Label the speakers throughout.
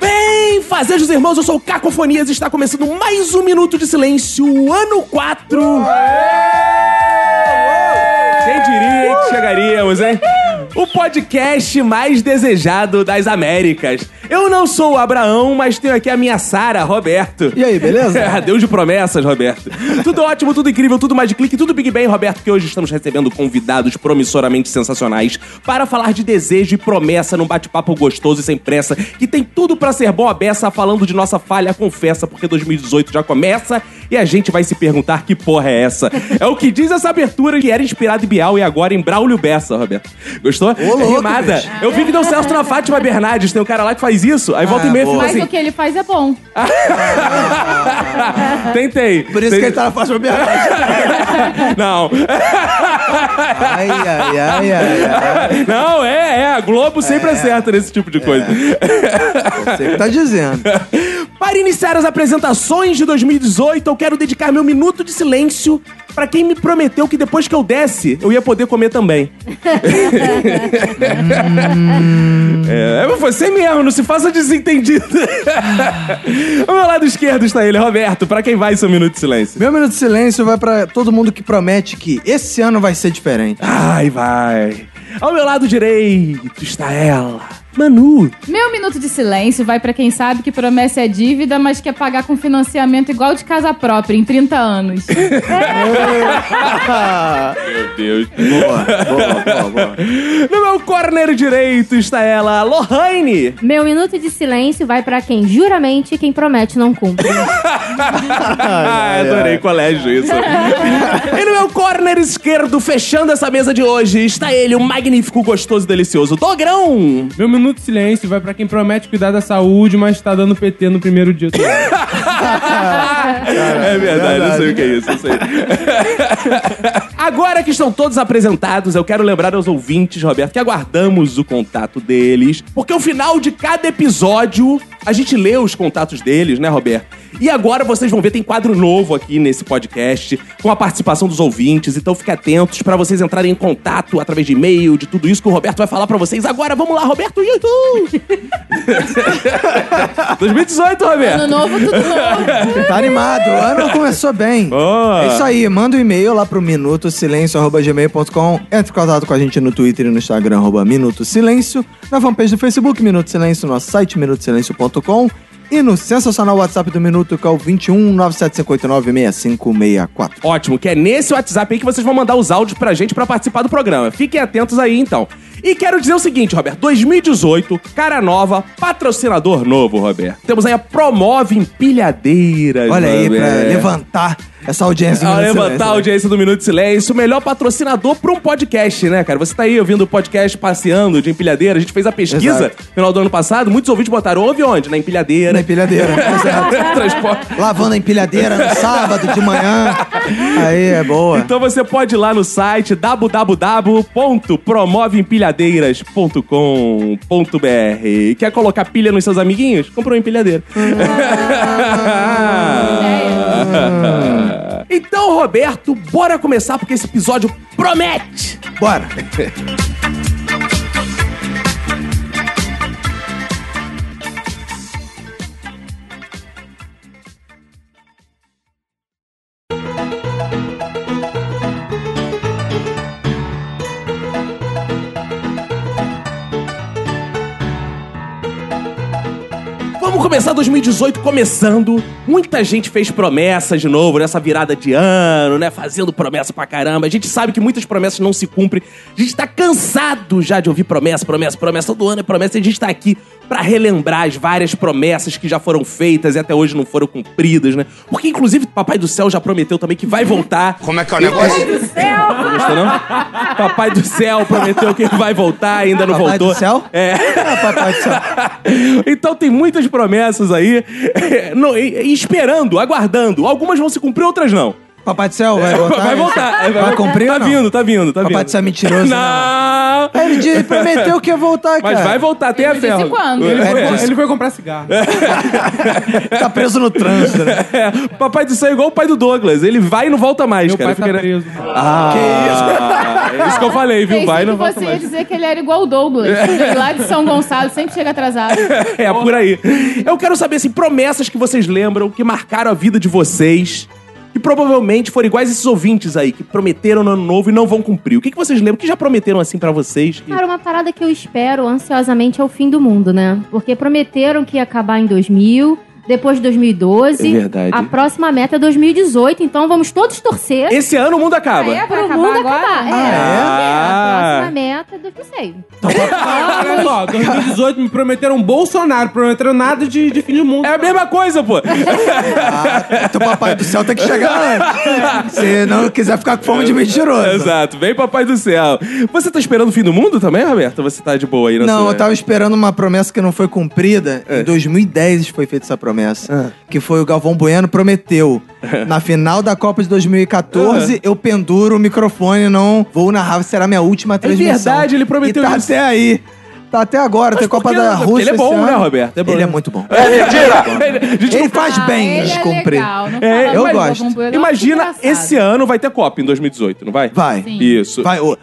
Speaker 1: Bem, fazejos irmãos, eu sou o Cacofonias e está começando mais um Minuto de Silêncio, ano 4. Quem diria hein, que chegaríamos, hein? O podcast mais desejado das Américas. Eu não sou o Abraão, mas tenho aqui a minha Sara, Roberto.
Speaker 2: E aí, beleza?
Speaker 1: É, Deus de promessas, Roberto. Tudo ótimo, tudo incrível, tudo mais de clique, tudo Big Bang, Roberto, que hoje estamos recebendo convidados promissoramente sensacionais para falar de desejo e promessa num bate-papo gostoso e sem pressa, que tem tudo pra ser bom a beça, falando de nossa falha, confessa, porque 2018 já começa e a gente vai se perguntar que porra é essa. É o que diz essa abertura que era inspirada em Bial e agora em Braulio Bessa, Roberto. Gostou?
Speaker 2: louco,
Speaker 1: Rimada.
Speaker 2: bicho.
Speaker 1: Eu vi que deu certo na Fátima Bernardes, tem um cara lá que faz isso, aí
Speaker 2: Ah,
Speaker 1: volta e meia fica
Speaker 3: Mas
Speaker 1: assim.
Speaker 3: o que ele faz é bom.
Speaker 1: Tentei.
Speaker 2: Por isso que ele tá na faixa aberta.
Speaker 1: Não.
Speaker 2: Ai, ai, ai, ai, ai.
Speaker 1: Não, é, é. A Globo sempre acerta nesse tipo de coisa.
Speaker 2: É. Não sei o que tá dizendo.
Speaker 1: Para iniciar as apresentações de 2018, eu quero dedicar meu minuto de silêncio pra quem me prometeu que depois que eu desse, eu ia poder comer também. é, é você mesmo, não se faça desentendido. Ao meu lado esquerdo está ele, Roberto. Pra quem vai seu minuto de silêncio?
Speaker 2: Meu minuto de silêncio vai pra todo mundo que promete que esse ano vai ser diferente.
Speaker 1: Ai, vai. Ao meu lado direito está ela, Manu.
Speaker 3: Meu minuto de silêncio vai pra quem sabe que promessa é dívida, mas quer pagar com financiamento igual de casa própria, em 30 anos.
Speaker 1: É. Meu Deus.
Speaker 2: Boa, boa, boa, boa.
Speaker 1: No meu corner direito está ela, Lohane.
Speaker 4: Meu minuto de silêncio vai pra quem jura mente e quem promete não cumpre.
Speaker 1: Ah, adorei colégio isso. e no meu corner esquerdo, fechando essa mesa de hoje, está ele, o magnífico, gostoso, delicioso Dogrão.
Speaker 5: Meu minuto de silêncio vai pra quem promete cuidar da saúde, mas tá dando PT no primeiro dia. do ano.
Speaker 1: é verdade, eu sei o que é isso, eu sei. Agora que estão todos apresentados, eu quero lembrar aos ouvintes, Roberto, que aguardamos o contato deles, porque ao final de cada episódio a gente lê os contatos deles, né, Roberto? E agora vocês vão ver, tem quadro novo aqui nesse podcast, com a participação dos ouvintes, então fiquem atentos para vocês entrarem em contato através de e-mail, de tudo isso que o Roberto vai falar para vocês agora. Vamos lá, Roberto! Yuhu! 2018, Roberto!
Speaker 3: Ano novo, tudo novo.
Speaker 2: Tá animado, o ano começou bem.
Speaker 1: Boa.
Speaker 2: É isso aí, manda um e-mail lá pro minutosilencio.gmail.com Entre em contato com a gente no Twitter e no Instagram, arroba Minuto Silêncio, na fanpage do Facebook Minuto Silêncio, nosso site minutosilêncio.com e no sensacional WhatsApp do Minuto, que é o 21 975896564.
Speaker 1: Ótimo, que é nesse WhatsApp aí que vocês vão mandar os áudios pra gente pra participar do programa. Fiquem atentos aí, então. E quero dizer o seguinte, Roberto. 2018, cara nova, patrocinador novo, Roberto. Temos aí a Promove Empilhadeiras.
Speaker 2: Olha aí, pra
Speaker 1: Roberto.
Speaker 2: levantar essa audiência. do
Speaker 1: É. Ah,
Speaker 2: Minuto
Speaker 1: levantar a
Speaker 2: Silêncio. né?
Speaker 1: audiência do Minuto de Silêncio, o melhor patrocinador para um podcast, né, cara? Você tá aí ouvindo o podcast passeando de empilhadeira, a gente fez a pesquisa
Speaker 2: Exato.
Speaker 1: no final do ano passado, muitos ouvintes botaram, ouve onde? Na empilhadeira.
Speaker 2: Na empilhadeira. né? tá
Speaker 1: Transporte.
Speaker 2: Lavando a empilhadeira no sábado de manhã. Aí, é boa.
Speaker 1: Então você pode ir lá no site www.promoveempilhadeiras.com.br. Quer colocar pilha nos seus amiguinhos? Compra uma empilhadeira. então, Roberto, bora começar porque esse episódio promete!
Speaker 2: Bora.
Speaker 1: Vamos começar 2018 começando. Muita gente fez promessas de novo nessa virada de ano, né? Fazendo promessa pra caramba. A gente sabe que muitas promessas não se cumprem. A gente tá cansado já de ouvir promessa, promessa, promessa. Todo ano é promessa e a gente tá aqui pra relembrar as várias promessas que já foram feitas e até hoje não foram cumpridas, né? Porque, inclusive, Papai do Céu já prometeu também que vai voltar. Como é que é o negócio?
Speaker 3: Do céu!
Speaker 1: Não gostou, não? Papai do Céu prometeu que vai voltar, ainda não
Speaker 2: Papai
Speaker 1: voltou.
Speaker 2: do céu?
Speaker 1: É.
Speaker 2: Ah, papai do céu.
Speaker 1: Então tem muitas promessas aí, não, e- e esperando, aguardando. Algumas vão se cumprir, outras não.
Speaker 2: Papai do céu, vai voltar?
Speaker 1: Vai voltar.
Speaker 2: Vai, cumprir
Speaker 1: Tá
Speaker 2: ou não?
Speaker 1: vindo, tá vindo, tá vindo.
Speaker 2: Papai do céu é mentiroso,
Speaker 1: Não. É,
Speaker 2: Ele disse- prometeu que ia voltar, cara.
Speaker 1: Mas vai voltar, tem a
Speaker 3: Ele disse
Speaker 1: ferro.
Speaker 3: quando?
Speaker 5: Ele, foi,
Speaker 2: É,
Speaker 5: co-
Speaker 2: disse-
Speaker 5: ele foi comprar cigarro.
Speaker 2: Tá preso no trânsito, né?
Speaker 1: É, papai do céu é igual o pai do Douglas. Ele vai e não volta mais,
Speaker 5: Meu
Speaker 1: cara.
Speaker 5: pai tá preso.
Speaker 1: Ah, é isso que eu falei, viu?
Speaker 3: Pensei
Speaker 1: Vai e
Speaker 3: que
Speaker 1: não volta
Speaker 3: você ia
Speaker 1: mais.
Speaker 3: dizer que ele era igual o Douglas, lá de São Gonçalo, sempre chega atrasado.
Speaker 1: É, por aí. Eu quero saber, assim, promessas que vocês lembram, que marcaram a vida de vocês, que provavelmente foram iguais esses ouvintes aí, que prometeram no ano novo e não vão cumprir. O que, que vocês lembram? O que já prometeram, assim, pra vocês?
Speaker 3: Ah,
Speaker 1: que-
Speaker 4: Cara, uma parada que eu espero ansiosamente é o fim do mundo, né? Porque prometeram que ia acabar em 2000, depois de 2012.
Speaker 1: É verdade.
Speaker 3: Ah,
Speaker 4: A próxima meta é 2018, então vamos todos torcer
Speaker 1: Esse ano o mundo acaba.
Speaker 3: Ah, é? Pra
Speaker 4: pro
Speaker 3: acabar
Speaker 4: mundo
Speaker 3: agora?
Speaker 4: acabar. É,
Speaker 1: Ah.
Speaker 4: é, a próxima meta é 2006.
Speaker 5: Olha só, 2018 me prometeram Bolsonaro, prometeram nada de, de fim do mundo.
Speaker 1: É a mesma coisa, pô.
Speaker 2: Ah, teu papai do céu tem que chegar antes. Se não quiser ficar com fome de mentiroso.
Speaker 1: Exato, vem papai do céu. Você tá esperando o fim do mundo também, Roberto? Você tá de boa aí na
Speaker 2: Não,
Speaker 1: sua...
Speaker 2: eu tava esperando uma promessa que não foi cumprida.
Speaker 1: É.
Speaker 2: Em 2010 foi feita essa promessa. Que foi o Galvão Bueno prometeu.
Speaker 1: É.
Speaker 2: Na final da Copa de 2014, eu penduro o microfone, não vou narrar, será minha última transmissão.
Speaker 1: É verdade, ele prometeu
Speaker 2: e tá
Speaker 1: isso.
Speaker 2: até aí. Tá até agora, tem Copa
Speaker 1: porque-
Speaker 2: da
Speaker 1: porque
Speaker 2: Rússia.
Speaker 1: ele é bom,
Speaker 2: esse ano.
Speaker 1: né, Roberto? É bom,
Speaker 2: Ele é
Speaker 1: né?
Speaker 2: muito bom.
Speaker 1: É mentira! A gente
Speaker 2: Ele faz
Speaker 3: Ah,
Speaker 2: bem
Speaker 3: ele
Speaker 2: de
Speaker 3: é
Speaker 2: cumprir.
Speaker 3: legal, não
Speaker 1: É,
Speaker 3: fala
Speaker 1: eu
Speaker 3: mal do
Speaker 2: gosto.
Speaker 3: Galvão Bueno, eu
Speaker 1: Imagina,
Speaker 3: acho engraçado.
Speaker 1: esse ano vai ter Copa em 2018, não vai?
Speaker 2: Vai.
Speaker 3: Sim.
Speaker 1: Isso.
Speaker 2: Vai, ô.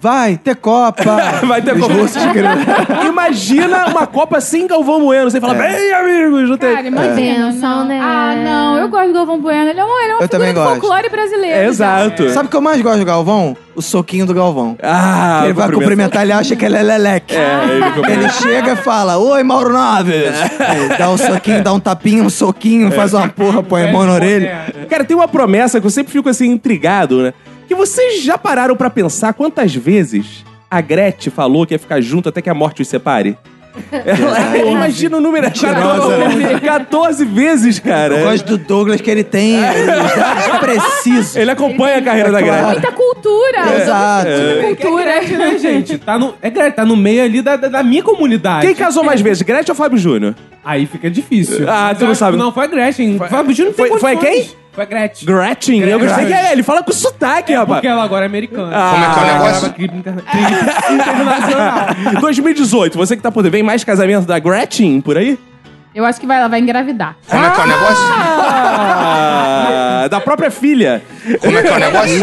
Speaker 2: vai ter Copa.
Speaker 1: Vai ter
Speaker 2: Os
Speaker 1: Copa.
Speaker 2: russos querendo-
Speaker 1: Imagina uma Copa sem Galvão Bueno. Você fala,
Speaker 2: É.
Speaker 1: bem, amigos, não tem.
Speaker 3: Cara, imagina.
Speaker 4: Benção,
Speaker 3: não.
Speaker 4: né?
Speaker 3: Ah, não, eu gosto do Galvão Bueno. Ele é uma, ele é uma
Speaker 2: Eu também
Speaker 3: figura do
Speaker 2: gosto.
Speaker 3: folclore brasileiro.
Speaker 1: É,
Speaker 3: cara.
Speaker 1: exato.
Speaker 2: Sabe o que eu mais gosto do Galvão? O soquinho do Galvão.
Speaker 1: Ah,
Speaker 2: ele vai cumprimentar, ele acha que ele é leleque.
Speaker 1: É, ele É.
Speaker 2: Ele
Speaker 1: cumprimenta.
Speaker 2: chega e fala, oi, Mauro Naves. Aí Dá um soquinho, dá um tapinha, um soquinho, faz uma porra, põe a mão na orelha.
Speaker 1: É. Cara, tem uma promessa que eu sempre fico assim intrigado, né? Que vocês já pararam pra pensar quantas vezes a Gretchen falou que ia ficar junto até que a morte os separe? Ela, imagina o número 14, 14 vezes, cara.
Speaker 2: Eu gosto do Douglas que ele tem
Speaker 1: É.
Speaker 2: os dados precisos.
Speaker 1: Ele acompanha a carreira da
Speaker 2: Claro.
Speaker 1: Gretchen.
Speaker 3: Muita
Speaker 1: É.
Speaker 3: cultura.
Speaker 2: Exato.
Speaker 3: Cultura.
Speaker 5: Né, gente? Tá no, é, Gretchen, tá no meio ali da, da, da minha comunidade.
Speaker 1: Quem casou mais vezes, Gretchen ou Fábio Júnior?
Speaker 5: Aí fica difícil.
Speaker 1: Ah, tu não
Speaker 5: Eu acho
Speaker 1: sabe.
Speaker 5: que Não, foi a Gretchen. Foi, Fábio Júnior tem
Speaker 1: Foi- foi
Speaker 5: condições.
Speaker 1: quem?
Speaker 5: Foi a Gretchen.
Speaker 1: Gretchen? Eu gostei que é, ele fala com sotaque, rapaz.
Speaker 5: Porque ela agora é americana.
Speaker 1: um Como é que é o
Speaker 5: Ela
Speaker 1: negócio?
Speaker 5: grava clipe interna- clipe internacional.
Speaker 1: 2018, você que tá podendo, vem mais casamento da Gretchen por aí?
Speaker 3: Eu acho que vai, ela vai engravidar.
Speaker 6: Como é que é o negócio?
Speaker 1: Ah, da própria filha.
Speaker 6: Como é que é o negócio?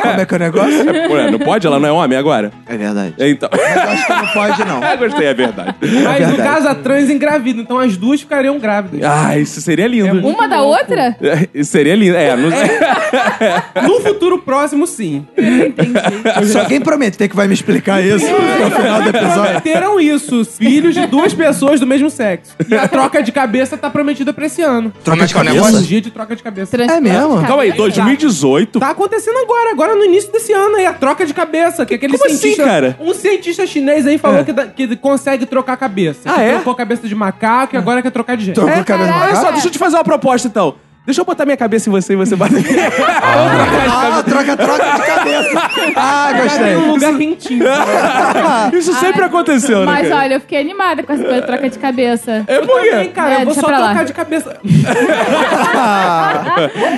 Speaker 2: Como é que é o negócio?
Speaker 1: Ué, não pode? Ela não é homem agora?
Speaker 2: É verdade.
Speaker 1: Então.
Speaker 2: Eu acho que não pode, não.
Speaker 1: Ah, gostei, é verdade.
Speaker 5: Mas no
Speaker 2: verdade.
Speaker 5: caso, a trans engravida. Então as duas ficariam grávidas.
Speaker 1: Ah, isso seria lindo.
Speaker 3: Uma da outra?
Speaker 1: É, isso seria lindo. É, não sei. Ah.
Speaker 5: No futuro próximo, sim.
Speaker 2: Se alguém prometer que vai me explicar isso
Speaker 1: É.
Speaker 2: no final do episódio...
Speaker 5: Prometeram isso. Filhos de duas pessoas do mesmo sexo. E a troca de cabeça tá prometida pra esse ano.
Speaker 6: Como é que é o negócio?
Speaker 5: Cirurgia de troca de cabeça.
Speaker 2: É mesmo?
Speaker 1: Calma aí, 2018.
Speaker 5: Tá acontecendo agora, agora no início desse ano aí, a troca de cabeça. Que aquele
Speaker 1: Como assim,
Speaker 5: cientista,
Speaker 1: cara? É.
Speaker 5: Um cientista chinês aí falou que, da- que consegue trocar a cabeça.
Speaker 1: Ah,
Speaker 5: que
Speaker 1: é?
Speaker 5: Trocou a cabeça de macaco e agora quer trocar de gente.
Speaker 2: Trocou o cabelo
Speaker 3: caraca.
Speaker 1: Olha só,
Speaker 2: macaco?
Speaker 1: deixa eu te fazer uma proposta então. Deixa eu botar minha cabeça em você e você bate. Vamos trocar de
Speaker 2: Ah, troca, troca de cabeça. Ah,
Speaker 1: né?
Speaker 5: Tem um
Speaker 2: gostei.
Speaker 5: lugar quentinho.
Speaker 1: cabeça. Isso sempre aconteceu, né?
Speaker 3: Mas
Speaker 1: cara?
Speaker 3: olha, eu fiquei animada com essa coisa de troca de cabeça.
Speaker 1: É por quê?
Speaker 5: Também, cara,
Speaker 3: É,
Speaker 5: eu vou
Speaker 3: deixa
Speaker 5: só
Speaker 3: pra lá.
Speaker 5: trocar de cabeça.
Speaker 2: Ah,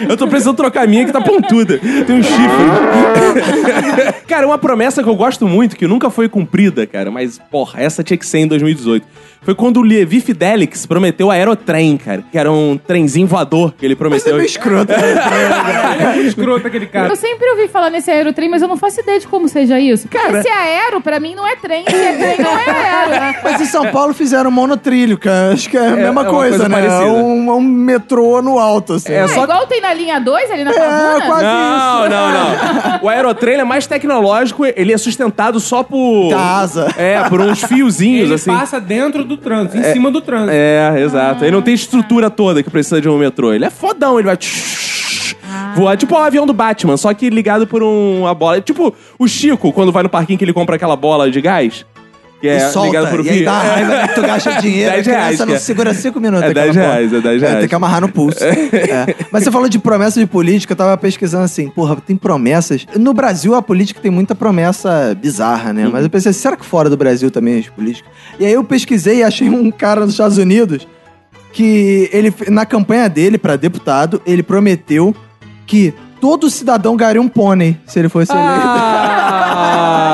Speaker 1: Eu tô precisando trocar a minha que tá pontuda. Tem um chifre. cara, uma promessa que eu gosto muito, que nunca foi cumprida, cara, mas, porra, essa tinha que ser em 2018. Foi quando o Levi Fidelix prometeu a Aerotrem, cara. Que era um trenzinho voador que ele
Speaker 2: Você é
Speaker 1: prometeu.
Speaker 2: meio escroto.
Speaker 5: Ele é muito escroto aquele cara.
Speaker 3: Eu sempre ouvi falar nesse aerotrem, mas eu não faço ideia de como seja isso. Cara, se é aero, pra mim não é trem, se é trem não é aero.
Speaker 2: Mas em São Paulo fizeram monotrilho, cara. Acho que é a mesma
Speaker 1: é uma
Speaker 2: coisa,
Speaker 1: coisa
Speaker 2: né?
Speaker 1: parecida.
Speaker 2: É um, é um metrô no alto, assim.
Speaker 1: É,
Speaker 3: É,
Speaker 1: só- É,
Speaker 3: igual tem na linha 2 ali na Pavuna.
Speaker 2: quase
Speaker 1: Não, não, não. O aerotrem ele é mais tecnológico, ele é sustentado só por.
Speaker 2: Da asa.
Speaker 1: É, por uns fiozinhos,
Speaker 5: Ele
Speaker 1: assim.
Speaker 5: passa dentro do trânsito, em cima do trânsito.
Speaker 1: É, exato. Ele não tem estrutura toda que precisa de um metrô. Ele é fodão, ele vai. tsh- Voar tipo o avião do Batman, só que ligado por um- uma bola. Tipo o Chico, quando vai no parquinho que ele compra aquela bola de gás. que é
Speaker 2: e solta,
Speaker 1: ligado pro
Speaker 2: e aí
Speaker 1: fio.
Speaker 2: dá uma raiva né, que tu gasta dinheiro, a
Speaker 1: 10
Speaker 2: criança
Speaker 1: reais,
Speaker 2: não
Speaker 1: que é.
Speaker 2: segura cinco minutos.
Speaker 1: É
Speaker 2: aquela
Speaker 1: 10
Speaker 2: porra.
Speaker 1: reais, é 10 reais.
Speaker 2: Tem que amarrar no pulso. É. Mas você falou de promessa de política, eu tava pesquisando assim, porra, tem promessas. No Brasil, a política tem muita promessa bizarra, né? Mas eu pensei, será que fora do Brasil também as políticas? E aí eu pesquisei e achei um cara nos Estados Unidos que ele, na campanha dele pra deputado, ele prometeu que todo cidadão ganharia um pônei se ele fosse eleito.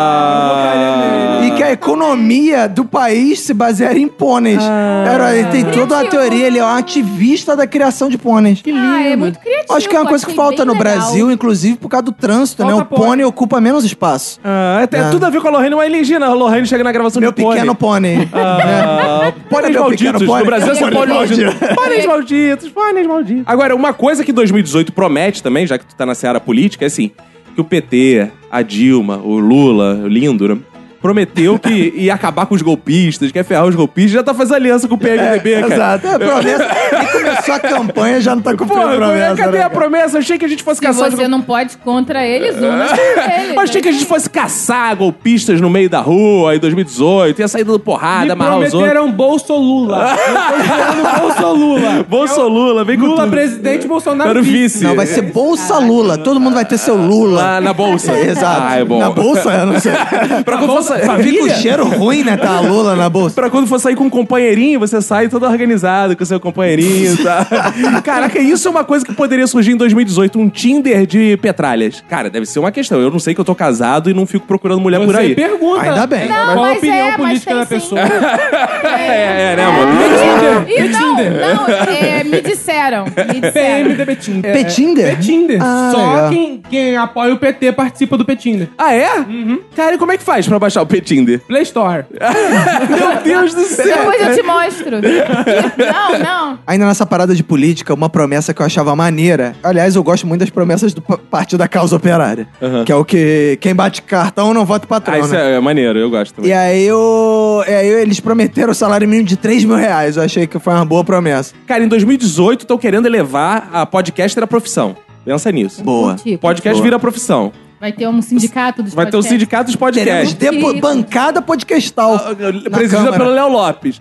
Speaker 1: Ah!
Speaker 2: E que a economia do país se basearia em pôneis.
Speaker 1: Ah.
Speaker 2: Era, ele tem toda uma
Speaker 3: Criativo.
Speaker 2: teoria, ele é um ativista da criação de pôneis.
Speaker 3: Ah, é muito criativo.
Speaker 2: Acho que é uma coisa que
Speaker 3: achei
Speaker 2: falta
Speaker 3: bem
Speaker 2: no
Speaker 3: legal.
Speaker 2: Brasil, inclusive por causa do trânsito, né?
Speaker 5: Falta
Speaker 2: O pônei ocupa menos espaço.
Speaker 1: Ah, tem
Speaker 2: Ah.
Speaker 1: tudo a ver com a Lorraine Wailingina. A Lorraine chega na gravação
Speaker 2: Meu
Speaker 1: de pônei.
Speaker 2: pequeno pônei. É.
Speaker 1: Ah,
Speaker 2: Olha
Speaker 1: pôneis
Speaker 2: meu
Speaker 1: malditos.
Speaker 2: um pequeno pônei.
Speaker 1: No Brasil é só
Speaker 2: Pônei
Speaker 1: pônei maldito. Pôneis malditos, pôneis malditos. Agora, uma coisa que 2018 promete também, já que tu tá na seara política, é assim, que o PT, a Dilma, o Lula, o Lindo, né, prometeu que ia acabar com os golpistas, que ia ferrar os golpistas, já tá fazendo aliança com o PMDB, cara.
Speaker 2: Exato. É a promessa. Quem começou a campanha já não tá cumprindo
Speaker 1: Porra,
Speaker 2: a promessa.
Speaker 1: cadê
Speaker 2: né,
Speaker 1: a
Speaker 2: cara?
Speaker 1: promessa? Eu Achei que a gente fosse
Speaker 3: Se
Speaker 1: caçar os
Speaker 3: você não pode contra eles,
Speaker 1: É.
Speaker 3: uma com eles.
Speaker 1: Eu achei
Speaker 3: né?
Speaker 1: que a gente fosse caçar golpistas no meio da rua em 2018, ia sair dando porrada,
Speaker 5: Me
Speaker 1: amarrar os outros.
Speaker 5: prometeram Bolso Lula. Eu tô esperando Bolso Lula.
Speaker 1: Bolsonaro, Lula, vem com
Speaker 5: Lula
Speaker 1: tudo.
Speaker 5: presidente, Bolsonaro
Speaker 1: Quero
Speaker 5: vice.
Speaker 1: vice.
Speaker 2: Não, vai ser Bolsa Lula. Todo mundo vai ter seu Lula.
Speaker 1: Lá na bolsa.
Speaker 2: Exato.
Speaker 1: Ah, é bom.
Speaker 2: Na bolsa, eu não sei.
Speaker 1: Pra quando for sa-
Speaker 2: Fica o cheiro ruim, né? Tá a Lula na bolsa.
Speaker 1: Pra quando for sair com um companheirinho, você sai todo organizado com seu companheirinho, tá? Caraca, isso é uma coisa que poderia surgir em 2018, um Tinder de petralhas. Cara, deve ser uma questão. Eu não sei que eu tô casado e não fico procurando mulher por
Speaker 5: Você é
Speaker 1: aí.
Speaker 5: pergunta.
Speaker 2: Ainda bem.
Speaker 5: Qual
Speaker 3: Não,
Speaker 5: a
Speaker 3: mas
Speaker 5: opinião
Speaker 3: é, mas
Speaker 5: política
Speaker 3: tem
Speaker 5: da
Speaker 3: sim.
Speaker 5: pessoa?
Speaker 1: É, é, né, amor?
Speaker 3: E não, não, é, me disseram. Me disseram.
Speaker 5: PMDB Tinder.
Speaker 2: Petinder?
Speaker 5: Petinder.
Speaker 2: É, Ah,
Speaker 5: Só
Speaker 2: legal.
Speaker 5: quem, quem apoia o PT participa do Petinder.
Speaker 1: Ah, é? Cara, e como é que faz pra baixar o Petinder?
Speaker 5: Play Store.
Speaker 2: Ah.
Speaker 1: Meu Deus do céu!
Speaker 3: Depois eu te mostro. Não, não.
Speaker 2: Ainda nessa parada de política, uma promessa que eu achava maneira. Aliás, eu gosto muito das promessas do pa- Partido da Causa Operária. Que é o que quem bate cartão não vota patrão,
Speaker 1: Ah, isso
Speaker 2: né?
Speaker 1: é, é maneiro, eu gosto também.
Speaker 2: E aí, eu, e aí eles prometeram o salário mínimo de 3 mil reais. Eu achei que foi uma boa promessa.
Speaker 1: Cara, em 2018 estão querendo elevar a podcaster à profissão. Pensa nisso.
Speaker 2: Boa.
Speaker 4: Tipo,
Speaker 1: Podcast
Speaker 2: Boa.
Speaker 1: vira profissão.
Speaker 3: Vai ter um sindicato dos
Speaker 1: Vai ter o
Speaker 3: podcasts.
Speaker 1: sindicato dos
Speaker 2: Teremos
Speaker 1: podcasts.
Speaker 2: depo-
Speaker 3: Que-
Speaker 2: bancada podcastal.
Speaker 1: Ah,
Speaker 2: na
Speaker 1: Presidida
Speaker 2: Câmara.
Speaker 1: pelo Léo Lopes.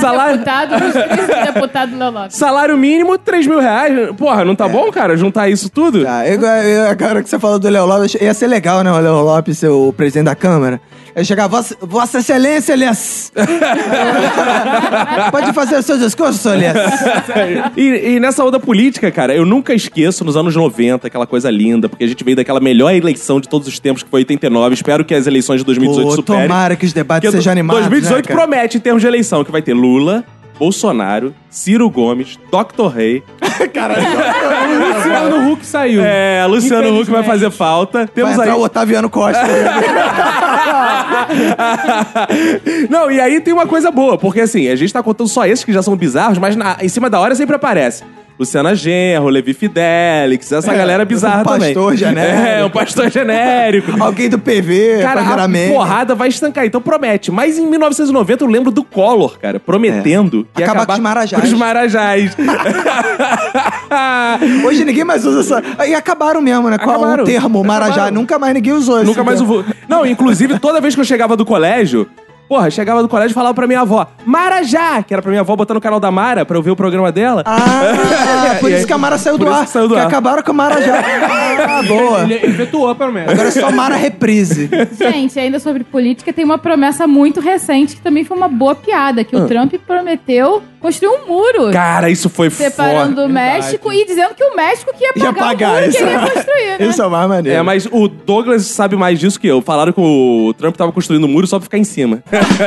Speaker 1: Salário,
Speaker 3: Deputado, dos- deputado Léo Lopes.
Speaker 1: salário mínimo, 3 mil reais. Porra, não tá bom, cara, juntar isso tudo?
Speaker 2: Tá, eu, eu, agora que você falou do Léo Lopes, ia ser legal, né? O Léo Lopes ser o presidente da Câmara. Aí chegar, Vossa, Vossa Excelência, Elias! Pode fazer o seu discurso, Elias?
Speaker 1: E, e nessa onda política, cara, eu nunca esqueço nos anos 90, aquela coisa linda, porque a gente veio daquela melhor eleição de todos os tempos, que foi 89. Espero que as eleições de 2018
Speaker 2: Pô,
Speaker 1: superem.
Speaker 2: tomara que os debates
Speaker 1: Porque
Speaker 2: sejam animados.
Speaker 1: 2018
Speaker 2: né, cara?
Speaker 1: promete em termos de eleição que vai ter Lula, Bolsonaro, Ciro Gomes, Dr. Rei.
Speaker 5: O Luciano Huck saiu.
Speaker 1: É, Luciano Huck vai
Speaker 5: Infelizmente.
Speaker 1: fazer falta. Temos
Speaker 2: Vai entrar
Speaker 1: aí.
Speaker 2: o Otaviano Costa. né?
Speaker 1: Não, e aí tem uma coisa boa, porque assim, a gente tá contando só esses que já são bizarros, mas na- em cima da hora sempre aparece. Luciana Genro, Levi Fidelix, essa É, galera bizarra
Speaker 2: um pastor
Speaker 1: também.
Speaker 2: genérico.
Speaker 1: É, um pastor genérico.
Speaker 2: Alguém do PV,
Speaker 1: Cara,
Speaker 2: Pantera
Speaker 1: a
Speaker 2: Man.
Speaker 1: porrada vai estancar, então promete. Mas em 1990 eu lembro do Collor, cara, prometendo que ia
Speaker 2: Acabar É. com os marajás.
Speaker 1: com os marajás.
Speaker 2: Hoje ninguém mais usa essa. E acabaram mesmo, né? Qual é
Speaker 1: Acabaram.
Speaker 2: o termo? Marajá.
Speaker 1: Acabaram.
Speaker 2: Nunca mais ninguém usou esse
Speaker 1: Nunca mais
Speaker 2: termo.
Speaker 1: o Não, inclusive, toda vez que eu chegava do colégio, porra, chegava do colégio e falava pra minha avó, Marajá, que era pra minha avó botar no canal da Mara pra eu ver o programa dela.
Speaker 2: Ah, por
Speaker 1: E
Speaker 2: isso
Speaker 1: aí-
Speaker 2: que a Mara saiu
Speaker 1: por
Speaker 2: do
Speaker 1: isso
Speaker 2: ar.
Speaker 1: que saiu do
Speaker 2: que
Speaker 1: ar.
Speaker 2: acabaram com a Marajá. Ah, boa.
Speaker 5: Ele efetuou a promessa.
Speaker 2: Agora é só Mara Reprise.
Speaker 3: Gente, ainda sobre política, tem uma promessa muito recente que também foi uma boa piada, que o Trump prometeu construir um muro.
Speaker 1: Ah. Cara, isso foi
Speaker 3: Separando
Speaker 1: foda.
Speaker 3: o México e dizendo que o México que ia pagar,
Speaker 2: Ia
Speaker 3: o
Speaker 2: pagar
Speaker 3: muro
Speaker 2: isso.
Speaker 3: que ele ia construir, um né?
Speaker 2: Isso é o mais maneiro.
Speaker 1: É, mas o Douglas sabe mais disso que eu. Falaram que o Trump tava construindo um muro só pra ficar em cima.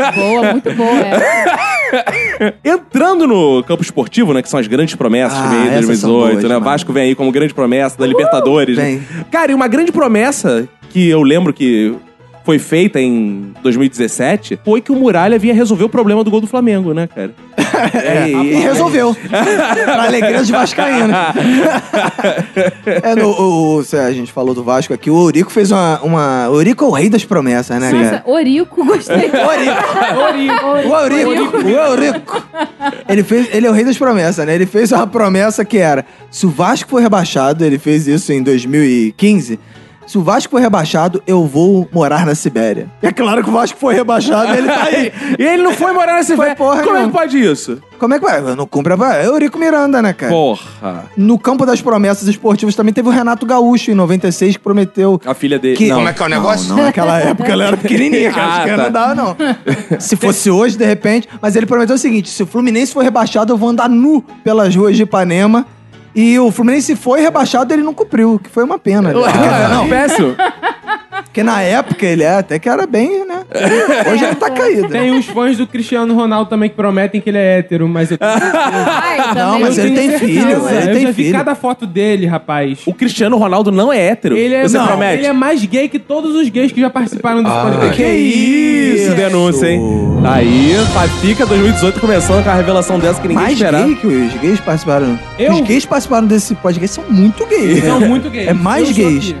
Speaker 1: Ah!
Speaker 3: Boa, muito boa. É.
Speaker 1: Entrando no campo esportivo, né? Que são as grandes promessas que
Speaker 2: Ah,
Speaker 1: vem aí em
Speaker 2: essas são
Speaker 1: 2018,
Speaker 2: boas,
Speaker 1: né?
Speaker 2: mano.
Speaker 1: Vasco vem aí como grande promessa da Libertadores. né?
Speaker 2: vem.
Speaker 1: Cara, e uma grande promessa que eu lembro que foi feita em 2017 foi que o Muralha vinha resolver o problema do gol do Flamengo, né, cara? É,
Speaker 2: E resolveu. pra alegria de Vascaíno. é, no, o- o- se a gente falou do Vasco aqui, o Eurico fez uma. uma o Eurico é o rei das promessas, né,
Speaker 3: Nossa,
Speaker 2: cara?
Speaker 3: Orico, gostei.
Speaker 2: O Eurico, o Eurico. Ele, fez, ele é o rei das promessas, né? Ele fez uma promessa que era: se o Vasco for rebaixado, ele fez isso em 2015. Se o Vasco for rebaixado, eu vou morar na Sibéria. É claro que o Vasco foi rebaixado, ele tá aí.
Speaker 1: E ele não foi morar nesse
Speaker 2: Foi
Speaker 1: velho.
Speaker 2: porra
Speaker 1: Como é que
Speaker 2: nenhuma.
Speaker 1: pode isso?
Speaker 2: Como é que vai? Não cumpre a. É o Eurico Miranda, né, cara?
Speaker 1: Porra.
Speaker 2: No campo das promessas esportivas também teve o Renato Gaúcho, em 96, que prometeu.
Speaker 1: A filha dele.
Speaker 2: Que-
Speaker 1: Não.
Speaker 6: Como é que é o negócio?
Speaker 2: Não, naquela época ela era pequenininha, cara.
Speaker 1: Ah,
Speaker 2: Acho que
Speaker 1: tá.
Speaker 2: não dava, não. Se fosse hoje, de repente. Mas ele prometeu o seguinte: se o Fluminense for rebaixado, eu vou andar nu pelas ruas de Ipanema. E o Fluminense foi rebaixado, ele não cumpriu, que foi uma pena. né? Porque,
Speaker 1: Ah,
Speaker 2: não,
Speaker 1: péssimo.
Speaker 2: porque na época ele é, até que era bem, né? Hoje ele tá caído.
Speaker 5: Tem os fãs do Cristiano Ronaldo também que prometem que ele é hétero, mas eu
Speaker 3: Ai,
Speaker 2: Não,
Speaker 3: também.
Speaker 2: Ah, mas ele tem filho,
Speaker 5: é. eu
Speaker 2: ele
Speaker 5: já
Speaker 2: tem
Speaker 5: vi
Speaker 2: filho.
Speaker 5: cada foto dele, rapaz.
Speaker 1: O Cristiano Ronaldo não é hétero.
Speaker 5: Ele é,
Speaker 1: Você
Speaker 5: não,
Speaker 1: promete?
Speaker 5: ele é mais gay que todos os gays que já participaram
Speaker 2: Ah,
Speaker 5: desse podcast.
Speaker 1: Que isso, denúncia, hein? Aí, tá, Papica 2018 começando com a revelação dessa que ninguém
Speaker 2: Mais
Speaker 1: esperava.
Speaker 2: gay que os gays participaram.
Speaker 5: Eu?
Speaker 2: Os gays participaram desse podcast são muito gays.
Speaker 5: São
Speaker 2: né?
Speaker 5: muito gays.
Speaker 2: É mais
Speaker 5: Eu sou
Speaker 2: gays.
Speaker 5: aqui.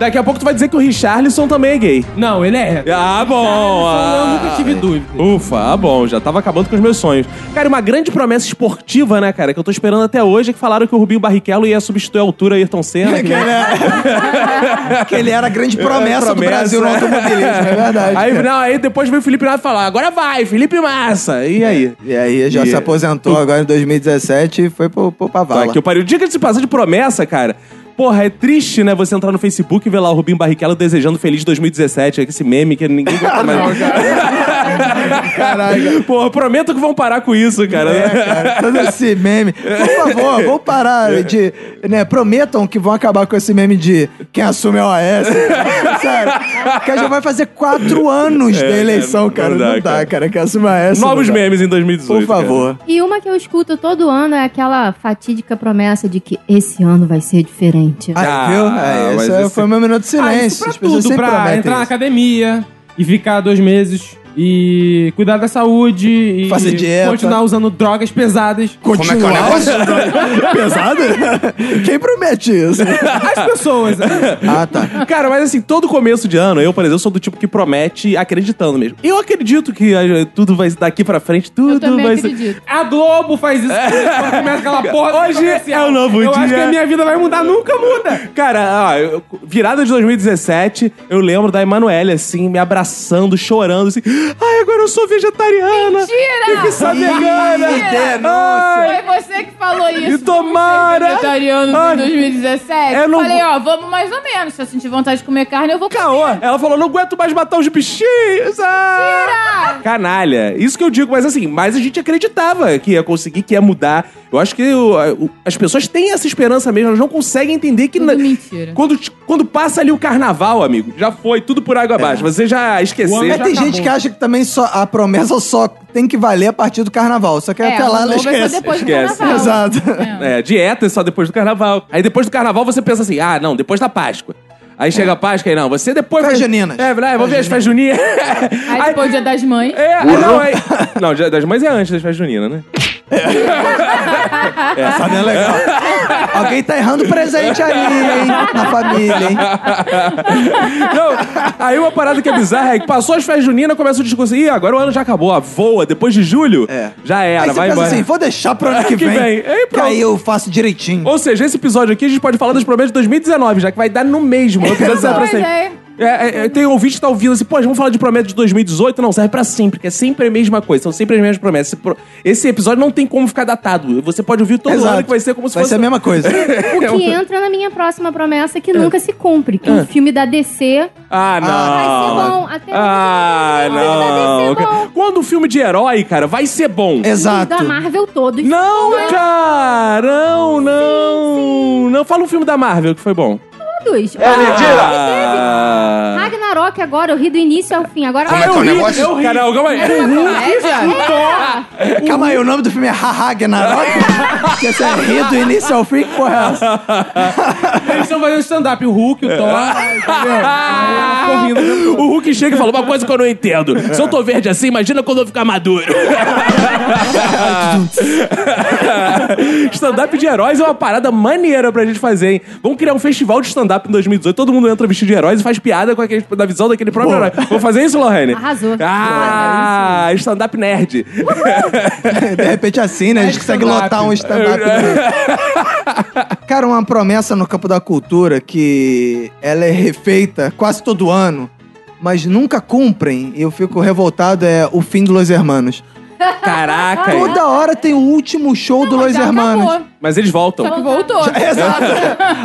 Speaker 1: Daqui a pouco tu vai dizer que o Richarlison também é gay.
Speaker 5: Não, ele é hétero.
Speaker 1: Ah, bom.
Speaker 5: Eu
Speaker 1: ah.
Speaker 5: nunca tive dúvida.
Speaker 1: Ufa, ah, bom, já tava acabando com os meus sonhos. Cara, uma grande promessa esportiva, né, cara, que eu tô esperando até hoje, é que falaram que o Rubinho Barrichello ia substituir a altura Ayrton Senna. né?
Speaker 2: Que ele, é- que ele era a grande promessa, do Brasil no automobilismo, é verdade.
Speaker 1: Aí,
Speaker 2: cara.
Speaker 1: não, aí depois veio o Felipe Massa falar, agora vai, Felipe Massa. E aí?
Speaker 2: E aí já
Speaker 1: E-
Speaker 2: se aposentou agora em 2017 e foi pro, pro pra
Speaker 1: Tá,
Speaker 2: vala.
Speaker 1: que eu pariu. Dica de se passar de promessa, cara. Porra, é triste, né? Você entrar no Facebook e ver lá o Rubinho Barrichello desejando feliz 2017. É Esse meme que ninguém gosta mais. Caralho. Porra, prometo que vão parar com isso, cara.
Speaker 2: É, cara, todo esse meme. Por favor, vamos parar de. Né, prometam que vão acabar com esse meme de quem assume é o AS. Sério. Porque já vai fazer quatro anos da eleição,
Speaker 1: não
Speaker 2: cara. Não
Speaker 1: dá,
Speaker 2: dá,
Speaker 1: cara.
Speaker 2: cara. Quem assume é o AS. não
Speaker 1: Novos
Speaker 2: dá.
Speaker 1: memes em 2018.
Speaker 2: Por favor.
Speaker 4: E uma que eu escuto todo ano é aquela fatídica promessa de que esse ano vai ser diferente.
Speaker 2: Aí,
Speaker 1: Ah,
Speaker 2: viu? Aí,
Speaker 1: mas
Speaker 2: esse
Speaker 1: esse-
Speaker 2: foi o meu minuto de
Speaker 5: Ah,
Speaker 2: silêncio.
Speaker 5: isso pra
Speaker 2: As pessoas
Speaker 5: tudo,
Speaker 2: sempre
Speaker 5: pra
Speaker 2: prometem
Speaker 5: entrar na
Speaker 2: isso.
Speaker 5: academia e ficar dois meses e cuidar da saúde e
Speaker 2: Fazer dieta.
Speaker 5: continuar usando drogas pesadas.
Speaker 6: Como é que é o negócio?
Speaker 2: Pesado? Quem promete isso?
Speaker 5: As pessoas.
Speaker 2: ah, tá.
Speaker 1: Cara, mas assim, todo começo de ano, eu, por exemplo, sou do tipo que promete acreditando mesmo. Eu acredito que ah, tudo vai daqui pra frente, tudo
Speaker 3: Eu também
Speaker 1: vai ser.
Speaker 3: acredito.
Speaker 5: A Globo faz isso. Quando começa aquela porra. do
Speaker 1: É. Hoje é
Speaker 5: comercial.
Speaker 1: um novo
Speaker 5: Eu acho
Speaker 1: dia.
Speaker 5: que a minha vida vai mudar, nunca muda.
Speaker 1: Cara, ó, eu- virada de 2017, eu lembro da Emanuele, assim, me abraçando, chorando, assim. Ai, agora eu sou vegetariana!
Speaker 3: Mentira!
Speaker 1: Que sabegana!
Speaker 3: Mentira!
Speaker 1: Ai,
Speaker 3: Foi você que falou isso.
Speaker 1: E tomara!
Speaker 3: dos vegetarianos
Speaker 1: Ai,
Speaker 3: em 2017.
Speaker 1: eu
Speaker 3: Eu
Speaker 1: não
Speaker 3: Falei,
Speaker 1: vou-
Speaker 3: ó, vamos mais ou menos. Se eu sentir vontade de comer carne, eu vou comer.
Speaker 1: caô! Ela falou, não aguento mais matar os bichinhos! Ah! Canalha! Isso que eu digo, mas assim, mas a gente acreditava que ia conseguir, que ia mudar. Eu acho que o- o- as pessoas têm essa esperança mesmo, elas não conseguem entender que... na-
Speaker 3: Tudo mentira.
Speaker 1: Quando, quando passa ali o carnaval, amigo, já foi tudo por água abaixo. Você já esqueceu.
Speaker 5: O ano
Speaker 2: Mas
Speaker 5: Já
Speaker 2: tem gente
Speaker 5: acabou.
Speaker 2: que acha que também só, a promessa só tem que valer a partir do carnaval. Só que
Speaker 3: É,
Speaker 2: até lá ela
Speaker 3: não vai
Speaker 2: esquece.
Speaker 3: ser depois
Speaker 1: Esquece.
Speaker 3: do carnaval.
Speaker 2: Exato.
Speaker 1: É, dieta é só depois do carnaval. Aí depois do carnaval você pensa assim: ah, não, depois da Páscoa. Aí chega a Páscoa e não, você depois.
Speaker 2: Festa
Speaker 1: vai-
Speaker 2: juninas.
Speaker 1: É, vai, vou ver as festas juninas.
Speaker 3: Aí depois o dia das mães.
Speaker 1: É, aí não, aí. Não, dia das mães é antes das festas juninas, né?
Speaker 2: Tá bem legal. Alguém tá errando presente aí, hein? Na família, hein?
Speaker 1: Não, aí uma parada que é bizarra é que passou as festas juninas, começa o discurso. Ih, agora o ano já acabou, ah, voa, depois de julho.
Speaker 2: É.
Speaker 1: Já era,
Speaker 2: aí você
Speaker 1: vai
Speaker 2: pensa
Speaker 1: embora.
Speaker 2: assim, vou deixar pro ano que
Speaker 1: Que
Speaker 2: vem.
Speaker 1: vem. Aí
Speaker 2: que
Speaker 1: pronto.
Speaker 2: aí eu faço direitinho.
Speaker 1: Ou seja, esse episódio aqui a gente pode falar dos problemas de 2019, já que vai dar no mesmo. O episódio serve pra
Speaker 3: Pois
Speaker 1: sempre.
Speaker 3: é.
Speaker 1: É, é, é, tem ouvinte que tá ouvindo assim, pô, vamos falar de promessa de 2018? Não, serve pra sempre, porque é sempre a mesma coisa, são sempre as mesmas promessas. Esse, pro- esse episódio não tem como ficar datado. Você pode ouvir todo ano que vai ser como se
Speaker 2: vai
Speaker 1: fosse.
Speaker 2: ser a mesma coisa.
Speaker 4: O que entra na minha próxima promessa que nunca se cumpre, que um filme da DC
Speaker 1: Ah, não.
Speaker 4: vai ser bom. Até
Speaker 1: Ah,
Speaker 4: hoje
Speaker 1: não.
Speaker 4: Vai ser bom.
Speaker 1: Quando o filme de herói, cara, vai ser bom.
Speaker 2: Exato.
Speaker 4: da Marvel todos. é
Speaker 1: Não,
Speaker 4: Todos.
Speaker 1: cara, não, não. Não, fala um filme da Marvel que foi bom.
Speaker 4: todos.
Speaker 1: Ah,
Speaker 4: Ah, Ragnarok maroca agora, eu ri do início ao fim. Agora
Speaker 2: um
Speaker 6: Como é que é o negócio?
Speaker 5: eu ri.
Speaker 1: Caralho, calma aí.
Speaker 3: É, cara.
Speaker 2: Calma aí, o nome do filme é Haha Ragnarok? que você ri do início ao fim, que porra é essa?
Speaker 5: Eles estão fazendo stand-up, o Hulk, o Thor. entendeu?
Speaker 1: Ah.
Speaker 5: Aí eu fico rindo.
Speaker 1: O Hulk chega e fala uma coisa que eu não entendo. Se eu tô verde assim, imagina quando eu ficar maduro. stand-up de heróis é uma parada maneira pra gente fazer, hein? Vamos criar um festival de stand-up em 2018. Todo mundo entra vestido de heróis e faz piada com aquele, da visão daquele próprio
Speaker 2: Boa.
Speaker 1: herói. Vamos fazer isso, Lorraine?
Speaker 4: Arrasou.
Speaker 1: Ah, stand-up nerd.
Speaker 2: De repente assim, né? A gente
Speaker 3: É
Speaker 2: consegue
Speaker 5: stand-up.
Speaker 2: lotar um stand-up. né? Cara, uma promessa no campo da cultura que ela é refeita quase todo ano, mas nunca cumprem, e eu fico revoltado, é o fim do Los Hermanos.
Speaker 1: Caraca. hein?
Speaker 2: Toda hora tem o último show do Los
Speaker 3: É. Já
Speaker 2: Hermanos.
Speaker 3: acabou.
Speaker 1: Mas eles voltam.
Speaker 3: Só que voltou.
Speaker 2: Exato.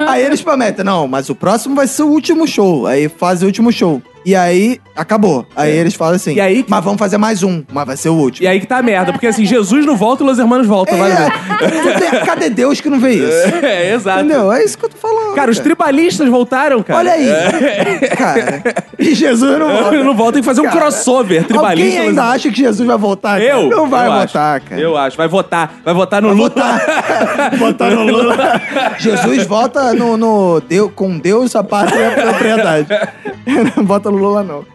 Speaker 2: aí eles prometem, não, mas o próximo vai ser o último show. Aí fazem o último show. E aí, acabou. Aí eles falam assim,
Speaker 1: É. E aí que-
Speaker 2: mas vamos fazer mais um, mas vai ser o último.
Speaker 1: E aí que tá a merda, porque assim, Jesus não volta e Los Hermanos voltam. vai ver.
Speaker 2: É, cadê Deus que não vê isso?
Speaker 1: assim, É, exato.
Speaker 2: Entendeu? É isso que eu tô falando.
Speaker 1: Cara, os tribalistas voltaram, cara. É.
Speaker 2: Olha aí. Cara, e Jesus não volta.
Speaker 1: Ele não volta, tem que fazer um
Speaker 2: Cara,
Speaker 1: crossover tribalista.
Speaker 2: Alguém ainda acha que Jesus vai voltar? cara?
Speaker 1: Eu?
Speaker 2: Não vai
Speaker 1: Eu acho.
Speaker 2: voltar, cara.
Speaker 1: Eu acho. Vai votar. Vai votar no Lula.
Speaker 2: Votar, votar no Lula. Jesus vota no, no Deu- com Deus, a pátria e a propriedade. Não vota no Lula, não.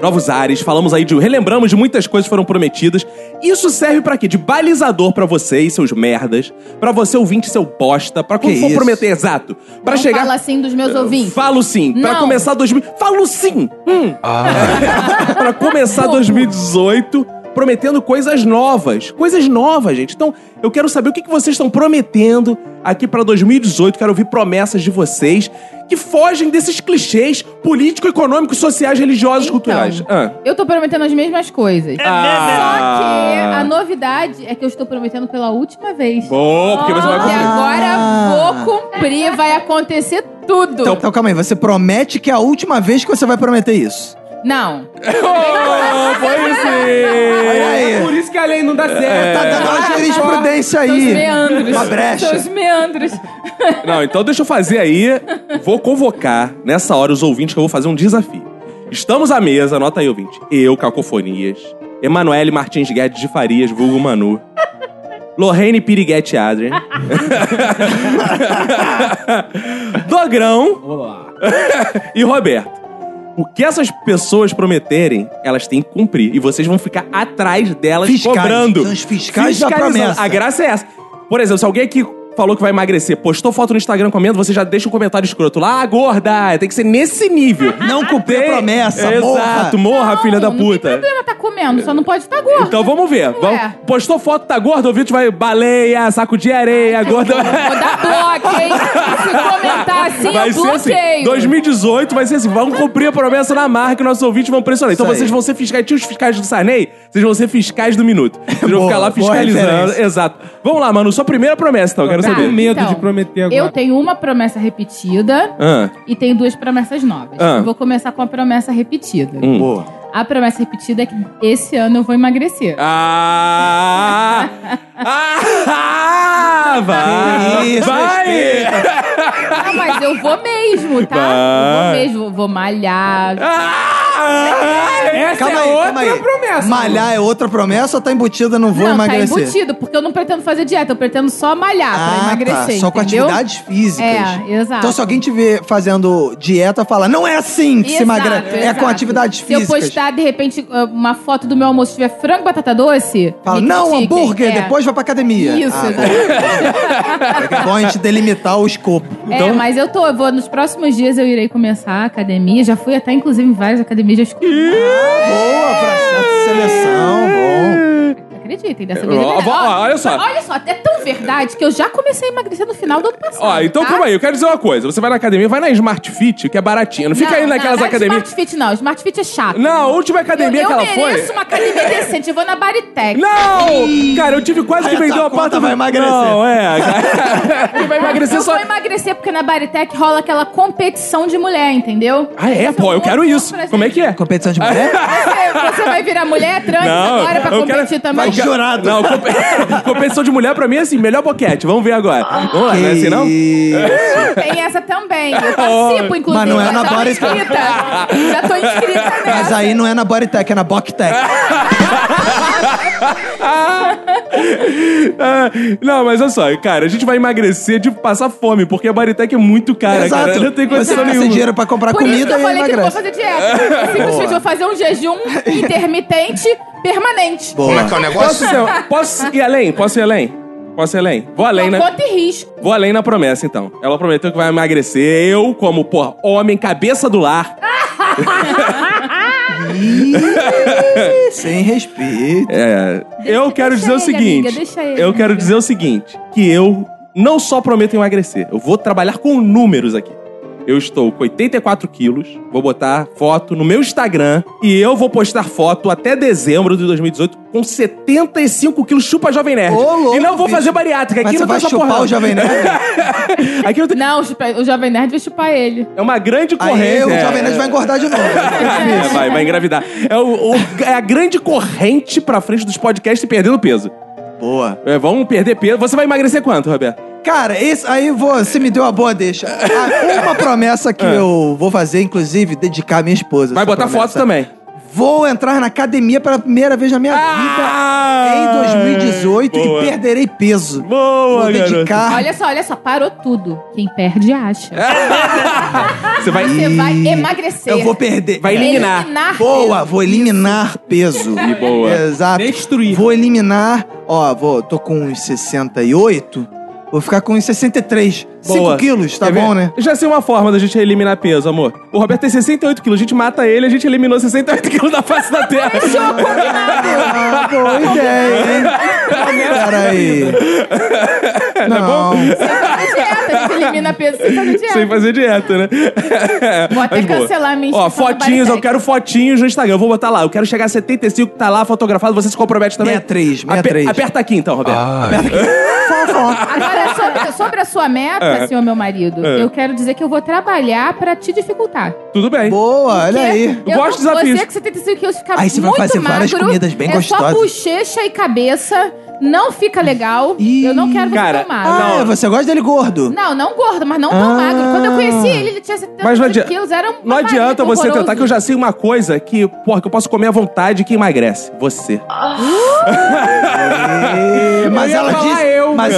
Speaker 1: Novos ares, falamos aí de. Relembramos de muitas coisas que foram prometidas. Isso serve pra quê? De balizador pra vocês, seus merdas. Pra você ouvinte, seu bosta. Pra quando
Speaker 2: Que
Speaker 1: for
Speaker 2: isso?
Speaker 1: prometer, exato. Pra
Speaker 3: Não
Speaker 1: chegar.
Speaker 3: Fala assim dos meus ouvintes.
Speaker 1: Falo sim. Pra
Speaker 3: Não.
Speaker 1: começar 2000. Falo sim! Hum. pra começar 2018 prometendo coisas novas. Coisas novas, gente. Então, eu quero saber o que que vocês estão prometendo aqui pra 2018. Quero ouvir promessas de vocês que fogem desses clichês político, econômicos, sociais, religiosos,
Speaker 3: Então.
Speaker 1: culturais. Ah.
Speaker 3: Eu tô prometendo as mesmas
Speaker 1: É
Speaker 3: coisas. Só que
Speaker 1: Ah.
Speaker 3: a novidade é que eu estou prometendo pela última vez.
Speaker 1: Bom, porque você vai
Speaker 3: E
Speaker 1: cumprir. Ah.
Speaker 3: agora vou cumprir, vai acontecer tudo.
Speaker 2: Então, calma aí. Você promete que é a última vez que você vai prometer isso.
Speaker 3: Não.
Speaker 1: Oh, foi
Speaker 2: Olha
Speaker 1: sim!
Speaker 2: aí.
Speaker 5: Por isso que a lei não dá
Speaker 1: É.
Speaker 3: É.
Speaker 5: certo.
Speaker 2: Tá dando
Speaker 3: Ah,
Speaker 2: uma jurisprudência
Speaker 3: São os
Speaker 2: aí.
Speaker 3: meandros.
Speaker 2: Uma
Speaker 3: São
Speaker 2: brecha.
Speaker 3: os meandros.
Speaker 1: Não, então deixa eu fazer aí. Vou convocar nessa hora os ouvintes que eu vou fazer um desafio. Estamos à mesa, anota aí, ouvinte. Eu, Cacofonias, Emanuele Martins Guedes de Farias, vulgo Manu, Lorraine Piriguete Adrien, Dogrão
Speaker 5: Olá.
Speaker 1: e Roberto. O que essas pessoas prometerem, elas têm que cumprir. E vocês vão ficar atrás delas
Speaker 2: Fiscais.
Speaker 1: cobrando.
Speaker 2: São os fiscais da
Speaker 1: Fiscalizando.
Speaker 2: promessa.
Speaker 1: A graça é essa. Por exemplo, se alguém aqui falou que vai emagrecer, postou foto no Instagram comendo, você já deixa um comentário escroto lá, ah, gorda, tem que ser nesse nível.
Speaker 2: Não cumprir
Speaker 1: Tem-
Speaker 2: a promessa,
Speaker 1: Exato, morra, filha da
Speaker 3: Não, Não tem
Speaker 1: puta.
Speaker 3: problema tá comendo, só não pode estar gordo.
Speaker 1: Então vamos ver. Vamos-
Speaker 3: é.
Speaker 1: Postou foto, tá gordo, o vídeo vai baleia, saco de areia, gorda.
Speaker 3: Vou dar bloco, hein? Se tá comentar assim,
Speaker 1: vai
Speaker 3: eu
Speaker 1: ser assim.
Speaker 3: bloqueio.
Speaker 1: 2018 vai ser assim. Vamos cumprir a promessa da marca e nossos ouvintes vão pressionar. Então
Speaker 2: Isso aí.
Speaker 1: vocês vão ser fiscais. Tinha os fiscais do Sarney, vocês vão ser fiscais do minuto. Vocês vão
Speaker 2: Boa,
Speaker 1: ficar lá
Speaker 2: boa
Speaker 1: fiscalizando.
Speaker 2: referência.
Speaker 1: Exato. Vamos lá, mano. Sua primeira promessa, então. Eu quero
Speaker 5: Tá.
Speaker 1: saber.
Speaker 5: tenho medo de prometer agora.
Speaker 3: Eu tenho uma promessa repetida
Speaker 1: Ah,
Speaker 3: e tenho duas promessas novas.
Speaker 1: Ah.
Speaker 3: Vou começar com a promessa repetida.
Speaker 1: hum.
Speaker 2: Boa.
Speaker 3: A promessa repetida é que esse ano eu vou emagrecer.
Speaker 1: Ah! Ah! Vai!
Speaker 2: Isso,
Speaker 1: vai!
Speaker 3: Ah, mas eu vou mesmo, tá? Eu vou
Speaker 1: Vai.
Speaker 3: mesmo, vou malhar.
Speaker 1: Ah!
Speaker 5: Essa
Speaker 2: Calma
Speaker 5: é
Speaker 2: aí,
Speaker 5: outra
Speaker 2: calma aí.
Speaker 5: promessa.
Speaker 2: Malhar é outra promessa ou tá embutida no vou
Speaker 3: não, tá
Speaker 2: emagrecer?
Speaker 3: embutido, porque eu não pretendo fazer dieta, eu pretendo só malhar pra
Speaker 2: Ah, tá.
Speaker 3: emagrecer.
Speaker 2: Só com
Speaker 3: entendeu?
Speaker 2: atividades físicas.
Speaker 3: É, exato.
Speaker 2: Então, se alguém te ver fazendo dieta, fala: não é assim que se
Speaker 3: Exato,
Speaker 2: emagrece. É
Speaker 3: exato.
Speaker 2: com atividades
Speaker 3: Se eu
Speaker 2: físicas.
Speaker 3: postar, de repente, eh, uma foto do meu almoço tiver frango e batata doce.
Speaker 2: Fala,
Speaker 3: me
Speaker 2: não,
Speaker 3: critiquem.
Speaker 2: hambúrguer,
Speaker 3: É.
Speaker 2: depois vai pra academia.
Speaker 3: Isso,
Speaker 2: Ah,
Speaker 3: exato.
Speaker 2: é bom a gente delimitar o escopo.
Speaker 1: Então-
Speaker 3: É, mas eu tô, eu vou, nos próximos dias eu irei começar a academia. Já fui até, inclusive, em várias academias, já escolhi.
Speaker 2: Boa, processo de seleção, bom.
Speaker 3: Acreditem, dessa
Speaker 1: Ó,
Speaker 3: vez. é
Speaker 1: ó,
Speaker 3: verdade.
Speaker 1: ó, Ah, olha só.
Speaker 3: Olha só, é tão verdade que eu já comecei a emagrecer no final do ano passado.
Speaker 1: Ó, então
Speaker 3: tá?
Speaker 1: calma aí, eu quero dizer uma coisa. Você vai na academia, vai na Smart Fit, que é baratinha. Não fica
Speaker 3: Não,
Speaker 1: aí naquelas
Speaker 3: não, não é
Speaker 1: academias.
Speaker 3: Smart Fit, não. Smart Fit é chato.
Speaker 1: Não, a última academia
Speaker 3: eu,
Speaker 1: que
Speaker 3: eu
Speaker 1: ela foi.
Speaker 3: mereço uma academia decente. Eu vou na Baritec.
Speaker 1: Não! Cara, eu tive quase que
Speaker 2: Aí a
Speaker 1: vender
Speaker 2: tua
Speaker 1: uma
Speaker 2: conta
Speaker 1: porta.
Speaker 2: vai emagrecer.
Speaker 1: Não, é. Ele vai emagrecer
Speaker 3: eu
Speaker 1: só.
Speaker 3: vou emagrecer porque na Baritec rola aquela competição de mulher, entendeu?
Speaker 1: Ah, é, pô, eu quero isso. Como é que é?
Speaker 2: Competição de mulher?
Speaker 3: um Você, você vai virar mulher trans
Speaker 1: Não,
Speaker 3: agora pra
Speaker 1: eu
Speaker 3: competir
Speaker 1: quero-
Speaker 3: também?
Speaker 2: Vai
Speaker 1: Boca-
Speaker 2: jurado.
Speaker 1: Não, comp- competição de mulher pra mim é assim, melhor boquete. Vamos ver agora. Vamos lá, não é assim não?
Speaker 3: Tem essa também.
Speaker 1: é
Speaker 3: Eu participo, inclusive.
Speaker 2: Mas não é
Speaker 3: já
Speaker 2: na
Speaker 3: tô
Speaker 2: Body Tech.
Speaker 3: inscrita. Já tô inscrita nessa.
Speaker 2: Mas aí não é na Bodytech, é na Boctech.
Speaker 1: Ah, não, mas olha só, cara, a gente vai emagrecer de passar fome, porque a Baritec é muito cara, cara.
Speaker 2: Exato.
Speaker 1: Não tem
Speaker 2: Você
Speaker 1: condição
Speaker 2: gasta
Speaker 1: nenhuma.
Speaker 2: dinheiro pra comprar
Speaker 3: Por isso que
Speaker 2: comida
Speaker 3: eu
Speaker 2: e
Speaker 3: falei que eu não vou
Speaker 2: emagrece.
Speaker 3: fazer dieta. Simplesmente vou fazer um jejum intermitente permanente.
Speaker 6: Como é que é o
Speaker 1: Posso,
Speaker 6: negócio?
Speaker 1: ser- um, posso ir além? Posso ir além? Posso ir além? Vou além, né?
Speaker 3: Uma conta e risco.
Speaker 1: Vou além na promessa, então. Ela prometeu que vai emagrecer. Eu, como, porra, homem, cabeça do lar.
Speaker 2: Ih, Sem respeito.
Speaker 1: É, eu quero
Speaker 3: deixa
Speaker 1: dizer o
Speaker 3: ele,
Speaker 1: seguinte.
Speaker 3: amiga, deixa ele,
Speaker 1: eu
Speaker 3: amiga.
Speaker 1: quero dizer o seguinte: que eu não só prometo emagrecer, eu vou trabalhar com números aqui. Eu estou com 84 quilos, vou botar foto no meu Instagram e eu vou postar foto até dezembro de 2018 com 75 quilos, chupa Jovem Nerd.
Speaker 2: Ô, louco,
Speaker 1: e não vou
Speaker 2: bicho.
Speaker 1: fazer bariátrica,
Speaker 2: Mas
Speaker 1: aqui
Speaker 2: você
Speaker 1: não tem
Speaker 2: vai
Speaker 1: essa
Speaker 2: chupar
Speaker 1: porra.
Speaker 2: o Jovem
Speaker 1: Tá
Speaker 2: Nerd?
Speaker 1: aqui não tem...
Speaker 3: Não, o chupa- o Jovem Nerd vai chupar ele.
Speaker 1: É uma grande corrente.
Speaker 2: Aí o
Speaker 1: é.
Speaker 2: Jovem Nerd vai engordar de novo.
Speaker 1: É, vai, vai engravidar. É, o- o- é a grande corrente pra frente dos podcasts e perdendo peso.
Speaker 2: Boa.
Speaker 1: É, vamos perder peso. Você vai emagrecer quanto, Roberto?
Speaker 2: Cara, esse, aí você me deu uma boa deixa. Ah, Uma promessa que eu vou fazer, inclusive, dedicar à minha esposa.
Speaker 1: É. Vai
Speaker 2: essa
Speaker 1: botar
Speaker 2: promessa.
Speaker 1: foto também.
Speaker 2: Vou entrar na academia pela primeira vez na minha
Speaker 1: Ah!
Speaker 2: vida em 2018
Speaker 1: Boa.
Speaker 2: e perderei peso.
Speaker 1: Boa,
Speaker 2: vou
Speaker 1: garoto.
Speaker 2: dedicar.
Speaker 3: Olha só, olha só, parou tudo. Quem perde, acha.
Speaker 1: Você vai,
Speaker 3: Você vai emagrecer.
Speaker 2: eu vou perder. É,
Speaker 1: vai eliminar.
Speaker 2: Boa, vou eliminar peso.
Speaker 1: E boa.
Speaker 2: Exato.
Speaker 5: Destruir.
Speaker 2: Vou eliminar. Ó, vou, tô com uns 68. Vou ficar com uns 63. 5
Speaker 1: Boa.
Speaker 2: quilos, tá
Speaker 1: Quer ver?
Speaker 2: bom, né?
Speaker 1: Já sei uma forma da gente eliminar peso, amor. O Roberto tem 68 quilos, a gente mata ele, a gente eliminou 68 quilos da face da terra.
Speaker 2: Ah, boa ideia, hein? Peraí. Não,
Speaker 3: fazer dieta. A gente elimina peso sem fazer dieta.
Speaker 1: Sem fazer dieta, né?
Speaker 3: Vou até
Speaker 1: Mas boa.
Speaker 3: cancelar a minha
Speaker 1: Ó,
Speaker 3: inscrição no
Speaker 1: fotinhos, eu
Speaker 3: Baritec.
Speaker 1: quero fotinhos no Instagram. Eu vou botar lá. Eu quero chegar a 75, tá lá fotografado. Você se compromete também?
Speaker 2: 63,
Speaker 1: Ape-
Speaker 2: 63.
Speaker 1: Aperta aqui então, Roberto.
Speaker 2: Ah.
Speaker 3: Agora, sobre, sobre a sua meta,
Speaker 2: É.
Speaker 3: senhor meu marido, eu quero dizer que eu vou trabalhar pra te dificultar.
Speaker 1: Tudo bem.
Speaker 2: boa, olha
Speaker 3: Porque
Speaker 2: aí.
Speaker 3: eu
Speaker 1: gosto de
Speaker 3: não-
Speaker 1: desafios.
Speaker 3: Você que 75 quilos fica
Speaker 2: Aí você vai
Speaker 3: muito
Speaker 2: fazer várias
Speaker 3: magro,
Speaker 2: comidas bem
Speaker 3: é
Speaker 2: gostosas.
Speaker 3: só bochecha e cabeça, não fica legal.
Speaker 2: Ih,
Speaker 3: eu não quero você
Speaker 1: cara,
Speaker 3: tão magro.
Speaker 2: Ah, você gosta dele gordo?
Speaker 3: Não, não gordo, mas não tão
Speaker 2: Ah.
Speaker 3: magro. Quando eu conheci ele, ele tinha 75
Speaker 1: Mas não adianta-
Speaker 3: quilos, era um
Speaker 1: Não adianta você tentar, que eu já sei uma coisa que, porra, que eu posso comer à vontade que emagrece. Você.
Speaker 2: É, mas
Speaker 1: ia
Speaker 2: ela
Speaker 1: falar
Speaker 2: disse.
Speaker 1: eu.
Speaker 2: Mas,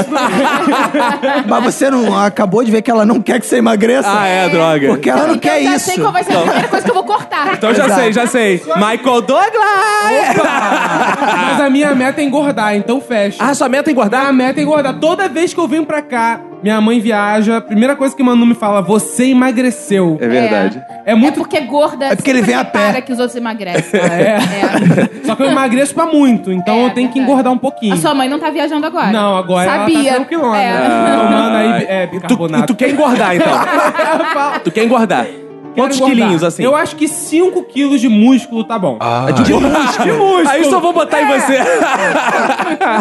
Speaker 2: mas você não acabou de ver que ela não quer que você emagreça?
Speaker 1: Ah, é, droga.
Speaker 2: Porque ela não
Speaker 3: Então
Speaker 2: quer
Speaker 3: eu já
Speaker 2: isso.
Speaker 3: sei qual vai ser a primeira coisa que eu vou cortar.
Speaker 1: Então eu já
Speaker 2: Exato.
Speaker 1: sei, já sei. Michael Douglas!
Speaker 5: Mas a minha meta é engordar, então fecha.
Speaker 1: Ah, sua meta é engordar?
Speaker 5: A meta é engordar. Toda vez que eu venho pra cá, minha mãe viaja, a primeira coisa que Manu me fala, você emagreceu.
Speaker 1: É verdade.
Speaker 5: É
Speaker 3: É
Speaker 5: muito...
Speaker 3: porque gorda
Speaker 2: É porque ele
Speaker 3: sempre
Speaker 2: vem a pé.
Speaker 3: repara que os outros emagrecem.
Speaker 5: Ah, é? Só que eu emagreço pra muito, então
Speaker 3: É,
Speaker 5: eu tenho que
Speaker 3: verdade.
Speaker 5: engordar um pouquinho.
Speaker 3: A sua mãe não tá viajando agora.
Speaker 5: Não, agora
Speaker 3: Sabia.
Speaker 5: ela tá tranquilona.
Speaker 3: É.
Speaker 5: Tomando aí, é,
Speaker 1: E tu, e
Speaker 5: bicarbonato.
Speaker 1: tu quer engordar, então? tu quer engordar? Quantos
Speaker 5: Quero engordar.
Speaker 1: quilinhos, assim? Ah.
Speaker 5: Eu acho que 5 quilos de músculo tá bom.
Speaker 1: De músculo. De músculo. Aí eu só vou botar em você.
Speaker 3: Só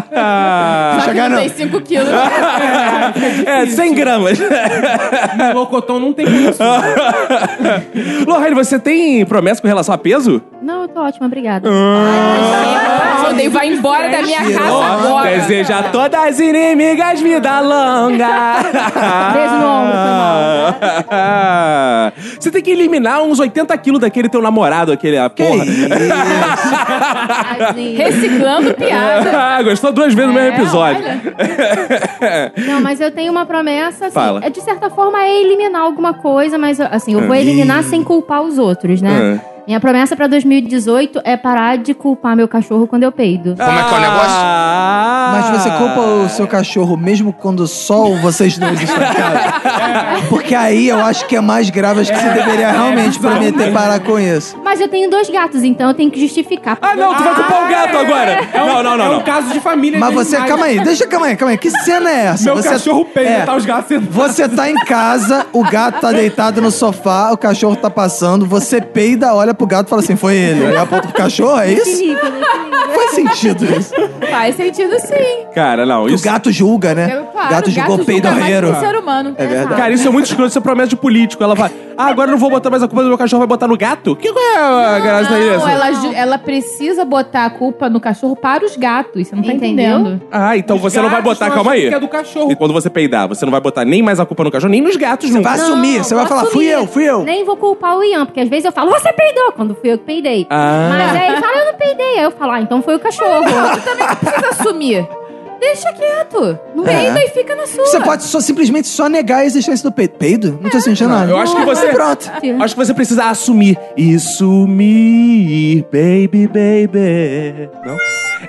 Speaker 3: que
Speaker 2: Chegar
Speaker 3: não
Speaker 2: no-
Speaker 3: tem 5 quilos.
Speaker 1: é, 100 gramas.
Speaker 5: O Um Locotão não tem isso.
Speaker 1: Lohane, você tem promessa com relação a peso?
Speaker 4: Não, eu tô ótima, obrigada.
Speaker 3: Eu odeio, vai embora da minha casa agora.
Speaker 1: Deseja a todas as inimigas vida longa.
Speaker 4: Beijo no ombro, foi
Speaker 1: Você tem que eliminar uns 80 quilos daquele teu namorado, aquele, a porra.
Speaker 4: Tadinho.
Speaker 3: Reciclando piada.
Speaker 1: Ah, gostou duas vezes no
Speaker 3: É,
Speaker 1: mesmo episódio.
Speaker 4: Não, mas eu tenho uma promessa, assim,
Speaker 1: Fala.
Speaker 4: é de certa forma é eliminar alguma coisa, mas assim, eu vou eliminar sem culpar os outros, né? Minha promessa pra 2018 é parar de culpar meu cachorro quando eu peido.
Speaker 6: Como é que é o negócio?
Speaker 1: Ah.
Speaker 2: Mas você culpa o seu cachorro mesmo quando só vocês dois estão em casa? Porque aí eu acho que é mais grave, acho que você deveria realmente prometer parar com isso.
Speaker 4: Mas eu tenho dois gatos, então eu tenho que justificar.
Speaker 1: Ah, não, tu vai culpar o gato agora. não, não, não,
Speaker 5: É
Speaker 1: não.
Speaker 5: um caso de família.
Speaker 2: Mas
Speaker 5: de
Speaker 2: você,
Speaker 5: animais.
Speaker 2: calma aí, deixa, calma aí, calma aí. Que cena é essa?
Speaker 5: Meu
Speaker 2: você,
Speaker 5: cachorro peida,
Speaker 2: é,
Speaker 5: tá os gatos sentados.
Speaker 2: Você tá em casa, o gato tá deitado no sofá, o cachorro tá passando, você peida, olha pro gato e fala assim: foi ele. Aí aponta pro cachorro, é
Speaker 4: Que
Speaker 2: isso?
Speaker 4: nível, né? Que nível.
Speaker 2: Não faz sentido isso.
Speaker 3: Faz sentido sim.
Speaker 1: Cara, não,
Speaker 2: O
Speaker 1: isso...
Speaker 2: gato julga, né?
Speaker 3: Eu, claro,
Speaker 2: gato julgou
Speaker 3: julga mais que
Speaker 2: peidorreiro.
Speaker 3: um ser humano.
Speaker 2: É verdade.
Speaker 1: Cara, isso é muito escroto, isso é promessa de político. Ela fala, Ah, agora eu não vou botar mais a culpa do meu cachorro, vai botar no gato? Que qual é a graça
Speaker 3: Não,
Speaker 1: dessa?
Speaker 3: ela, ju- ela precisa botar a culpa no cachorro para os gatos. Você não tá
Speaker 4: Entendeu?
Speaker 3: entendendo.
Speaker 1: Ah, então
Speaker 5: Os
Speaker 1: você não vai
Speaker 5: gatos
Speaker 1: botar,
Speaker 5: estão
Speaker 1: calma aí.
Speaker 5: achando que é do cachorro.
Speaker 1: E quando você peidar, você não vai botar nem mais a culpa no cachorro, nem nos gatos
Speaker 2: Oh. Você
Speaker 1: nunca.
Speaker 2: vai assumir, você vai
Speaker 4: vou
Speaker 2: falar, fui
Speaker 4: assumir.
Speaker 2: eu, fui eu.
Speaker 4: Nem vou culpar o Ian, porque às vezes eu falo, você peidou, quando fui eu que peidei.
Speaker 1: Ah.
Speaker 4: Mas aí ele fala, eu não peidei. Aí eu falo, ah, então foi o cachorro.
Speaker 3: Tu também não precisa assumir. Deixa quieto. Não
Speaker 1: É.
Speaker 3: Peida e fica na sua.
Speaker 2: Você pode só, simplesmente só negar a existência do peido. Peido? Não tô sentindo nada.
Speaker 1: Eu acho que você.
Speaker 2: Pronto.
Speaker 1: Acho que você precisa assumir. E sumir, baby, baby. Não?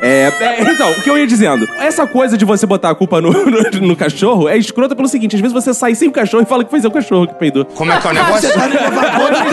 Speaker 1: É, é, então, o que eu ia dizendo? Essa coisa de você botar a culpa no, no- no cachorro é escrota pelo seguinte: às vezes você sai sem o cachorro e fala que foi seu cachorro que peidou.
Speaker 6: Como é que é o negócio?
Speaker 2: Você tá no elevador do
Speaker 5: Você fez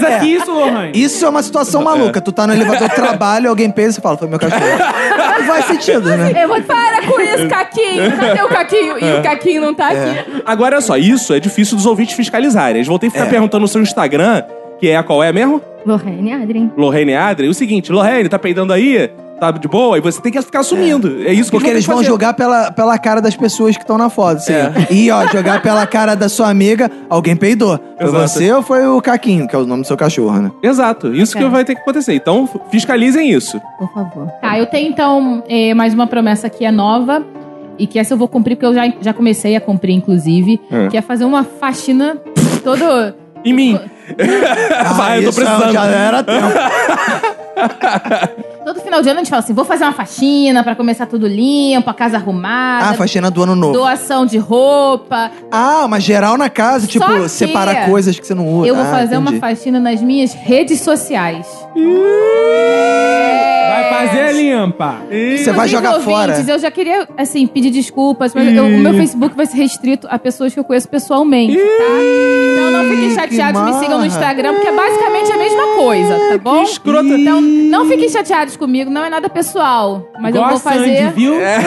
Speaker 2: trabalho. é.
Speaker 5: aqui isso, Lohan?
Speaker 2: Isso é uma situação maluca. Tu tá no elevador do trabalho, alguém pensa e fala, foi meu cachorro. Não faz sentido, né?
Speaker 3: Eu vou... Para com isso, Caquinho. Cadê o Caquinho? E
Speaker 2: É.
Speaker 3: o Caquinho não tá aqui.
Speaker 1: Agora olha só, isso é difícil dos ouvintes fiscalizarem. Eles vão ter que
Speaker 2: É.
Speaker 1: ficar perguntando no seu Instagram, que é qual é mesmo?
Speaker 4: Lorraine Adrien.
Speaker 1: Lorraine e Adri. O seguinte, Lorraine, tá peidando aí? Tá de boa? E você tem que ficar assumindo. É, isso que
Speaker 2: Porque
Speaker 1: vão ter
Speaker 2: eles
Speaker 1: que
Speaker 2: vão
Speaker 1: fazer.
Speaker 2: jogar pela, pela cara das pessoas que estão na foto, assim.
Speaker 1: É.
Speaker 2: E, ó, jogar pela cara da sua amiga, alguém peidou. Foi
Speaker 1: Exato.
Speaker 2: você ou foi o Caquinho, que é o nome do seu cachorro, né?
Speaker 1: Exato, isso que
Speaker 4: É.
Speaker 1: vai ter que acontecer. Então, fiscalizem isso.
Speaker 4: Por favor.
Speaker 3: Tá, eu tenho então eh, mais uma promessa que é nova. E que essa eu vou cumprir, porque eu já, já comecei a cumprir, inclusive.
Speaker 1: É.
Speaker 3: Que é fazer uma faxina todo...
Speaker 1: Em mim.
Speaker 2: Ah,
Speaker 1: Vai, eu tô
Speaker 2: isso é,
Speaker 1: precisando.
Speaker 2: Já era tempo.
Speaker 3: Todo final de ano a gente fala assim, vou fazer uma faxina pra começar tudo limpo, a casa arrumada.
Speaker 2: Ah, faxina do ano novo.
Speaker 3: Doação de roupa.
Speaker 2: Ah, mas geral na casa, tipo,
Speaker 3: que-
Speaker 2: separar coisas que você não usa.
Speaker 3: Eu vou
Speaker 2: Ah,
Speaker 3: fazer uma
Speaker 2: entendi.
Speaker 3: faxina nas minhas redes sociais. É.
Speaker 5: Vai fazer a limpa.
Speaker 2: Você vai
Speaker 3: Inclusive,
Speaker 2: jogar
Speaker 3: ouvintes,
Speaker 2: fora.
Speaker 3: Eu já queria, assim, pedir desculpas, mas eu- o meu Facebook vai ser restrito a pessoas que eu conheço pessoalmente, tá? Então não fiquem
Speaker 2: que
Speaker 3: chateados, me sigam no
Speaker 2: marra.
Speaker 3: Instagram, porque é basicamente a mesma coisa, tá bom?
Speaker 1: escrota.
Speaker 3: Então não fiquem chateados comigo, não é nada pessoal, mas eu vou
Speaker 5: Gosta, Andy,
Speaker 3: fazer...
Speaker 5: viu?
Speaker 1: É.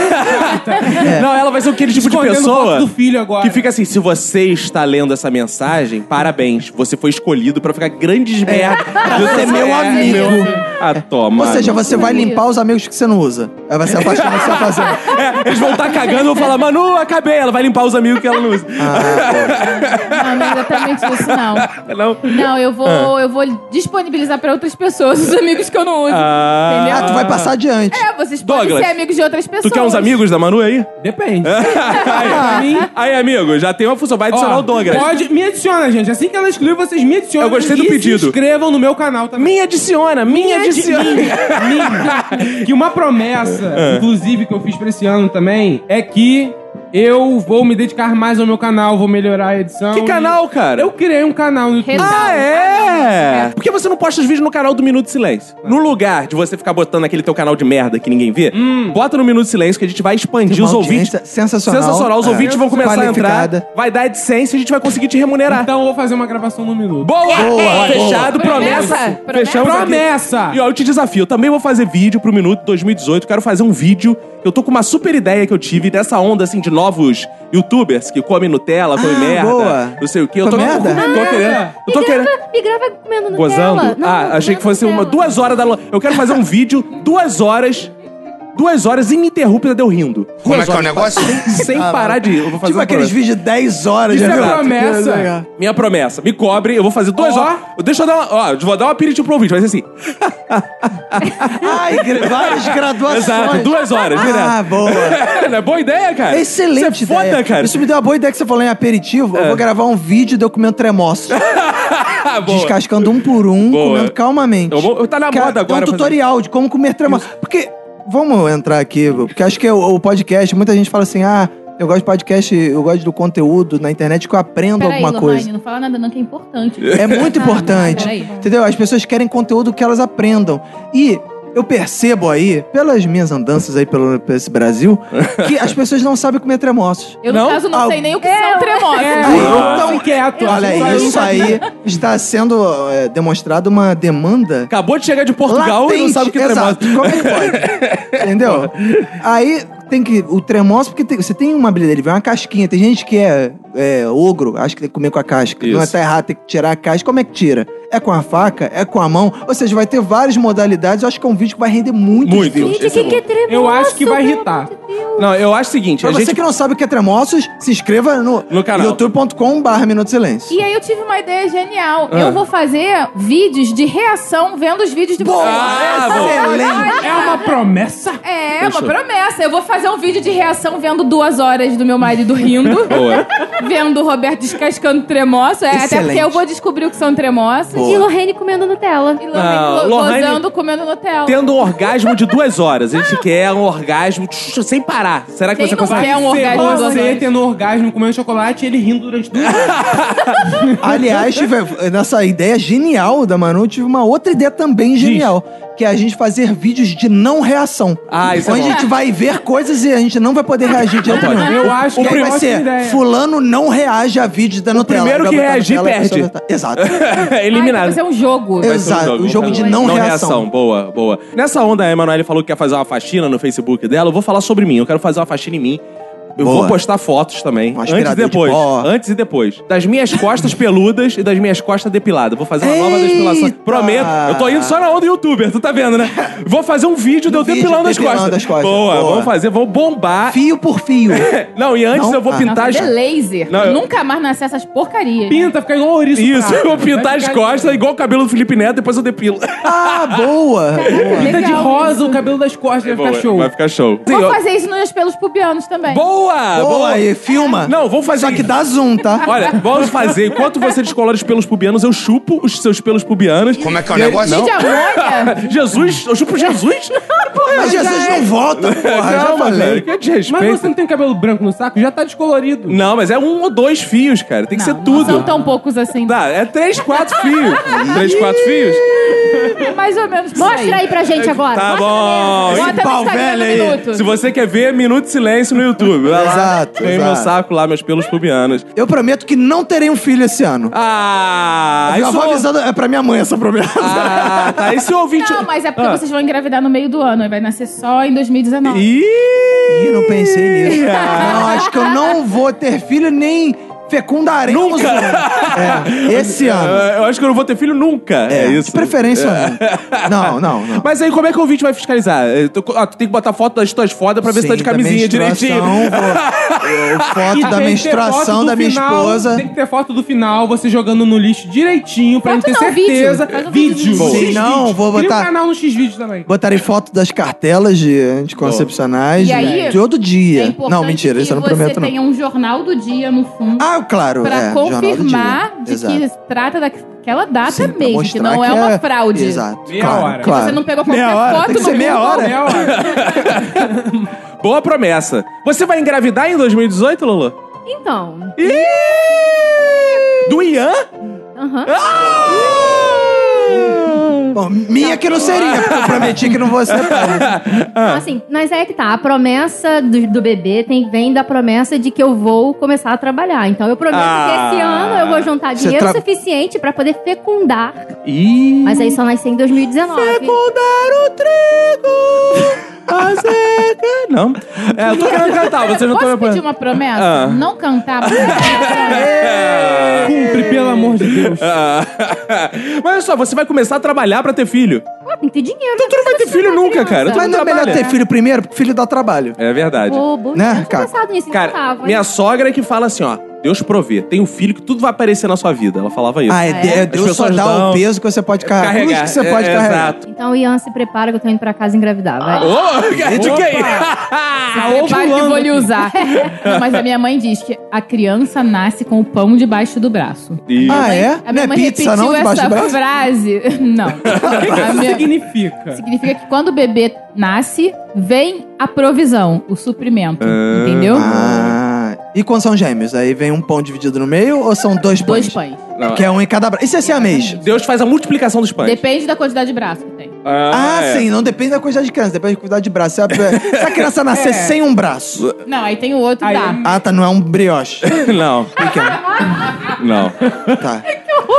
Speaker 1: Não, ela vai ser aquele É. tipo de
Speaker 5: Escondendo
Speaker 1: pessoa
Speaker 5: foto do filho agora.
Speaker 1: que fica assim: se você está lendo essa mensagem, parabéns. Você foi escolhido pra ficar grandes merda. Você é
Speaker 2: meu amigo. É.
Speaker 1: Ah, toma.
Speaker 2: Ou seja, você vai
Speaker 3: Mano.
Speaker 2: limpar os amigos que você não usa. Aí vai ser a faxina que você vai fazer.
Speaker 1: É, eles vão estar cagando e vão falar: Manu, acabei. Ela vai limpar os amigos que ela não usa.
Speaker 2: Ah.
Speaker 3: Não, não é exatamente isso, não.
Speaker 1: É, Não.
Speaker 3: Não, eu vou,
Speaker 1: Ah.
Speaker 3: eu vou disponibilizar pra outras pessoas os amigos que eu não uso.
Speaker 1: Ah.
Speaker 3: Entendeu?
Speaker 2: Ah, tu vai passar adiante.
Speaker 3: É, vocês podem
Speaker 1: Douglas,
Speaker 3: ser amigos de outras pessoas.
Speaker 1: Tu quer uns amigos da Manu aí?
Speaker 5: Depende. Pra
Speaker 1: aí,
Speaker 5: mim,
Speaker 1: aí, amigo, já tem uma função. Vai adicionar
Speaker 5: ó,
Speaker 1: o Douglas.
Speaker 5: Pode, me adiciona, gente. Assim que ela excluir, vocês me adicionam.
Speaker 1: Eu gostei do
Speaker 5: e
Speaker 1: pedido.
Speaker 5: se inscrevam no meu canal também.
Speaker 1: Me adiciona, me, adiciona.
Speaker 5: Mim. que uma promessa, inclusive, que eu fiz pra esse ano também, é que eu vou me dedicar mais ao meu canal, vou melhorar a edição.
Speaker 1: Que
Speaker 5: e-
Speaker 1: canal, cara?
Speaker 5: Eu criei um canal no YouTube.
Speaker 3: Renato.
Speaker 1: Ah, é? Por que você não posta os vídeos no canal do Minuto de Silêncio? No lugar de você ficar botando aquele teu canal de merda que ninguém vê, bota no Minuto de Silêncio que a gente vai expandir
Speaker 2: Tem uma
Speaker 1: os ouvintes.
Speaker 2: audiência sensacional.
Speaker 1: Os
Speaker 2: É.
Speaker 1: ouvintes vão começar a entrar.
Speaker 2: Qualificada.
Speaker 1: Vai dar AdSense e a gente vai conseguir te remunerar.
Speaker 5: Então eu vou fazer uma gravação no minuto. Então,
Speaker 1: Boa!
Speaker 2: Boa,
Speaker 1: Fechado,
Speaker 3: boa.
Speaker 1: promessa.
Speaker 3: Promessa?
Speaker 1: Fechamos aqui.
Speaker 5: Promessa!
Speaker 1: E ó, eu te desafio, eu também vou fazer vídeo pro Minuto 2018. Quero fazer um vídeo. Eu tô com uma super ideia que eu tive dessa onda, assim, de novos youtubers que comem Nutella, comem
Speaker 2: Ah,
Speaker 1: merda,
Speaker 2: boa.
Speaker 1: não sei o quê. Eu tô,
Speaker 2: Come merda?
Speaker 1: tô querendo. Eu tô
Speaker 4: Me
Speaker 1: querendo.
Speaker 4: grava, me grava comendo Nutella.
Speaker 1: Tá Gozando?
Speaker 4: Não,
Speaker 1: ah, achei que
Speaker 4: comendo
Speaker 1: fosse uma,
Speaker 4: Nutella.
Speaker 1: duas horas da. lo- Eu quero fazer um vídeo, duas horas. Duas horas ininterrúpida de eu rindo.
Speaker 6: Como é que é o negócio?
Speaker 1: Sem parar de. Eu vou fazer
Speaker 2: Tipo
Speaker 1: uma
Speaker 2: aqueles
Speaker 1: promessa.
Speaker 2: vídeos de 10 horas.
Speaker 5: Isso
Speaker 2: já
Speaker 5: é
Speaker 2: viu?
Speaker 5: promessa.
Speaker 1: Minha promessa, me cobre, eu vou fazer duas
Speaker 5: Ó.
Speaker 1: horas. Deixa eu dar uma. Ó, eu vou dar um aperitivo pro ouvinte, vai ser assim.
Speaker 2: Ai, gra- várias graduações.
Speaker 1: Exato, duas horas,
Speaker 2: Ah,
Speaker 1: direto.
Speaker 2: boa.
Speaker 1: Não é boa ideia, cara?
Speaker 2: Excelente
Speaker 1: Isso é foda,
Speaker 2: ideia.
Speaker 1: cara. É.
Speaker 2: Isso me deu uma boa ideia que você falou em aperitivo. Eu vou gravar um vídeo de eu comendo tremoço.
Speaker 1: Ah, boa.
Speaker 2: descascando um por um,
Speaker 1: Boa.
Speaker 2: comendo calmamente.
Speaker 1: Eu vou- tá na
Speaker 2: Cara,
Speaker 1: moda
Speaker 2: tem
Speaker 1: agora.
Speaker 2: um
Speaker 1: fazer-
Speaker 2: tutorial de como comer tremoço. Porque, vamos entrar aqui, porque acho que é o, o podcast, muita gente fala assim, ah... Eu gosto de podcast, eu gosto do conteúdo na internet que eu aprendo
Speaker 3: Peraí,
Speaker 2: alguma
Speaker 3: Lohane,
Speaker 2: coisa.
Speaker 3: não fala nada não, que é importante. Tá,
Speaker 2: É muito importante.
Speaker 3: Ah, Peraí.
Speaker 2: Entendeu? As pessoas querem conteúdo que elas aprendam. E eu percebo aí, pelas minhas andanças aí pelo, por esse Brasil, que as pessoas não sabem comer tremoços.
Speaker 3: Eu, no
Speaker 2: Não?
Speaker 3: caso, não
Speaker 2: Ah,
Speaker 3: sei nem o que são tremosos.
Speaker 2: Aí,
Speaker 5: Ah,
Speaker 2: então,
Speaker 5: quieto.
Speaker 2: Olha, isso aí está sendo é, demonstrado uma demanda
Speaker 1: Acabou de chegar de Portugal e não
Speaker 2: latente.
Speaker 1: sabe o que é
Speaker 2: Exato.
Speaker 1: tremoso.
Speaker 2: Como é que pode? Entendeu? Aí tem que. O tremoso, porque tem- você tem uma habilidade, ele vê uma casquinha. Tem gente que é, é, ogro, acha que tem que comer com a casca. Não é
Speaker 1: Isso.
Speaker 2: tá errado, tem que tirar a casca. Como é que tira? É com a faca? É com a mão? Ou seja, vai ter várias modalidades. Eu acho que é um vídeo que vai render muitos
Speaker 1: Muito.
Speaker 2: views.
Speaker 4: Gente, que, que tremoso,
Speaker 5: Eu acho que vai
Speaker 4: pelo
Speaker 5: irritar.
Speaker 4: amor de Deus.
Speaker 1: Não, eu acho o seguinte,
Speaker 2: Pra
Speaker 1: a
Speaker 2: você
Speaker 1: gente...
Speaker 2: que não sabe o que é tremoços, se inscreva no,
Speaker 1: No canal.
Speaker 2: youtube.com.br Minuto de Silêncio.
Speaker 3: E aí eu tive uma ideia genial.
Speaker 1: Ah.
Speaker 3: Eu vou fazer vídeos de reação vendo os vídeos de vocês.
Speaker 1: Ah,
Speaker 2: Excelente!
Speaker 5: É uma promessa?
Speaker 3: É, uma promessa. Eu vou fazer um vídeo de reação vendo duas horas do meu marido rindo.
Speaker 1: Boa.
Speaker 3: vendo o Roberto descascando tremoço. É, até
Speaker 2: Excelente.
Speaker 3: porque eu vou descobrir o que são tremoços.
Speaker 4: E Lorraine comendo Nutella.
Speaker 3: E
Speaker 1: Não,
Speaker 3: Lorraine lo-
Speaker 1: Lorraine-
Speaker 3: gozando, comendo Nutella.
Speaker 1: Ah, Tendo um orgasmo de duas horas. A gente quer um orgasmo tch, sem parar. Será que
Speaker 3: Quem
Speaker 1: você
Speaker 3: não
Speaker 1: consegue?
Speaker 3: quer um orgasmo
Speaker 5: Você
Speaker 3: duas horas?
Speaker 5: tendo orgasmo, comendo chocolate e ele rindo durante tudo.
Speaker 2: Aliás, tive- nessa ideia genial da Manu, eu tive uma outra ideia também genial. Que é a gente fazer vídeos de não reação.
Speaker 1: Ah, isso é
Speaker 2: Onde
Speaker 1: bom.
Speaker 2: a gente vai ver coisas e a gente não vai poder reagir de jeito
Speaker 1: pode.
Speaker 2: nenhum.
Speaker 5: Eu acho
Speaker 2: O
Speaker 5: que é
Speaker 2: primeiro
Speaker 5: uma
Speaker 2: vai ser,
Speaker 5: ótima ideia.
Speaker 2: fulano não reage a vídeos da Nutella.
Speaker 1: primeiro
Speaker 2: Vai
Speaker 1: que
Speaker 2: botar
Speaker 1: reagir,
Speaker 2: Nutella e a
Speaker 1: perde.
Speaker 2: pessoa vai botar- Exato.
Speaker 3: Ai,
Speaker 1: Eliminado.
Speaker 3: então vai ser um jogo.
Speaker 2: Eu- Exato, o um jogo de não reação.
Speaker 1: Boa, boa. Nessa onda, a Emanuele falou que quer fazer uma faxina no Facebook dela. Eu vou falar sobre mim. Eu quero fazer uma faxina em mim. Eu
Speaker 2: Boa.
Speaker 1: vou postar fotos também.
Speaker 2: Um
Speaker 1: antes e
Speaker 2: aspirador de
Speaker 1: depois.
Speaker 2: pó.
Speaker 1: antes e depois. Das minhas costas peludas e das minhas costas depiladas. Vou fazer uma nova
Speaker 2: Eita!
Speaker 1: depilação. Prometo. Eu tô indo só na onda youtuber, tu tá vendo, né? Vou fazer um vídeo de eu
Speaker 2: vídeo,
Speaker 1: depilando, as
Speaker 2: depilando
Speaker 1: costas.
Speaker 2: as costas.
Speaker 1: Boa,
Speaker 2: Boa.
Speaker 1: vamos fazer, vamos bombar.
Speaker 2: Fio por fio.
Speaker 1: Não, e antes
Speaker 2: Não?
Speaker 1: eu vou
Speaker 2: Ah.
Speaker 1: pintar
Speaker 3: Nossa,
Speaker 1: as
Speaker 3: de laser.
Speaker 1: tá Não, eu-
Speaker 3: Nunca mais nascer essas porcarias.
Speaker 5: Pinta, fica igual ouriço.
Speaker 1: Isso, eu
Speaker 5: cara.
Speaker 1: vou pintar
Speaker 5: Vai
Speaker 1: as
Speaker 5: ficar-
Speaker 1: costas igual o cabelo do Felipe Neto, depois eu depilo.
Speaker 2: Ah, boa! boa.
Speaker 5: Pinta de
Speaker 3: Legal
Speaker 5: rosa
Speaker 3: isso.
Speaker 5: o cabelo das costas, vai ficar show.
Speaker 1: Vai ficar show.
Speaker 3: Vou
Speaker 1: Sim, ó.
Speaker 3: fazer isso nos pelos pubianos também.
Speaker 1: Boa!
Speaker 2: Boa aí, filma.
Speaker 1: Não, vamos fazer.
Speaker 2: Só que dá zoom, tá?
Speaker 1: Olha, vamos fazer. Enquanto você descolora os pelos pubianos, eu chupo os seus pelos pubianos.
Speaker 6: Como é que é o negócio?
Speaker 3: De amônia.
Speaker 1: Jesus, eu chupo Jesus? Porra,
Speaker 2: Mas Jesus não volta, porra. já
Speaker 1: Calma,
Speaker 2: falei.
Speaker 1: velho. Que desrespeito.
Speaker 5: Mas você não tem cabelo branco no saco? Já tá descolorido.
Speaker 1: Não, mas é um ou dois fios, cara. Tem que ser
Speaker 2: é
Speaker 3: Não,
Speaker 1: tudo.
Speaker 3: Não são tão poucos assim.
Speaker 1: Tá, é três, quatro fios. três, quatro fios?
Speaker 3: É mais ou menos. por
Speaker 4: Mostra aí pra gente agora.
Speaker 1: Tá
Speaker 4: Mostra
Speaker 1: bom.
Speaker 3: Bota no
Speaker 2: pau
Speaker 3: Instagram
Speaker 2: velho
Speaker 3: do
Speaker 2: aí.
Speaker 3: minuto.
Speaker 1: Se você quer ver, Minuto de Silêncio no YouTube. Vai lá.
Speaker 2: Exato,
Speaker 1: Tem
Speaker 2: exato.
Speaker 1: meu saco lá, meus pelos pubianos.
Speaker 2: Eu prometo que não terei um filho esse ano.
Speaker 1: Ah,
Speaker 2: eu
Speaker 1: isso...
Speaker 2: vou avisando, é pra minha mãe essa promessa.
Speaker 1: Ah, tá. Esse ouvinte...
Speaker 3: Não, mas é porque
Speaker 1: Ah.
Speaker 3: vocês vão engravidar no meio do ano. aí Vai nascer só em 2019.
Speaker 1: Ih!
Speaker 2: Ih, não pensei nisso.
Speaker 1: Ah.
Speaker 2: Não, acho que eu não vou ter filho nem fecundarei. Nunca. É, esse ano.
Speaker 1: Ah, Eu acho que eu não vou ter filho nunca. É, isso.
Speaker 2: De preferência. né? Não, não, não.
Speaker 1: Mas aí, como é que o ouvinte vai fiscalizar? Eh, tu- ah, tu tem que botar foto das tuas fodas pra ver se tá de
Speaker 2: da
Speaker 1: camisinha
Speaker 2: menstruação,
Speaker 1: direitinho.
Speaker 2: vou- eu-
Speaker 5: E
Speaker 2: Foto da
Speaker 5: tem que ter
Speaker 2: menstruação
Speaker 5: foto
Speaker 2: da
Speaker 5: do
Speaker 2: minha
Speaker 5: final,
Speaker 2: esposa.
Speaker 5: Tem que ter foto do final, você jogando no lixo direitinho, pra
Speaker 3: Foto
Speaker 5: gente ter
Speaker 3: não, vídeo.
Speaker 5: certeza.
Speaker 3: Faz um videozinho.
Speaker 2: Sim,
Speaker 5: X-Vídeo.
Speaker 2: não, vou
Speaker 5: Cria
Speaker 2: botar-
Speaker 5: um canal no X-Vídeo também.
Speaker 2: Botarei foto das cartelas de anticoncepcionais
Speaker 3: E aí,
Speaker 2: de todo
Speaker 3: É
Speaker 2: dia.
Speaker 3: importante
Speaker 2: não, mentira,
Speaker 3: que
Speaker 2: isso eu não
Speaker 3: você
Speaker 2: prometo, não.
Speaker 3: tenha um jornal do dia no fundo
Speaker 2: Ah, claro.
Speaker 3: pra
Speaker 2: é, Jornal do
Speaker 3: confirmar
Speaker 2: Dia.
Speaker 3: de
Speaker 2: Exato.
Speaker 3: que se trata daquela data
Speaker 2: Sim, pra
Speaker 3: mesmo, que
Speaker 2: mostrar
Speaker 3: não é
Speaker 2: que
Speaker 3: uma fraude.
Speaker 2: Exato.
Speaker 5: Meia
Speaker 2: claro,
Speaker 5: hora.
Speaker 2: claro.
Speaker 3: Você não pegou qualquer
Speaker 2: Meia hora,
Speaker 3: foto
Speaker 2: tem que
Speaker 3: no
Speaker 2: ser meia
Speaker 3: Google.
Speaker 2: hora.
Speaker 5: É, ó.
Speaker 1: Boa promessa. Você vai engravidar em 2018, Lulu?
Speaker 4: Então,
Speaker 1: Ih! Do Ian?
Speaker 4: aham.
Speaker 2: Bom, minha que não
Speaker 1: Tá
Speaker 2: seria, porque eu prometi que não vou ser tá? pai.
Speaker 1: Ah.
Speaker 4: Então, assim, mas é que tá. A promessa do, do bebê tem, vem da promessa de que eu vou começar a trabalhar. Então eu prometo
Speaker 1: Ah.
Speaker 4: que esse ano eu vou juntar
Speaker 2: Você
Speaker 4: dinheiro
Speaker 2: tra-
Speaker 4: suficiente pra poder fecundar.
Speaker 1: Ih!
Speaker 4: Mas aí só nascer em 2019.
Speaker 1: Fecundar o trigo! A seca... Não. É, eu tô querendo cantar, vocês não estão me
Speaker 3: Posso pedir
Speaker 1: apoiando.
Speaker 3: uma promessa?
Speaker 1: Ah.
Speaker 3: Não cantar.
Speaker 2: É,
Speaker 3: É porque-
Speaker 5: Cumpre, pelo amor de Deus.
Speaker 1: Ah. Mas olha só, você vai começar a trabalhar pra ter filho.
Speaker 4: Pô, tem que ter dinheiro. né? tá
Speaker 1: Então tu não vai ter filho nunca, cara. Tu
Speaker 2: Mas não é melhor
Speaker 1: trabalha.
Speaker 2: ter filho primeiro, porque filho dá trabalho.
Speaker 1: É verdade.
Speaker 4: Pô, bom,
Speaker 2: Né,
Speaker 4: né, não tinha
Speaker 2: cara?
Speaker 4: pensado nisso.
Speaker 1: Cara,
Speaker 4: então tá, vou-
Speaker 1: minha sogra é que fala assim, ó. Deus provê, tem um filho que tudo vai aparecer na sua vida. Ela falava isso.
Speaker 2: Ah, é, de- é
Speaker 1: As
Speaker 2: Deus só
Speaker 1: pessoas
Speaker 2: dá
Speaker 1: dão-
Speaker 2: o peso que você pode carregar. a cruz que você
Speaker 1: É,
Speaker 2: pode
Speaker 1: é,
Speaker 2: carregar.
Speaker 1: Exato.
Speaker 4: Então, Ian, se prepara que eu tô indo pra casa engravidar,
Speaker 1: Ah.
Speaker 4: vai.
Speaker 1: Ô, cara, de
Speaker 5: Opa!
Speaker 1: quem?
Speaker 5: Tá
Speaker 3: Vai que eu vou
Speaker 5: ovulando.
Speaker 3: lhe usar. Não, mas a minha mãe diz que a criança nasce com o pão debaixo do braço.
Speaker 1: E-
Speaker 2: Ah, é?
Speaker 3: A
Speaker 2: Não
Speaker 3: minha
Speaker 2: é
Speaker 3: mãe
Speaker 2: pizza,
Speaker 3: repetiu
Speaker 2: não? Debaixo
Speaker 3: essa
Speaker 2: do braço?
Speaker 3: frase. Não.
Speaker 5: O que que
Speaker 3: A
Speaker 5: isso
Speaker 3: minha-
Speaker 5: significa?
Speaker 3: Significa que quando o bebê nasce, vem a provisão, o suprimento. Entendeu?
Speaker 2: Ah, e quando são gêmeos? Aí vem um pão dividido no meio ou são dois pães?
Speaker 3: Dois pães.
Speaker 1: Não,
Speaker 2: Que é um em cada braço. E se é siamês?
Speaker 1: Deus faz a multiplicação dos pães.
Speaker 3: Depende da quantidade de braço que tem.
Speaker 2: Ah,
Speaker 1: é.
Speaker 2: sim, não depende da quantidade de criança, depende da quantidade de braço. Se a, se a criança nascer
Speaker 1: É.
Speaker 2: sem um braço.
Speaker 3: Não, aí tem o outro
Speaker 5: Aí-
Speaker 3: dá.
Speaker 2: Ah, tá, não é um brioche.
Speaker 1: Não.
Speaker 2: Pequeno.
Speaker 3: É
Speaker 1: Não.
Speaker 2: Tá.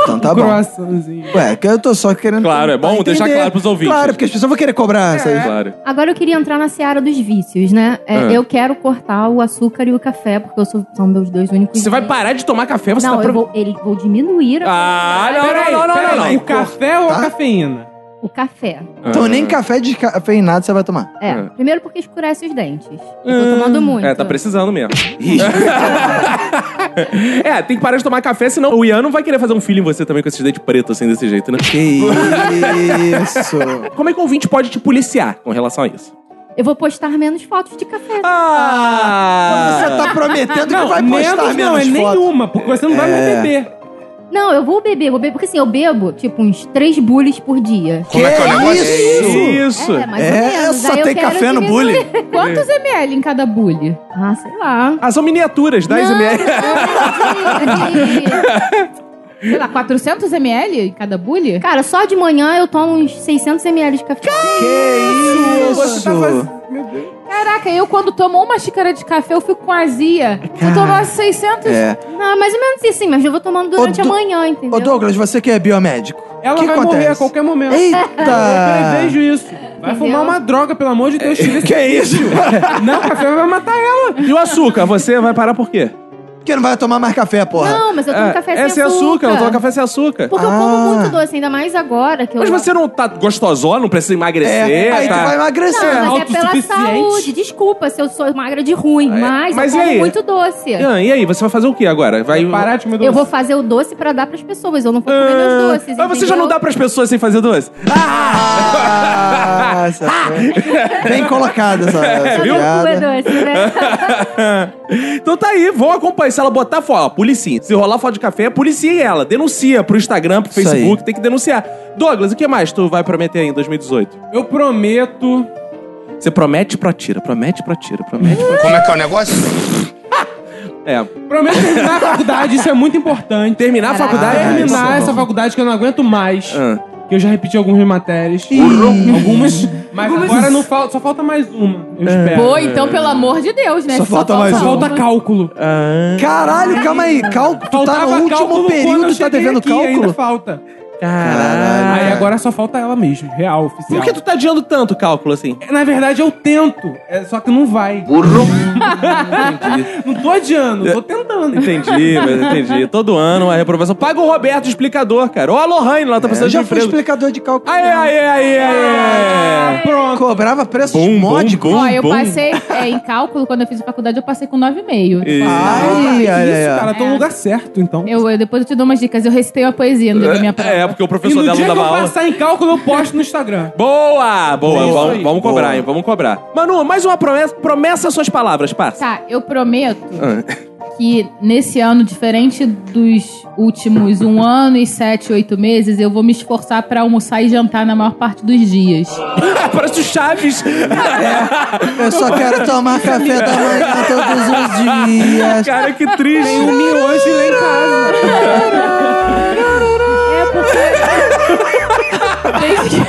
Speaker 2: Então tá bom.
Speaker 5: Croissantzinho.
Speaker 2: Ué, é que eu tô só querendo.
Speaker 1: Claro, é bom
Speaker 2: tentar
Speaker 1: deixar claro pros ouvintes.
Speaker 2: Claro, porque as pessoas vão querer
Speaker 5: É.
Speaker 2: cobrar essas.
Speaker 1: Claro.
Speaker 4: Agora eu queria entrar na seara dos vícios, né? É,
Speaker 1: Ah.
Speaker 4: Eu quero cortar o açúcar e o café, porque eu sou- são meus dois únicos.
Speaker 1: Você vai
Speaker 4: vícios.
Speaker 1: parar de tomar café, você
Speaker 4: Não,
Speaker 1: tá
Speaker 4: eu
Speaker 1: prov-
Speaker 4: vou, ele, vou diminuir a
Speaker 1: Ah, não,
Speaker 5: Peraí,
Speaker 1: não, não, não,
Speaker 5: peraí,
Speaker 1: não, não.
Speaker 5: O café ou a cafeína?
Speaker 4: o café.
Speaker 2: Então
Speaker 1: Ah.
Speaker 2: nem café descafeinado você vai tomar.
Speaker 4: É.
Speaker 1: Ah.
Speaker 4: Primeiro porque escurece os dentes. Eu tô tomando muito.
Speaker 1: É, tá precisando mesmo. é, tem que parar de tomar café, senão o Ian não vai querer fazer um filho em você também com esse dente preto, assim, desse jeito, né?
Speaker 2: Que isso.
Speaker 1: Como é que o ouvinte pode te policiar com relação a isso?
Speaker 4: Eu vou postar menos fotos de café.
Speaker 2: Você
Speaker 1: Ah!
Speaker 2: tá prometendo que vai
Speaker 5: menos
Speaker 2: postar menos,
Speaker 5: não, é
Speaker 2: foto.
Speaker 5: nenhuma, porque você não vai mais beber.
Speaker 4: Não, eu vou beber, vou beber. Porque assim, eu bebo, tipo, uns três bullies por dia.
Speaker 6: Como é que é o negócio?
Speaker 2: Isso.
Speaker 1: Isso!
Speaker 4: É, mais ou
Speaker 2: É,
Speaker 4: menos.
Speaker 2: só
Speaker 4: Aí eu
Speaker 2: tem
Speaker 4: quero
Speaker 2: café no
Speaker 4: diminuir.
Speaker 2: bullying.
Speaker 3: é Quantos ml em cada bully?
Speaker 4: Ah, sei
Speaker 2: Tá.
Speaker 4: lá.
Speaker 1: Ah, são miniaturas, 10
Speaker 4: Não,
Speaker 1: ml.
Speaker 4: não, de-
Speaker 3: Sei lá, 400 ml em cada bully?
Speaker 4: de- Cara, só de manhã eu tomo uns 600 ml de café.
Speaker 2: Que
Speaker 5: Você tá
Speaker 2: isso.
Speaker 5: fazendo-
Speaker 3: Caraca, eu quando tomo uma xícara de café, eu fico com azia. Se eu tomar 600...
Speaker 2: É.
Speaker 4: Não, mais ou menos assim, mas eu vou tomando durante
Speaker 2: Ô,
Speaker 4: a
Speaker 2: Du-
Speaker 4: manhã, entendeu?
Speaker 2: Ô Douglas, você que é biomédico.
Speaker 5: Ela
Speaker 2: que
Speaker 5: vai
Speaker 2: acontece?
Speaker 5: morrer a qualquer momento. Eu
Speaker 2: Eita!
Speaker 5: prevejo isso. Vai fumar uma droga, pelo amor de Deus. tira esse-
Speaker 2: Que isso?
Speaker 5: Não, o café vai matar ela.
Speaker 1: E o açúcar, você vai parar por quê?
Speaker 2: Porque não vai tomar mais café, porra.
Speaker 4: Não, mas eu tomo café
Speaker 1: é sem açúcar, eu tomo café sem açúcar.
Speaker 4: Porque eu
Speaker 2: Ah.
Speaker 4: como muito doce, ainda mais agora que eu.
Speaker 1: Mas você não tá gostosona, não precisa
Speaker 2: É,
Speaker 1: emagrecer,
Speaker 2: aí
Speaker 1: tá?
Speaker 2: tu vai emagrecer.
Speaker 4: Não, mas é pela
Speaker 5: autossuficiente.
Speaker 4: saúde. Desculpa se eu sou magra de ruim, mas,
Speaker 1: É, mas e
Speaker 4: eu
Speaker 1: aí?
Speaker 4: como muito doce.
Speaker 1: Ian, e aí, você vai fazer o que agora? Vai
Speaker 5: Parar de comer
Speaker 4: Eu
Speaker 5: doce.
Speaker 4: vou fazer o doce pra dar pras pessoas. Eu não vou comer meus doces.
Speaker 1: Ah, Mas você já não dá
Speaker 4: entendeu?
Speaker 1: pras pessoas sem fazer doce?
Speaker 2: Ah, essa foi- Bem colocada essa, essa
Speaker 4: Só meu cu é
Speaker 2: piada.
Speaker 4: doce, né?
Speaker 1: então tá aí, vão acompanhar. Se ela botar foto, ó, policinha. Se rolar foto de café, policia ela. Denuncia pro Instagram, pro
Speaker 2: Isso
Speaker 1: Facebook, tem que denunciar. Douglas, o que mais tu vai prometer aí em 2018?
Speaker 5: Eu prometo.
Speaker 1: Você promete pra tira, promete pra tira, promete pra
Speaker 6: Como é que é o negócio?
Speaker 1: É,
Speaker 5: Prometo terminar a faculdade, isso é muito importante.
Speaker 1: terminar a faculdade.
Speaker 2: isso é
Speaker 5: terminar
Speaker 2: bom.
Speaker 5: essa faculdade que eu não aguento mais.
Speaker 1: Ah.
Speaker 5: Que eu já repeti algumas matérias. Algumas. Mas agora não falta, só falta mais uma. Eu espero.
Speaker 3: Pô, então, pelo amor de Deus, né?
Speaker 2: É. Só falta mais
Speaker 5: Só falta
Speaker 3: uma.
Speaker 5: cálculo.
Speaker 2: Caralho, calma aí. Cal... Tu tá
Speaker 5: Faltava
Speaker 2: no
Speaker 5: cálculo
Speaker 2: último
Speaker 5: quando eu
Speaker 2: período, tá
Speaker 5: cheguei
Speaker 2: devendo
Speaker 5: aqui, Ainda
Speaker 2: cálculo?
Speaker 5: falta.
Speaker 1: Caralho.
Speaker 5: Aí agora só falta ela mesmo, real, oficial.
Speaker 1: Por que tu tá adiando tanto cálculo assim?
Speaker 5: Na verdade, eu tento, é, só que não vai. não tô adiando, tô tentando.
Speaker 1: Entendi, mas entendi. Todo ano a reprovação. Paga o Roberto, o explicador, cara. Ó, a Lohane lá tá
Speaker 2: Eu
Speaker 1: precisando
Speaker 5: é
Speaker 2: já
Speaker 1: de
Speaker 2: fui
Speaker 1: emprego.
Speaker 2: explicador de cálculo.
Speaker 1: Aê, aê, aê, aê.
Speaker 5: Pronto.
Speaker 2: Cobrava preços
Speaker 1: Bom, bom,
Speaker 2: módicos.
Speaker 3: Ó,
Speaker 1: bom,
Speaker 3: eu
Speaker 1: Um bom.
Speaker 3: passei é, em cálculo, quando eu fiz a faculdade, eu passei com 9,5.
Speaker 2: Ai,
Speaker 5: Isso,
Speaker 2: olha aí, ó.
Speaker 5: cara, tô no lugar certo, então.
Speaker 3: Eu, eu- depois eu te dou umas dicas. Eu recitei uma poesia no dia da minha prova.
Speaker 1: É, porque o
Speaker 5: E
Speaker 1: professor
Speaker 5: no
Speaker 1: dela
Speaker 5: dia
Speaker 1: não
Speaker 5: que eu
Speaker 1: dava aula.
Speaker 5: passar em cálculo, eu posto no Instagram.
Speaker 1: Boa, boa. Vamos,
Speaker 5: Isso aí.
Speaker 1: vamos
Speaker 2: Boa.
Speaker 1: cobrar, hein? Vamos cobrar. Manu, mais uma promessa. Promessa suas palavras, parça.
Speaker 3: Tá, eu prometo
Speaker 1: Ah.
Speaker 3: que nesse ano, diferente dos últimos um ano e sete, oito meses, eu vou me esforçar pra almoçar e jantar na maior parte dos dias.
Speaker 1: Parece o Chaves.
Speaker 2: Eu só quero tomar café da manhã todos os dias.
Speaker 1: Cara, que triste.
Speaker 5: Tem um miojo lá em casa.
Speaker 3: É porque.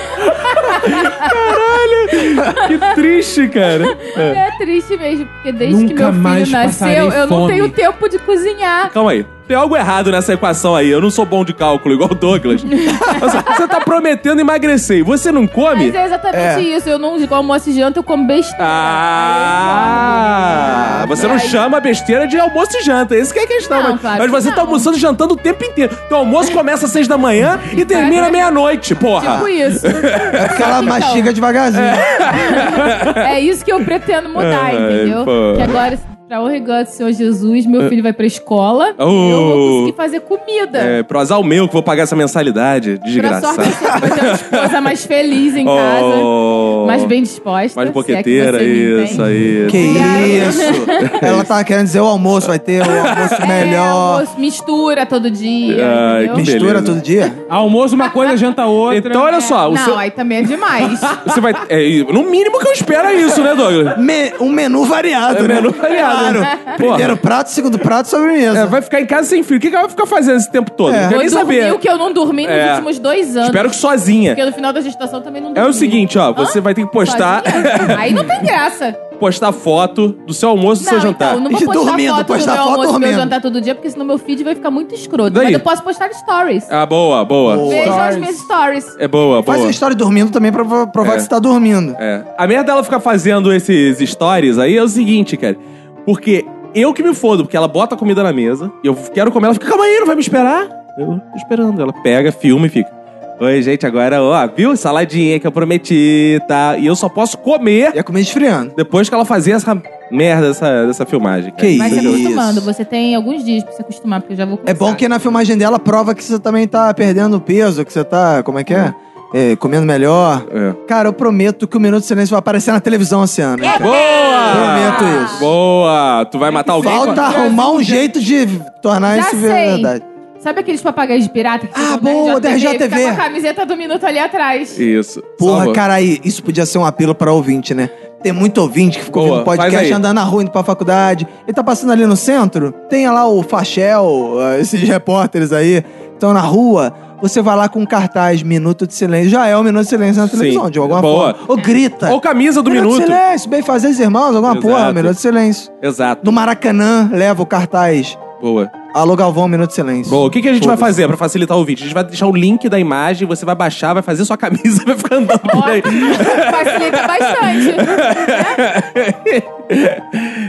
Speaker 1: Que triste, cara.
Speaker 3: é triste mesmo, porque desde
Speaker 5: Nunca
Speaker 3: que meu
Speaker 5: mais
Speaker 3: filho nasceu,
Speaker 5: passarei
Speaker 3: eu não
Speaker 5: fome.
Speaker 3: tenho tempo de cozinhar.
Speaker 1: Calma aí. Tem algo errado nessa equação aí. Eu não sou bom de cálculo, igual o Douglas. Nossa, você tá prometendo emagrecer e você não come?
Speaker 3: Mas é exatamente isso. Eu não almoço e janta, eu como besteira.
Speaker 1: Ah! Você não
Speaker 3: Aí-
Speaker 1: chama a besteira de almoço e janta. Esse que é a questão.
Speaker 3: é- Não,
Speaker 1: mas,
Speaker 3: claro
Speaker 1: mas
Speaker 3: que
Speaker 1: você tá
Speaker 3: não.
Speaker 1: almoçando e jantando o tempo inteiro. Teu almoço começa às seis da manhã e termina meia-noite, porra.
Speaker 3: Tipo isso.
Speaker 2: É porque ela
Speaker 3: Então.
Speaker 2: mastiga devagarzinho.
Speaker 3: É isso que eu pretendo mudar,
Speaker 1: Ai,
Speaker 3: entendeu?
Speaker 1: pô.
Speaker 3: Que agora, pra honra e glória do Senhor Jesus, meu filho vai pra escola.
Speaker 1: Oh.
Speaker 3: Eu vou conseguir fazer comida.
Speaker 1: É, pro azar o meu que vou pagar essa mensalidade.
Speaker 3: pra
Speaker 1: Desgraçado.
Speaker 3: sorte, você vai ter uma esposa mais feliz em casa.
Speaker 1: Oh,
Speaker 3: Mais bem disposta.
Speaker 1: Mais
Speaker 3: se é que
Speaker 1: boqueteira,
Speaker 3: você me
Speaker 1: isso
Speaker 3: entende.
Speaker 1: aí.
Speaker 2: Que isso. Ela tava querendo dizer o almoço, vai ter o almoço
Speaker 3: É,
Speaker 2: melhor.
Speaker 3: almoço, mistura todo dia,
Speaker 1: Ai,
Speaker 3: entendeu?
Speaker 1: que
Speaker 2: Mistura
Speaker 1: beleza.
Speaker 2: todo dia?
Speaker 5: Almoço uma coisa, janta outra.
Speaker 1: Então, olha só. O
Speaker 3: Não,
Speaker 1: seu-
Speaker 3: aí também é demais.
Speaker 1: você vai... é, no mínimo que eu espero é isso, né, Douglas?
Speaker 2: Me- um menu variado, né?
Speaker 1: menu variado, né?
Speaker 2: Claro.
Speaker 1: Porra.
Speaker 2: Primeiro prato, segundo prato, sobremesa.
Speaker 1: É, vai ficar em casa sem frio. O que que ela vai ficar fazendo esse tempo todo?
Speaker 2: É.
Speaker 1: Não quero nem
Speaker 3: Vou dormir
Speaker 1: saber.
Speaker 3: o que eu não dormi nos
Speaker 1: É.
Speaker 3: últimos dois anos.
Speaker 1: Espero que sozinha.
Speaker 3: Porque no final da gestação também não
Speaker 1: É tá?
Speaker 3: dormi.
Speaker 1: o seguinte, ó. Você vai ter que postar...
Speaker 3: Sozinha? Aí não tem graça.
Speaker 1: postar foto do seu almoço e do seu jantar.
Speaker 3: Então, não vou
Speaker 2: E
Speaker 3: postar
Speaker 2: dormindo,
Speaker 3: foto
Speaker 2: postar
Speaker 3: do meu
Speaker 2: foto
Speaker 3: almoço do meu
Speaker 2: dormindo.
Speaker 3: jantar todo dia, porque senão meu feed vai ficar muito escroto.
Speaker 1: Daí?
Speaker 3: Mas eu posso postar stories.
Speaker 1: Ah, boa, boa.
Speaker 2: É Boa.
Speaker 3: Vejam as
Speaker 5: Stories.
Speaker 3: minhas stories.
Speaker 1: É boa,
Speaker 2: Faz
Speaker 1: boa.
Speaker 2: uma história dormindo também pra provar
Speaker 1: É.
Speaker 2: que você tá dormindo.
Speaker 1: É. A merda dela ficar fazendo esses stories aí é o seguinte, cara. Porque eu que me fodo, porque ela bota a comida na mesa e eu quero comer, ela fica, calma aí, não vai me esperar? Eu tô esperando. Ela pega, filma e fica. Oi, gente, agora, ó, viu? Saladinha que eu prometi, tá? E eu só posso comer
Speaker 2: E a comida esfriando.
Speaker 1: depois que ela fazer essa merda dessa, dessa filmagem. cara.
Speaker 2: Que
Speaker 3: Vai se
Speaker 2: Isso.
Speaker 3: acostumando.
Speaker 2: tá
Speaker 3: Você tem alguns dias pra se acostumar, porque eu já vou
Speaker 2: É
Speaker 3: começar.
Speaker 2: bom que na filmagem dela prova que você também tá perdendo peso, que você tá, como é que é? É, comendo melhor.
Speaker 1: É.
Speaker 2: Cara, eu prometo que o Minuto de Silêncio vai aparecer na televisão esse ano. hein, cara.
Speaker 1: Boa!
Speaker 2: Prometo isso.
Speaker 1: Boa! Tu vai matar alguém?
Speaker 2: Falta arrumar um jeito de tornar
Speaker 3: Já
Speaker 2: isso
Speaker 3: sei.
Speaker 2: verdade.
Speaker 3: Sabe aqueles papagaios de pirata que
Speaker 2: Ah,
Speaker 3: ficam na
Speaker 2: boa, da RJTV.
Speaker 3: Fica com a camiseta do minuto ali atrás.
Speaker 1: Isso.
Speaker 2: Porra,
Speaker 1: Salva.
Speaker 2: cara, aí, isso podia ser um apelo pra ouvinte, né? Tem muito ouvinte que ficou
Speaker 1: Boa,
Speaker 2: ouvindo
Speaker 1: faz aí.
Speaker 2: podcast andando na rua, indo pra faculdade. Ele tá passando ali no centro, tem lá o Fachel, ah, esses repórteres aí, que estão na rua. Você vai lá com um cartaz, Minuto de Silêncio. Já é o Minuto de Silêncio na
Speaker 1: Sim.
Speaker 2: televisão, de alguma
Speaker 1: Boa.
Speaker 2: forma. Ou grita.
Speaker 1: Ou camisa do
Speaker 2: Minuto
Speaker 1: minuto.
Speaker 2: de Silêncio, bem fazer os irmãos, alguma
Speaker 1: Exato.
Speaker 2: porra, Minuto de Silêncio.
Speaker 1: Exato.
Speaker 2: No Maracanã, leva o cartaz.
Speaker 1: Boa.
Speaker 2: Alô, Galvão, Minuto de Silêncio.
Speaker 1: Bom, o que, que a gente vai
Speaker 2: Foda-se.
Speaker 1: fazer pra facilitar o vídeo? A gente vai deixar o link da imagem, você vai baixar, vai fazer sua camisa, vai ficar andando por aí.
Speaker 3: Facilita bastante.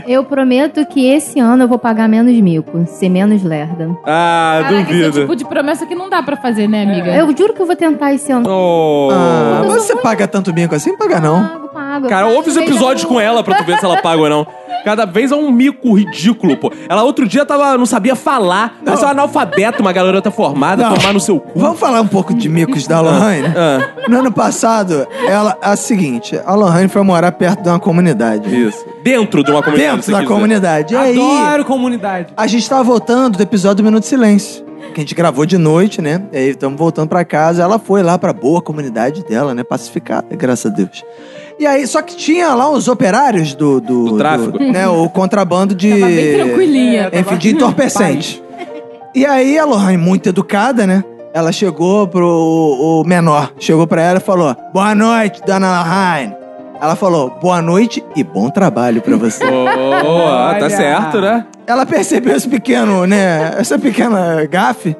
Speaker 4: Eu prometo que esse ano eu vou pagar menos mico, ser menos lerda.
Speaker 1: Ah,
Speaker 3: Caraca, esse é o
Speaker 1: duvido.
Speaker 3: tipo de promessa que não dá pra fazer, né, amiga?
Speaker 2: É.
Speaker 4: Eu juro que eu vou tentar esse ano.
Speaker 1: Oh.
Speaker 2: Ah,
Speaker 4: Eu sou
Speaker 2: você
Speaker 4: muito-
Speaker 2: paga tanto bico assim? Paga não.
Speaker 4: Pago, pago.
Speaker 1: Cara, ouve os
Speaker 4: Veja
Speaker 1: episódios
Speaker 4: o-
Speaker 1: com ela pra tu ver se ela paga ou não. Cada vez é um mico ridículo, pô. Ela outro dia tava, não sabia falar. Não. Mas é um analfabeto, uma garota formada, tomar no seu cu.
Speaker 2: Vamos falar um pouco de micos da Lohane?
Speaker 1: Ah,
Speaker 2: No ano passado, ela. A seguinte, a Lohane foi morar perto de uma comunidade.
Speaker 1: isso. Dentro de uma comunidade.
Speaker 2: Dentro
Speaker 1: se
Speaker 2: da
Speaker 1: quiser.
Speaker 2: comunidade. E aí,
Speaker 5: Adoro comunidade.
Speaker 2: a gente tava voltando do episódio do Minuto de Silêncio. Que a gente gravou de noite, né? E aí estamos voltando pra casa. Ela foi lá pra boa comunidade dela, né? Pacificada, graças a Deus. E aí, só que tinha lá os operários do. Do,
Speaker 1: Do tráfico.
Speaker 2: né, o contrabando de.
Speaker 3: Tava bem
Speaker 1: É,
Speaker 3: tranquilinha.
Speaker 2: Enfim, de entorpecente. E aí a Lohane, muito educada, né? Ela chegou pro o menor, chegou pra ela e falou: Boa noite, dona Lohane. Ela falou: Boa noite e bom trabalho pra você.
Speaker 1: Boa, tá
Speaker 5: Olha.
Speaker 1: certo, né?
Speaker 2: ela percebeu esse pequeno, né? Essa pequena gafe.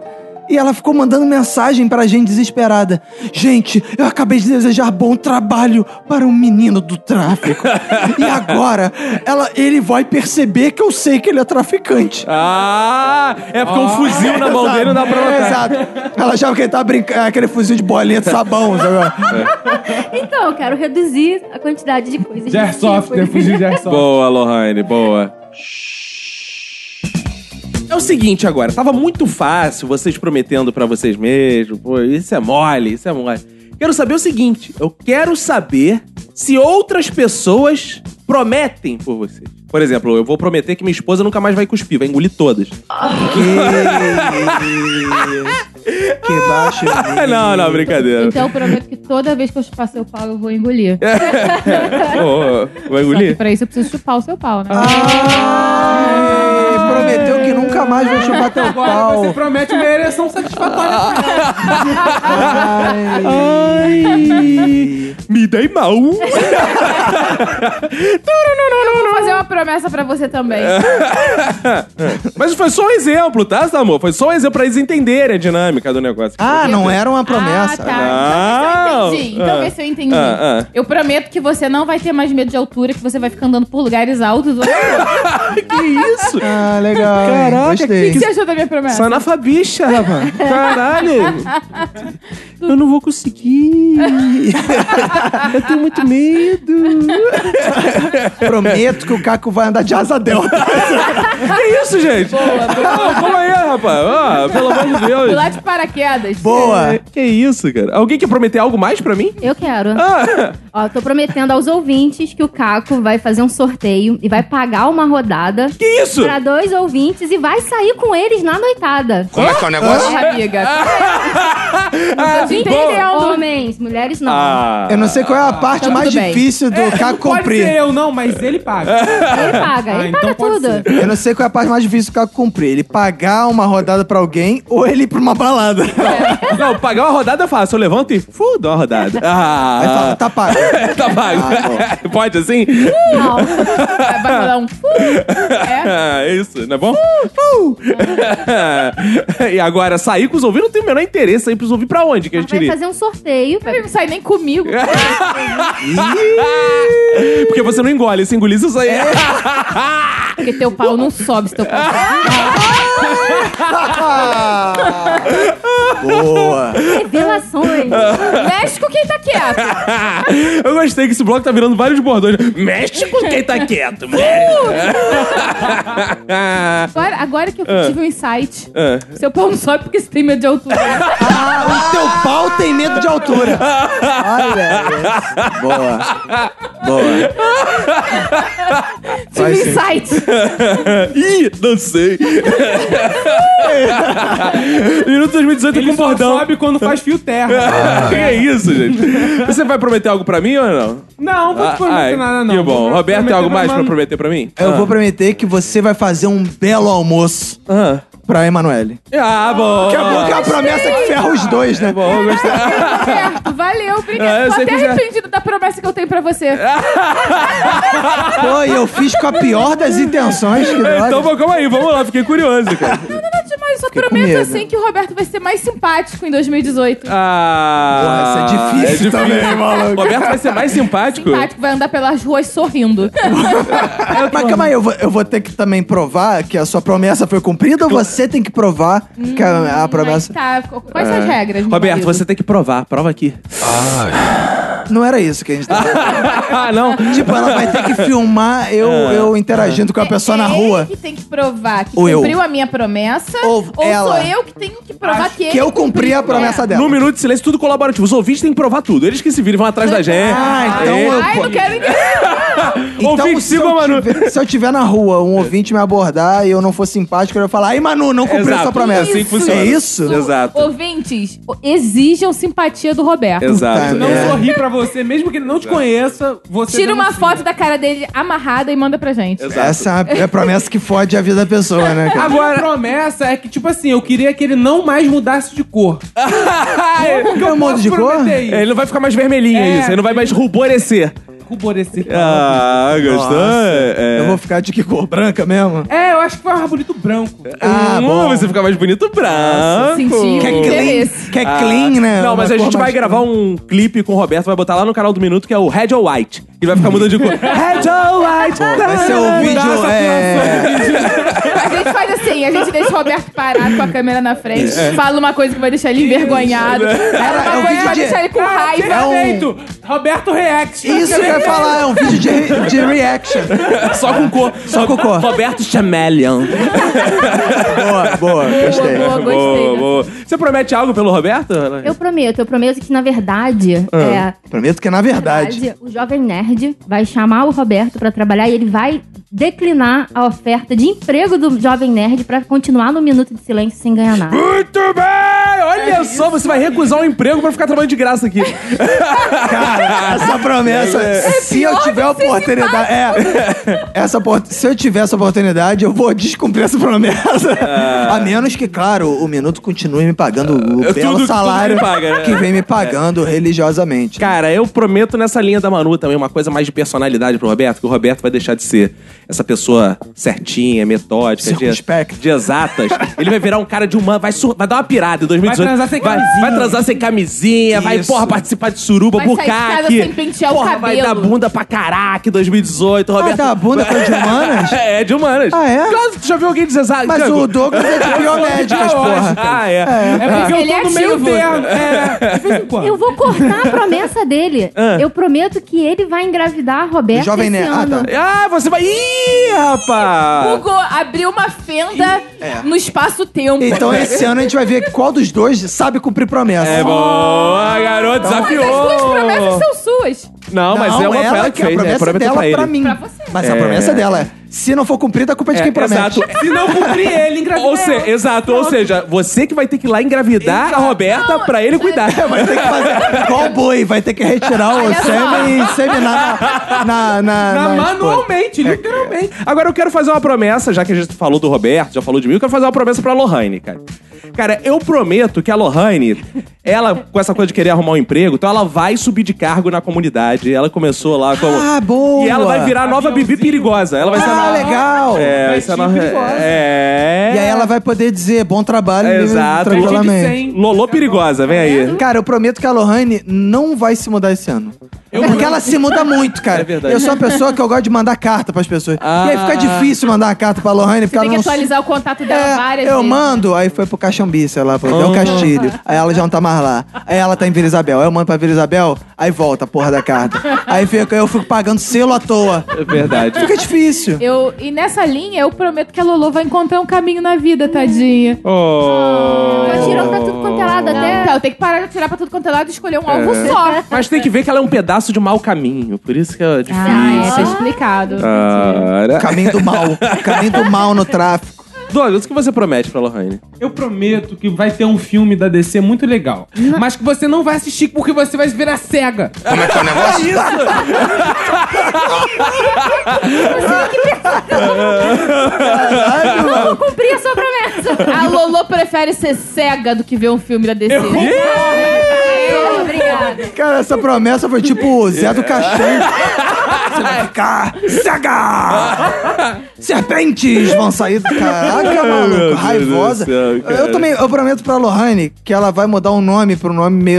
Speaker 2: E ela ficou mandando mensagem pra gente desesperada. Gente, eu acabei de desejar bom trabalho para um menino do tráfico. e agora, ela, ele vai perceber que eu sei que ele é traficante.
Speaker 1: Ah, é porque um fuzil na mão dele não dá pra
Speaker 2: É,
Speaker 1: notar.
Speaker 2: Exato. Ela achava que ele tava brincando, aquele fuzil de bolinha de sabão, sabe?
Speaker 4: Então, eu quero reduzir a quantidade de coisas.
Speaker 5: De airsoft, eu fugi de airsoft.
Speaker 1: Boa, Lohane, boa. É o seguinte agora, tava muito fácil vocês prometendo pra vocês mesmos, pô, isso é mole, isso é mole. Quero saber o seguinte, eu quero saber se outras pessoas prometem por vocês. Por exemplo, eu vou prometer que minha esposa nunca mais vai cuspir, vai engolir todas.
Speaker 2: Que, que baixo.
Speaker 1: Ah, não, não, brincadeira.
Speaker 3: Então eu prometo que toda vez que eu chupar seu pau, eu vou engolir.
Speaker 1: Ô, ô, É, vai
Speaker 3: Só que
Speaker 1: engolir?
Speaker 3: pra isso eu preciso chupar o seu pau, né?
Speaker 2: Ah. Ai, prometeu que nunca mais vai chupar teu
Speaker 5: Agora
Speaker 2: pau.
Speaker 5: você promete uma ereção satisfatória.
Speaker 2: Ai.
Speaker 1: Me dei mal.
Speaker 3: Eu vou fazer uma promessa pra você também.
Speaker 1: Mas foi só um exemplo, tá, amor? Foi só um exemplo pra eles entenderem a dinâmica do negócio.
Speaker 2: Ah, não era uma promessa.
Speaker 3: Ah, tá. Então, vê se eu entendi. Então, vê se eu entendi.
Speaker 1: Ah, ah.
Speaker 3: Eu prometo que você não vai ter mais medo de altura, que você vai ficar andando por lugares altos.
Speaker 1: Que isso?
Speaker 2: Ah, legal. hein?
Speaker 1: Caraca,
Speaker 3: O
Speaker 2: Gostei.
Speaker 3: que você achou da minha promessa?
Speaker 1: Sanafabicha, rapaz. Caralho. Eu não vou conseguir. Eu tenho muito medo.
Speaker 2: Prometo que o Caco vai andar de asa delta.
Speaker 1: Que isso, gente? Ah, Calma aí, rapaz. Ah, pelo amor de Deus. É,
Speaker 3: Pular de paraquedas.
Speaker 2: Boa.
Speaker 1: Que isso, cara? Alguém quer prometer algo mais pra mim?
Speaker 4: Eu quero.
Speaker 1: Ah,
Speaker 4: Ó, tô prometendo aos ouvintes que o Caco vai fazer um sorteio e vai pagar uma noitada
Speaker 1: Que isso?
Speaker 4: pra dois ouvintes e vai sair com eles na noitada.
Speaker 6: Como é que é o negócio?
Speaker 3: Porra, amiga.
Speaker 1: Ah,
Speaker 4: Entendeu? Homens, mulheres não.
Speaker 1: Ah.
Speaker 2: Eu não sei qual é a parte
Speaker 3: Então,
Speaker 2: mais
Speaker 3: tudo bem.
Speaker 2: difícil do Caco
Speaker 5: Pode
Speaker 2: cumprir.
Speaker 5: ser eu não, mas ele paga.
Speaker 4: Ele paga,
Speaker 5: Ah,
Speaker 4: ele
Speaker 5: então
Speaker 4: paga
Speaker 5: pode
Speaker 4: tudo.
Speaker 5: ser.
Speaker 2: Eu não sei qual é a parte mais difícil do Caco cumprir. Ele pagar uma rodada pra alguém ou ele ir pra uma balada.
Speaker 1: Não, pagar uma rodada é fácil. Eu levanto e fu, dou uma rodada. Ah.
Speaker 2: Aí fala, tá pago.
Speaker 1: Tá pago.
Speaker 2: Ah,
Speaker 1: Pode assim?
Speaker 3: Não. Vai falar um. É.
Speaker 1: Ah, é isso, não é bom? e agora, sair com os ouvintes não tem o menor interesse. Sair pros ouvir pra onde que a gente
Speaker 4: Vai
Speaker 1: iria?
Speaker 4: fazer um sorteio.
Speaker 3: Ele não sai nem comigo.
Speaker 1: Ah, Porque você não engole, se engolir, você sai.
Speaker 3: Porque teu pau não sobe se teu pau
Speaker 2: Ah, Boa.
Speaker 4: Revelações.
Speaker 1: Ah.
Speaker 3: Mexe com quem tá quieto.
Speaker 1: Eu gostei que esse bloco tá virando vários bordões. Mexe com quem tá quieto, mexe.
Speaker 3: Agora, agora que eu tive um insight,
Speaker 1: Ah.
Speaker 3: seu pau não sobe porque você tem medo de altura.
Speaker 2: Ah, o teu pau tem medo de altura. Olha isso. Boa. Boa.
Speaker 3: tive um
Speaker 2: Faz sentido.
Speaker 3: insight.
Speaker 1: Ih, dancei. Minuto 2018
Speaker 5: Ele
Speaker 1: com
Speaker 5: só Ah.
Speaker 1: bordão.
Speaker 5: sobe quando faz fio terra.
Speaker 1: que é isso, gente? Você vai prometer algo pra mim ou não?
Speaker 5: Não, não
Speaker 1: Ah,
Speaker 5: vou prometer
Speaker 1: ai,
Speaker 5: nada, não.
Speaker 1: Que bom.
Speaker 5: Vou
Speaker 1: Roberto, tem algo
Speaker 5: prometer
Speaker 1: mais pra
Speaker 5: uma-
Speaker 1: prometer pra mim?
Speaker 2: Eu vou prometer que você vai fazer um belo almoço
Speaker 1: Ah,
Speaker 2: pra Emanuele.
Speaker 1: ah bom.
Speaker 2: Que é bom que é uma promessa que ferra os dois, né?
Speaker 1: Tá Bom, eu gostei.
Speaker 3: Tá Certo, valeu,
Speaker 1: Ah, eu
Speaker 3: obrigado. Tô
Speaker 1: sei
Speaker 3: até
Speaker 1: que já-
Speaker 3: arrependido da promessa que eu tenho pra você.
Speaker 2: Pô, e eu fiz com a pior das intenções. Que
Speaker 1: Então,
Speaker 2: droga.
Speaker 1: bom, calma aí, vamos lá, fiquei curioso, cara.
Speaker 3: Mas eu
Speaker 2: Fiquei com
Speaker 3: prometo
Speaker 2: medo.
Speaker 3: assim que o Roberto vai ser mais simpático em 2018.
Speaker 1: Ah,
Speaker 2: Porra, isso é difícil também, maluco.
Speaker 1: Roberto vai ser mais simpático?
Speaker 3: Simpático, vai andar pelas ruas sorrindo.
Speaker 2: Mas calma aí, eu vou, eu vou ter que também provar que a sua promessa foi cumprida ou você tem que provar que
Speaker 3: Hum,
Speaker 2: a, a promessa.
Speaker 3: Mas tá, quais
Speaker 2: É.
Speaker 3: são as regras? meu
Speaker 1: Roberto,
Speaker 3: marido?
Speaker 1: você tem que provar, prova aqui.
Speaker 3: tá.
Speaker 2: Não era isso que a gente tava.
Speaker 1: ah, não.
Speaker 2: tipo, ela vai ter que filmar eu,
Speaker 1: É.
Speaker 2: eu interagindo com a pessoa na
Speaker 3: É
Speaker 2: rua.
Speaker 3: Ele que tem que provar que
Speaker 2: Ou eu.
Speaker 3: cumpriu a minha promessa.
Speaker 2: Ou ela.
Speaker 3: sou eu que tenho que provar que ele
Speaker 2: Que eu cumpri a
Speaker 3: cumpriu.
Speaker 2: promessa
Speaker 3: É.
Speaker 2: dela.
Speaker 1: No Minuto de Silêncio, tudo colaborativo. Os ouvintes têm que provar tudo. Eles que se viram, vão atrás da gente.
Speaker 2: Ah, então
Speaker 1: É.
Speaker 2: eu-
Speaker 3: Ai, não quero ninguém.
Speaker 1: Ouvinte,
Speaker 2: Então, se,
Speaker 1: siga o Manu. É.
Speaker 2: eu tiver, se eu tiver na rua, um ouvinte me abordar e eu não for simpático, eu vou falar: Ai, Manu, não cumpriu
Speaker 1: Exato.
Speaker 2: sua promessa.
Speaker 1: É assim que funciona.
Speaker 2: É isso?
Speaker 1: Exato.
Speaker 3: Ouvintes, exijam simpatia do Roberto.
Speaker 1: Exato.
Speaker 2: Puta
Speaker 5: Não
Speaker 2: É.
Speaker 5: sorri pra você, mesmo que ele não te conheça, você...
Speaker 3: Tira uma
Speaker 5: denuncia.
Speaker 3: foto da cara dele amarrada e manda pra gente.
Speaker 2: Essa é a- é a promessa que fode a vida da pessoa, né,
Speaker 5: A
Speaker 2: cara?
Speaker 5: minha promessa é que, tipo assim, eu queria que ele não mais mudasse de cor. Como que
Speaker 2: Eu mudo de cor?
Speaker 5: prometer isso?
Speaker 1: Ele não vai ficar mais vermelhinho,
Speaker 5: É.
Speaker 1: isso. Ele não vai mais ruborecer.
Speaker 5: Ruborecer.
Speaker 1: Ah, gostou? É.
Speaker 2: Eu vou ficar de que cor branca mesmo?
Speaker 5: É, eu acho que foi um bonito branco.
Speaker 2: Ah,
Speaker 1: Hum,
Speaker 2: bom.
Speaker 1: Você fica mais bonito branco.
Speaker 3: Senti
Speaker 2: Que é clean,
Speaker 3: interesse.
Speaker 2: que é
Speaker 1: Ah,
Speaker 2: clean né?
Speaker 1: Não, mas
Speaker 2: Uma
Speaker 1: a
Speaker 2: cor
Speaker 1: gente vai
Speaker 2: mais-
Speaker 1: gravar um clipe com o Roberto, vai botar lá no canal do Minuto, que é o Red ou White. E vai ficar mudando de cor. Red ou White.
Speaker 2: Vai ser o vídeo. É...
Speaker 3: A gente faz assim, a gente deixa o Roberto parado com a câmera na frente, fala uma coisa que vai deixar ele envergonhado, fala
Speaker 2: é um
Speaker 3: uma coisa que
Speaker 2: vídeo
Speaker 3: vai
Speaker 2: de-
Speaker 3: deixar
Speaker 1: Ah,
Speaker 3: ele com raiva.
Speaker 2: é um-
Speaker 5: Perfeito! Roberto React.
Speaker 1: tá
Speaker 2: Isso que eu ia falar, é um vídeo de, de reaction.
Speaker 1: Só com cor.
Speaker 2: Só com cor.
Speaker 1: Roberto Chameleon.
Speaker 2: Boa, boa, gostei.
Speaker 3: Boa, boa, gostei.
Speaker 1: Boa, boa. Você promete algo pelo Roberto? Ana?
Speaker 4: Eu prometo, eu prometo que, na verdade,
Speaker 1: Ah.
Speaker 4: é,
Speaker 2: Prometo que é na verdade.
Speaker 4: o Jovem Nerd vai chamar o Roberto pra trabalhar e ele vai declinar a oferta de emprego do Jovem Nerd pra continuar no Minuto de Silêncio sem ganhar nada.
Speaker 1: Muito bem!
Speaker 3: É
Speaker 1: Olha só, você vai recusar um emprego pra ficar trabalhando de graça aqui.
Speaker 2: Cara, essa promessa, se eu tiver a oportunidade. É, essa, opor- se eu tiver essa oportunidade, eu vou descumprir essa promessa.
Speaker 1: Ah.
Speaker 2: A menos que, claro, o Minuto continue me pagando o
Speaker 1: tudo- É tudo que
Speaker 2: belo
Speaker 1: ele
Speaker 2: salário
Speaker 1: paga, né? É.
Speaker 2: que vem me pagando religiosamente.
Speaker 1: Cara, eu prometo nessa linha da Manu também uma coisa mais de personalidade pro Roberto, que o Roberto vai deixar de ser essa pessoa certinha, metódica, de,
Speaker 2: Circunspecta.
Speaker 1: de exatas. Ele vai virar um cara de humano, vai, sur- vai dar uma pirada em 2018.
Speaker 5: Vai transar sem
Speaker 1: vai,
Speaker 5: camisinha.
Speaker 1: vai transar sem camisinha, vai,
Speaker 2: Isso.
Speaker 1: porra, participar de suruba,
Speaker 3: Vai sair de
Speaker 1: bucaque.
Speaker 3: casa sem pentear o
Speaker 1: porra, vai dar
Speaker 3: cabelo.
Speaker 1: bunda pra caraca em 2018,
Speaker 2: Ah,
Speaker 1: Roberto.
Speaker 2: da bunda foi de humanas?
Speaker 1: É, de humanas.
Speaker 2: Ah, é?
Speaker 1: Claro, tu já viu alguém desexato?
Speaker 2: Mas
Speaker 1: Diego?
Speaker 2: o Douglas é de biomédicas, porra.
Speaker 1: Ah, é.
Speaker 5: É porque
Speaker 3: Ele
Speaker 5: eu
Speaker 3: é
Speaker 5: tô no meio
Speaker 3: ativo.
Speaker 5: termo. É, de vez em quando.
Speaker 4: Eu vou cortar a promessa dele.
Speaker 1: Ah.
Speaker 4: Eu prometo que ele vai engravidar a Roberta
Speaker 2: Jovem
Speaker 4: esse
Speaker 2: Nerd. Ah,
Speaker 4: ano.
Speaker 2: tá.
Speaker 1: Ah, você vai. Ih, rapaz!
Speaker 3: Google abriu uma fenda no espaço-tempo.
Speaker 2: Então esse ano a gente vai ver qual dos dois sabe cumprir promessa.
Speaker 1: É boa, garoto,
Speaker 3: Então, Mas
Speaker 1: desafiou.
Speaker 3: as duas promessas são suas.
Speaker 1: Não, mas é uma foi ela que
Speaker 2: a
Speaker 1: fez, né?
Speaker 2: promessa
Speaker 1: Prometeu
Speaker 2: dela
Speaker 1: pra ele.
Speaker 2: mim.
Speaker 3: Pra você.
Speaker 2: Mas a promessa dela é: Se não for cumprida, a culpa é de
Speaker 1: É,
Speaker 2: quem promete.
Speaker 1: Exato.
Speaker 5: Se não cumprir ele, engravidou.
Speaker 1: Ou se- exato, ou seja, você que vai ter que ir lá engravidar a Roberta pra ele cuidar.
Speaker 3: é,
Speaker 2: Vai ter que fazer igual o boi, vai ter que retirar o sêmen e seminar na. na, na,
Speaker 5: Na-
Speaker 2: na-
Speaker 5: manualmente, literalmente.
Speaker 1: Agora eu quero fazer uma promessa, já que a gente falou do Roberto, já falou de mim, eu quero fazer uma promessa pra Lohane, cara. Cara, eu prometo que a Lohane, ela, com essa coisa de querer arrumar um emprego, então ela vai subir de cargo na comunidade. Ela começou lá como.
Speaker 2: Ah, boa!
Speaker 1: E ela vai virar a nova Bibi
Speaker 5: Aviãozinho.
Speaker 1: perigosa. Ela vai ser a
Speaker 2: Ah,
Speaker 1: nova-
Speaker 2: legal!
Speaker 1: É,
Speaker 5: Vai
Speaker 1: vai ser a
Speaker 5: ser
Speaker 1: nova-
Speaker 5: perigosa.
Speaker 1: É.
Speaker 2: E aí ela vai poder dizer bom trabalho
Speaker 1: É,
Speaker 2: livre,
Speaker 1: exato.
Speaker 2: tranquilamente.
Speaker 1: Lolô perigosa, vem aí.
Speaker 2: Cara, eu prometo que a Lohane não vai se mudar esse ano. Porque ela se muda muito, cara.
Speaker 1: É verdade.
Speaker 2: Eu sou uma pessoa que eu gosto de mandar carta pras pessoas.
Speaker 1: Ah.
Speaker 2: E aí fica difícil mandar a carta pra Lohane, porque
Speaker 3: Tem
Speaker 2: ela
Speaker 3: que
Speaker 2: não
Speaker 3: atualizar o contato dela
Speaker 2: É,
Speaker 3: várias
Speaker 2: eu
Speaker 3: vezes.
Speaker 2: mando, aí foi pro Caxambi, sei lá, pro Del um Castilho. Aí ela já não tá mais lá. Aí ela tá em Vila Isabel. Aí eu mando pra Vila Isabel, aí volta a porra da carta. Aí fica, eu fico pagando selo à toa.
Speaker 1: É verdade.
Speaker 2: Fica difícil.
Speaker 3: Eu, e nessa linha, eu prometo que a Lolo vai encontrar um caminho na vida, tadinha.
Speaker 1: Oh.
Speaker 4: Ela tirou pra tudo quanto é lado,
Speaker 3: Não,
Speaker 4: até...
Speaker 3: então, tem que parar de atirar pra tudo quanto é lado e escolher um alvo só.
Speaker 1: Mas tem que ver que ela é um pedaço de mau caminho. Por isso que é difícil.
Speaker 3: Ah, é, tá explicado.
Speaker 1: Ah. Cara.
Speaker 2: Caminho do mal. Caminho do mal no tráfico.
Speaker 1: Douglas, o que você promete pra Lohane?
Speaker 5: Eu prometo que vai ter um filme da DC muito legal. Mas que você não vai assistir porque você vai virar cega.
Speaker 6: Como é que é o negócio?
Speaker 4: Não vou cumprir a sua promessa.
Speaker 3: A Lolo prefere ser cega do que ver um filme da DC.
Speaker 4: Ei, Obrigada.
Speaker 2: Cara, essa promessa foi tipo o Zé
Speaker 1: É.
Speaker 2: do Caixão. Você vai ficar cega! Serpentes vão sair do caraca, maluco.
Speaker 1: Deus
Speaker 2: Raivosa.
Speaker 1: do céu, cara.
Speaker 2: eu também, eu prometo pra Lohane que ela vai mudar um nome pra um nome meio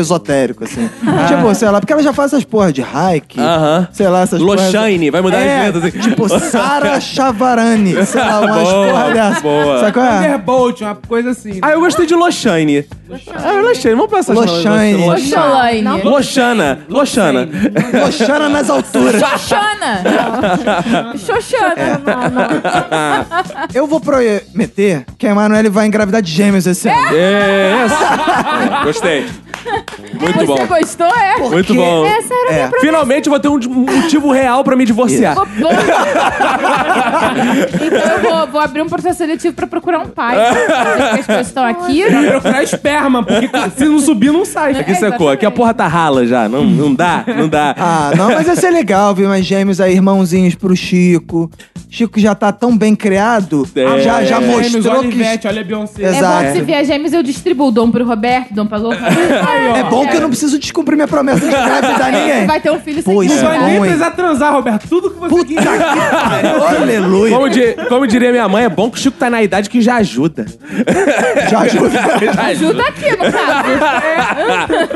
Speaker 2: esotérico, assim. Tipo, sei lá, porque ela já faz essas porra de hike.
Speaker 1: Aham.
Speaker 2: Sei lá, essas porra-
Speaker 1: Lohane, vai mudar
Speaker 2: é,
Speaker 1: as letras. assim.
Speaker 2: Tipo, Sara Chavarani. Sei lá, umas
Speaker 1: Boa,
Speaker 2: porra dessa.
Speaker 1: boa.
Speaker 2: Sabe qual é?
Speaker 5: Thunderbolt, uma coisa assim.
Speaker 1: Ah, eu gostei de Lohane. Ah, Lohane, vamos passar
Speaker 2: Lohane.
Speaker 3: Xolaine.
Speaker 1: Loxana, Loxana.
Speaker 2: Loxana nas alturas.
Speaker 3: Xoxana! Xoxana!
Speaker 4: Não, não.
Speaker 2: Eu vou prometer que a Emanuele vai engravidar de gêmeos esse ano.
Speaker 1: É, essa. Gostei. Muito
Speaker 3: Você
Speaker 1: bom.
Speaker 3: gostou, é?
Speaker 1: Muito bom.
Speaker 4: Essa era a
Speaker 2: É.
Speaker 4: minha
Speaker 1: Finalmente eu vou ter um motivo real pra me divorciar.
Speaker 3: Vou- vou- então eu vou, vou abrir um processo seletivo pra procurar um pai. Já que As pessoas estão aqui. né?
Speaker 5: Procurar esperma, porque se não subir, não sai.
Speaker 3: É,
Speaker 1: Aqui secou, aqui a porra tá rala já. Não, não dá, não dá.
Speaker 2: Ah, não, mas ia ser legal ver mais gêmeos aí, irmãozinhos pro Chico. Chico já tá tão bem criado,
Speaker 1: É.
Speaker 2: já, já
Speaker 5: Gêmeos,
Speaker 2: mostrou
Speaker 5: olha
Speaker 2: que...
Speaker 5: Ivete, olha Beyoncé.
Speaker 3: É
Speaker 2: Exato.
Speaker 3: bom que se vier gêmeos, eu distribuo. Dom pro Roberto, dom pra Lô.
Speaker 2: É bom que eu não preciso descumprir minha promessa de engravidar ninguém.
Speaker 3: Vai ter um filho sem
Speaker 2: Pô,
Speaker 3: querer.
Speaker 2: isso
Speaker 5: Não vai
Speaker 2: é
Speaker 5: nem
Speaker 2: bom, hein?
Speaker 5: precisar transar, Roberto. Tudo que você
Speaker 2: Puta que
Speaker 5: quiser.
Speaker 2: pariu, aleluia.
Speaker 1: Como, di- como diria minha mãe, é bom que o Chico tá na idade que já ajuda.
Speaker 2: Já ajuda.
Speaker 3: Ajuda aqui, no caso.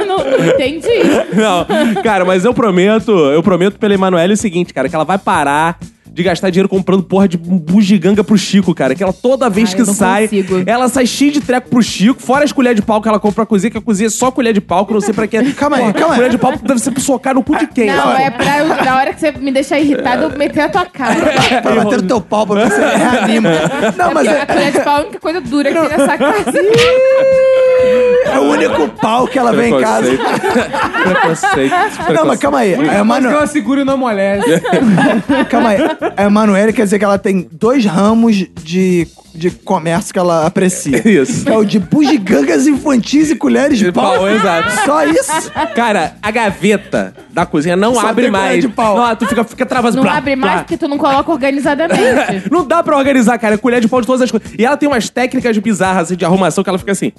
Speaker 3: É. Não, não entendi.
Speaker 1: Não, cara, mas eu prometo, eu prometo pela Emanuele o seguinte, cara, que ela vai parar de gastar dinheiro comprando porra de bugiganga pro Chico, cara. Que ela toda vez
Speaker 3: Ai,
Speaker 1: que
Speaker 3: Ah, eu não
Speaker 1: sai,
Speaker 3: consigo.
Speaker 1: ela sai cheia de treco pro Chico, fora as colheres de pau que ela compra pra cozinha, que a cozinha é só colher de pau, que eu não sei pra quê.
Speaker 2: Calma aí, calma aí.
Speaker 1: Colher de pau deve ser pra socar no cu de quem.
Speaker 3: Não, é pra eu, na hora que você me deixar irritada, eu meter a tua cara.
Speaker 2: Pra bater no teu pau, pra ver se você reanima. Não, mas
Speaker 3: Porque
Speaker 2: é,
Speaker 3: a colher de pau é a única coisa dura que tem nessa casa.
Speaker 2: é o único pau que ela vem em casa. Ah,
Speaker 1: Preconceito.
Speaker 2: Não, mas calma aí. A
Speaker 5: Mas que
Speaker 2: Emanu...
Speaker 5: ela segura e não
Speaker 1: É.
Speaker 5: amolece.
Speaker 2: Calma aí. A Emanuele quer dizer que ela tem dois ramos de, de comércio que ela aprecia.
Speaker 1: Isso.
Speaker 2: Que é o de bugigangas infantis e colheres de pau.
Speaker 1: pau, exato.
Speaker 2: Só isso?
Speaker 1: Cara, a gaveta da cozinha não
Speaker 2: Só
Speaker 1: abre
Speaker 2: tem colher
Speaker 1: mais.
Speaker 2: de pau.
Speaker 1: Não, tu fica, fica travando.
Speaker 3: Não
Speaker 1: Plá,
Speaker 3: abre
Speaker 1: plá.
Speaker 3: mais porque tu não coloca organizadamente.
Speaker 1: Não dá pra organizar, cara. É Colher de pau de todas as coisas. E ela tem umas técnicas bizarras assim, de arrumação que ela fica assim.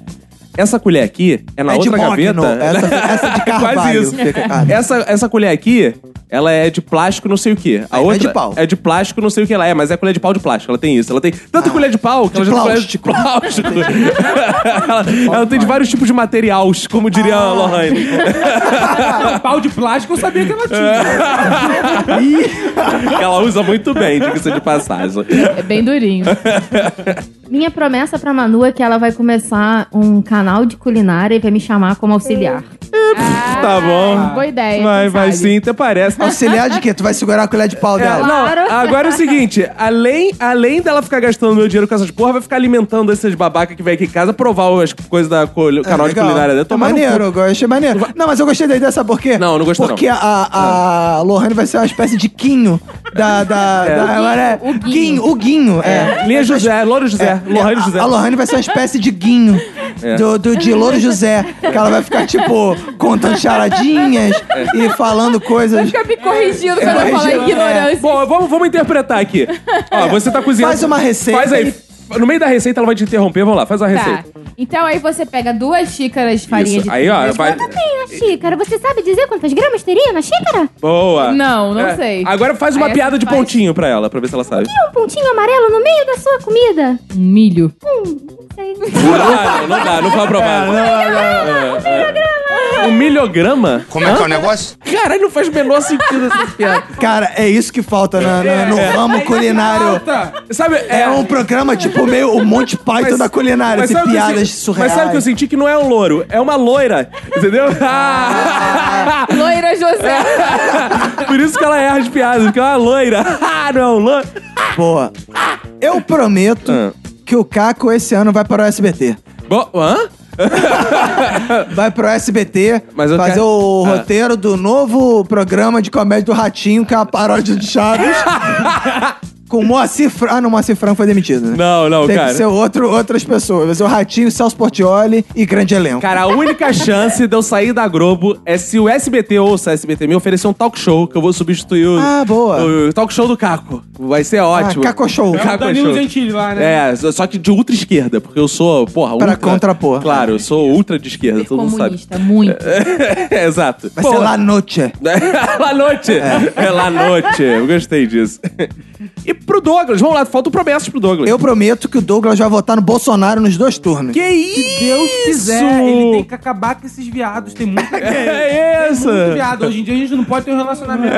Speaker 1: Essa colher aqui é na
Speaker 2: É de
Speaker 1: outra
Speaker 2: mogno.
Speaker 1: gaveta. É
Speaker 2: Essa, essa de carvalho.
Speaker 1: Quase isso.
Speaker 2: Fica, cara.
Speaker 1: Essa, essa colher aqui, ela é de plástico não sei o quê. A
Speaker 2: Aí não é
Speaker 1: outra
Speaker 2: de pau.
Speaker 1: é de plástico não sei o que ela é, mas é colher de pau de plástico. Ela tem isso. Ela tem tanta colher de pau que
Speaker 2: Ah,
Speaker 1: ela
Speaker 2: de
Speaker 1: já tem colher de plástico. ela, ela tem de vários tipos de materiais, como diria
Speaker 2: Ah.
Speaker 1: a Lohane.
Speaker 5: Um pau de plástico, eu sabia que ela
Speaker 1: É.
Speaker 5: tinha.
Speaker 1: que ela usa muito bem, diga-se de passagem.
Speaker 3: É bem durinho.
Speaker 4: Minha é promessa pra Manu é que ela vai começar um canal de culinária e vai me chamar como auxiliar.
Speaker 1: Tá bom.
Speaker 3: Ah, Boa ideia.
Speaker 1: Vai,
Speaker 3: quem
Speaker 1: vai
Speaker 3: sabe?
Speaker 1: sim, até parece.
Speaker 2: Auxiliar de quê? Tu vai segurar a colher de pau
Speaker 1: É,
Speaker 2: dela?
Speaker 1: não,
Speaker 4: Claro.
Speaker 1: agora é o seguinte, além, além dela ficar gastando meu dinheiro com essas porra, vai ficar alimentando esses babacas que vem aqui em casa provar as coisas da col- canal de
Speaker 2: legal.
Speaker 1: culinária dela.
Speaker 2: É
Speaker 1: Tomar no
Speaker 2: maneiro,
Speaker 1: cu.
Speaker 2: eu go- achei maneiro. Não, mas eu gostei da ideia, sabe por quê?
Speaker 1: Não, É. não gostou,
Speaker 2: Porque a, a Lohane vai ser uma espécie de quinho da... da, da- agora é-
Speaker 3: o guinho.
Speaker 2: Guinho, o guinho, é.
Speaker 1: Lia José, Louro José, Lohane
Speaker 2: a,
Speaker 1: José. É.
Speaker 2: a Lohane vai ser uma espécie de guinho do, do- de Louro José. Que ela vai ficar, tipo, contando charadinhas e falando coisas.
Speaker 3: Fica me corrigindo quando eu falar
Speaker 2: Corrigindo, é.
Speaker 3: ignorância.
Speaker 1: Bom, vamos, vamos interpretar aqui. Ó, você tá cozinhando.
Speaker 2: Faz uma receita
Speaker 1: Faz aí. No meio da receita ela vai te interromper, vamos lá, faz a
Speaker 3: Tá.
Speaker 1: receita.
Speaker 3: Então aí você pega duas xícaras de farinha
Speaker 1: Isso.
Speaker 3: de
Speaker 1: Aí, ó,
Speaker 3: trigo.
Speaker 1: vai.
Speaker 4: Quanto tem a xícara? Você sabe dizer quantas gramas teria na xícara?
Speaker 1: Boa. É.
Speaker 3: Não, não sei.
Speaker 1: Agora faz uma
Speaker 3: Aí
Speaker 1: piada de
Speaker 3: faz-
Speaker 1: pontinho pra ela, pra ver se ela sabe.
Speaker 4: Tem um pontinho amarelo no meio da sua comida.
Speaker 3: Um milho.
Speaker 4: Hum, não sei.
Speaker 1: Ah, não, não dá, não foi aprovado. Um milhograma?
Speaker 6: Como é que é o negócio?
Speaker 1: Caralho, não faz o menor sentido essa piada.
Speaker 2: Cara, é isso que falta na- na-
Speaker 1: É.
Speaker 2: no ramo culinário.
Speaker 1: Sabe, é,
Speaker 2: É um programa, tipo, meio o Monty Python da culinária,
Speaker 1: mas
Speaker 2: assim,
Speaker 1: sabe o que eu
Speaker 2: piadas
Speaker 1: senti-
Speaker 2: surreais.
Speaker 1: Mas sabe o que eu senti? Que não é um louro, é uma loira. Entendeu? Ah!
Speaker 3: Loira José.
Speaker 1: Por isso que ela erra as piadas, porque é uma loira. Ah, não é um loiro.
Speaker 2: Boa. Eu prometo
Speaker 1: Ah.
Speaker 2: que o Caco esse ano vai para o SBT.
Speaker 1: Bom, hã?
Speaker 2: Vai pro SBT
Speaker 1: Mas eu
Speaker 2: fazer
Speaker 1: quero-
Speaker 2: o
Speaker 1: Ah.
Speaker 2: roteiro do novo programa de comédia do Ratinho, que é a paródia de Chaves. com Moacir Franco. Ah, não, Moacir Franco foi demitido, né?
Speaker 1: Não, não,
Speaker 2: Tem
Speaker 1: cara.
Speaker 2: que ser outro, outras pessoas. Vai ser o Ratinho, Celso Portioli e grande elenco.
Speaker 1: Cara, a única chance de eu sair da Globo é se o SBT ou se a SBT me oferecer um talk show que eu vou substituir o,
Speaker 2: Ah, boa.
Speaker 1: o talk show do Caco. Vai ser ótimo.
Speaker 2: Caco Show. É o
Speaker 1: Caco
Speaker 5: tá Danilo
Speaker 1: Show.
Speaker 5: Gentili lá, né?
Speaker 1: É, só só que de ultra esquerda, porque eu sou, porra,
Speaker 2: Pra
Speaker 1: ultra.
Speaker 2: contrapor.
Speaker 1: Claro, eu sou ultra de esquerda, todo mundo sabe.
Speaker 3: Comunista, muito.
Speaker 1: É, Exato.
Speaker 2: Vai
Speaker 1: Pô,
Speaker 2: ser La Noche.
Speaker 1: La noite. É. La noite. Eu gostei disso. E pro Douglas, vamos lá, faltam promessas pro Douglas.
Speaker 2: Eu prometo que o Douglas vai votar no Bolsonaro nos dois turnos. É,
Speaker 1: Que isso?
Speaker 5: Se Deus quiser, é, ele tem que acabar com esses viados. Tem muita
Speaker 1: É isso.
Speaker 5: Muito viado. Hoje em dia a gente não pode ter um relacionamento.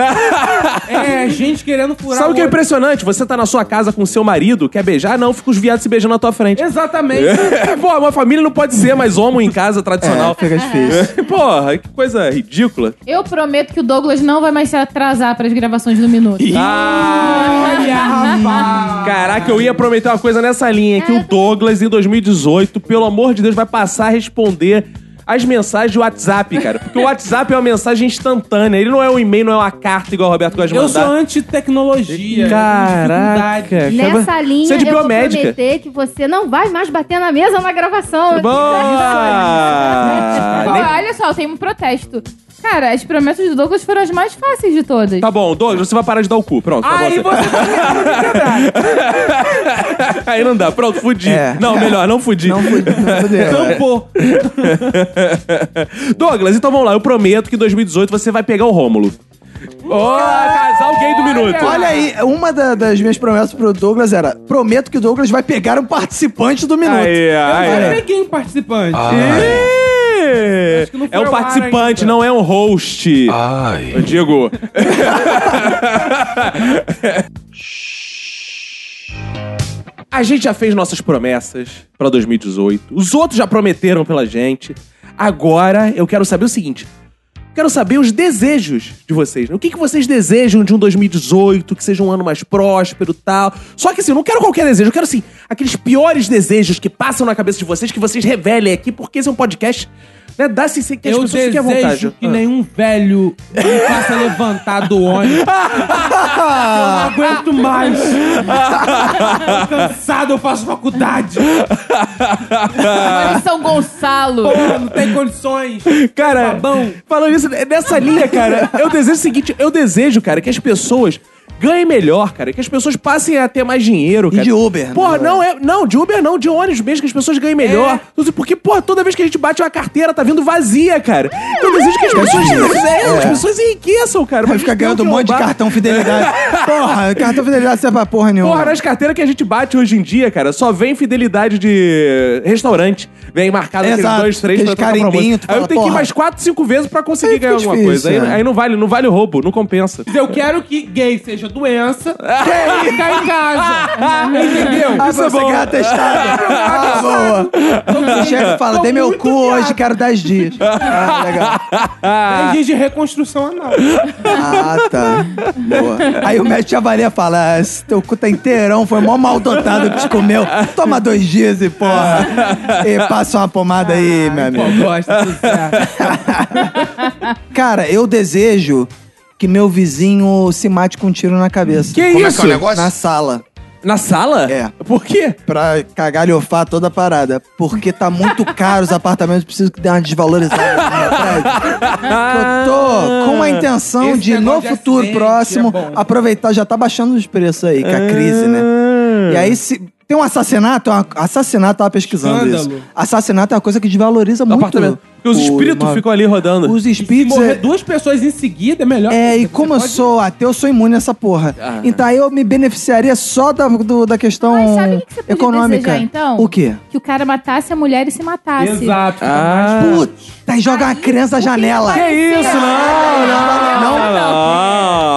Speaker 5: é gente querendo furar.
Speaker 1: Sabe o que é
Speaker 5: outro.
Speaker 1: impressionante? Você tá na sua casa com seu marido, quer beijar? Não, fica os viados se beijando na tua frente.
Speaker 5: Exatamente.
Speaker 1: Pô, uma família não pode ser mais homo em casa
Speaker 2: É,
Speaker 1: tradicional.
Speaker 2: fica difícil.
Speaker 1: Porra, que coisa ridícula.
Speaker 3: Eu prometo que o Douglas não vai mais se atrasar para as gravações do Minuto.
Speaker 5: Olha, rapaz.
Speaker 1: Ah, Caraca, eu ia prometer uma coisa nessa linha: que o Douglas, em 2018, pelo amor de Deus, vai passar a responder as mensagens do WhatsApp, cara. Porque o WhatsApp é uma mensagem instantânea. Ele não é um e-mail, não é uma carta igual o Roberto gosta de
Speaker 5: Eu sou
Speaker 1: mandar.
Speaker 5: anti-tecnologia.
Speaker 1: Caraca.
Speaker 5: eu tenho dificuldade.
Speaker 4: Nessa linha,
Speaker 1: Você é de
Speaker 4: eu vou
Speaker 1: biomédica. Tá
Speaker 4: prometer que você não vai mais bater na mesa na gravação.
Speaker 3: Pô,
Speaker 1: Boa! Ah, Nem-
Speaker 3: olha só, tem um protesto. Cara, as promessas do Douglas foram as mais fáceis de todas.
Speaker 1: Tá bom, Douglas, você vai parar de dar o cu. Pronto, pra você.
Speaker 5: Aí você tá querendo me quebrar.
Speaker 1: Aí não dá, pronto, fudi.
Speaker 2: É.
Speaker 1: Não, melhor, não fudi.
Speaker 2: Não fui. né?
Speaker 1: Então, pô. Douglas, então vamos lá. Eu prometo que em 2018 você vai pegar o Rômulo. Ô, casal gay do minuto.
Speaker 2: Olha aí, uma da- das minhas promessas pro Douglas era: prometo que o Douglas vai pegar um participante do minuto.
Speaker 1: Aí,
Speaker 5: Eu não
Speaker 1: aí.
Speaker 5: sei quem é participante.
Speaker 1: Ih,
Speaker 5: Acho que não foi
Speaker 1: É um
Speaker 5: ao ar
Speaker 1: participante,
Speaker 5: ainda.
Speaker 1: não é um host. Eu
Speaker 7: Ai.
Speaker 1: digo. A gente já fez nossas promessas pra 2018. Os outros já prometeram pela gente. Agora eu quero saber o seguinte. Quero saber os desejos de vocês. né? O que, que vocês desejam de um 2018, que seja um ano mais próspero e tal. Só que assim, eu não quero qualquer desejo. Eu quero, assim, aqueles piores desejos que passam na cabeça de vocês, que vocês revelem aqui, porque esse é um podcast, né? Dá se que as
Speaker 5: Eu
Speaker 1: pessoas
Speaker 2: é
Speaker 1: fiquem à vontade. Ah.
Speaker 5: desejo que nenhum velho me faça levantar do ônibus. Eu não aguento mais. Tô cansado, eu faço faculdade.
Speaker 3: Agora em São Gonçalo.
Speaker 5: Porra, não tem condições.
Speaker 1: Cara,
Speaker 5: Babão.
Speaker 1: falando isso, nessa linha, cara, eu desejo o seguinte: eu desejo, cara, que as pessoas ganhem melhor, cara, que as pessoas passem a ter mais dinheiro, cara.
Speaker 2: de Uber, né? É.
Speaker 1: Porra, não, é, não, de Uber não, de ônibus mesmo, que as pessoas ganhem melhor. Porque, porra, toda vez que a gente bate uma carteira, tá vindo vazia, cara. Então eu desejo que as pessoas, as pessoas enriqueçam, cara.
Speaker 2: É. Vai
Speaker 1: mas
Speaker 2: ficar
Speaker 1: tem
Speaker 2: ganhando
Speaker 1: é que
Speaker 2: um monte de
Speaker 1: roubar.
Speaker 2: cartão fidelidade. Porra, cartão fidelidade serve pra porra nenhuma.
Speaker 1: Porra, nas carteiras que a gente bate hoje em dia, cara, só vem fidelidade de restaurante. Vem marcado aqueles
Speaker 2: Exato.
Speaker 1: dois, três
Speaker 2: Aqueles
Speaker 1: trocar pra
Speaker 2: carimbinho,
Speaker 1: moça.
Speaker 2: tu
Speaker 1: Aí eu
Speaker 2: fala,
Speaker 1: tenho que ir
Speaker 2: porra.
Speaker 1: mais quatro, cinco vezes pra conseguir
Speaker 2: Aí
Speaker 1: ganhar
Speaker 2: fica
Speaker 1: alguma
Speaker 2: difícil,
Speaker 1: coisa. Aí,
Speaker 2: é.
Speaker 1: aí não vale, não vale o roubo, não compensa.
Speaker 5: Eu quero que gay seja seja doença, ficar em casa. Entendeu?
Speaker 2: Ah, pra você ganhar testado. Ah, boa. Chega e fala,
Speaker 5: Tô
Speaker 2: dei meu
Speaker 5: muito
Speaker 2: cu
Speaker 5: viado.
Speaker 2: hoje, Ah. quero 10 dias. Ah, legal.
Speaker 5: Tem dias de reconstrução anal.
Speaker 2: Ah, tá. Boa. Aí o médico te avalia e fala, ah, esse teu cu tá inteirão, foi mó mal dotado que te comeu. Toma dois dias e porra. E passa uma pomada aí, meu amigo.
Speaker 5: Pô, gosta, tudo certo.
Speaker 2: Cara, eu desejo que meu vizinho se mate com um tiro na cabeça.
Speaker 1: Que
Speaker 6: Como é que é
Speaker 1: isso?
Speaker 6: o negócio?
Speaker 2: Na sala.
Speaker 1: Na sala?
Speaker 2: É.
Speaker 1: Por quê?
Speaker 2: Pra cagalhofar toda a parada. Porque tá muito caro os apartamentos, preciso que dê uma desvalorizada no meu prédio. Eu tô com a intenção
Speaker 5: Esse
Speaker 2: de, no
Speaker 5: negócio de
Speaker 2: futuro
Speaker 5: acidente
Speaker 2: próximo,
Speaker 5: é bom.
Speaker 2: aproveitar. Já tá baixando os preços aí, com a crise, né?
Speaker 1: Ah,
Speaker 2: E aí, se tem um assassinato, é uma- assassinato, eu tava pesquisando
Speaker 5: Escândalo.
Speaker 2: isso. Assassinato é uma coisa que desvaloriza muito.
Speaker 1: Apartamento. Porque os
Speaker 2: o
Speaker 1: espíritos
Speaker 2: imóvel.
Speaker 1: ficam ali rodando.
Speaker 2: Os
Speaker 5: Se
Speaker 2: espíritos.
Speaker 5: morrer
Speaker 2: é-
Speaker 5: duas pessoas em seguida, é melhor.
Speaker 2: é, e
Speaker 5: Você
Speaker 2: como eu
Speaker 5: pode-
Speaker 2: sou ateu, eu sou imune a essa porra. Então aí eu me beneficiaria só da, do- da questão
Speaker 3: Mas sabe o que que você podia
Speaker 2: econômica.
Speaker 3: desejar, então?
Speaker 2: O quê?
Speaker 3: Que o cara matasse a mulher e se matasse.
Speaker 2: assim?
Speaker 5: Exato.
Speaker 1: Ah.
Speaker 2: Tá, e joga uma criança na janela.
Speaker 3: é?
Speaker 1: Que isso? Não, não,
Speaker 2: Não,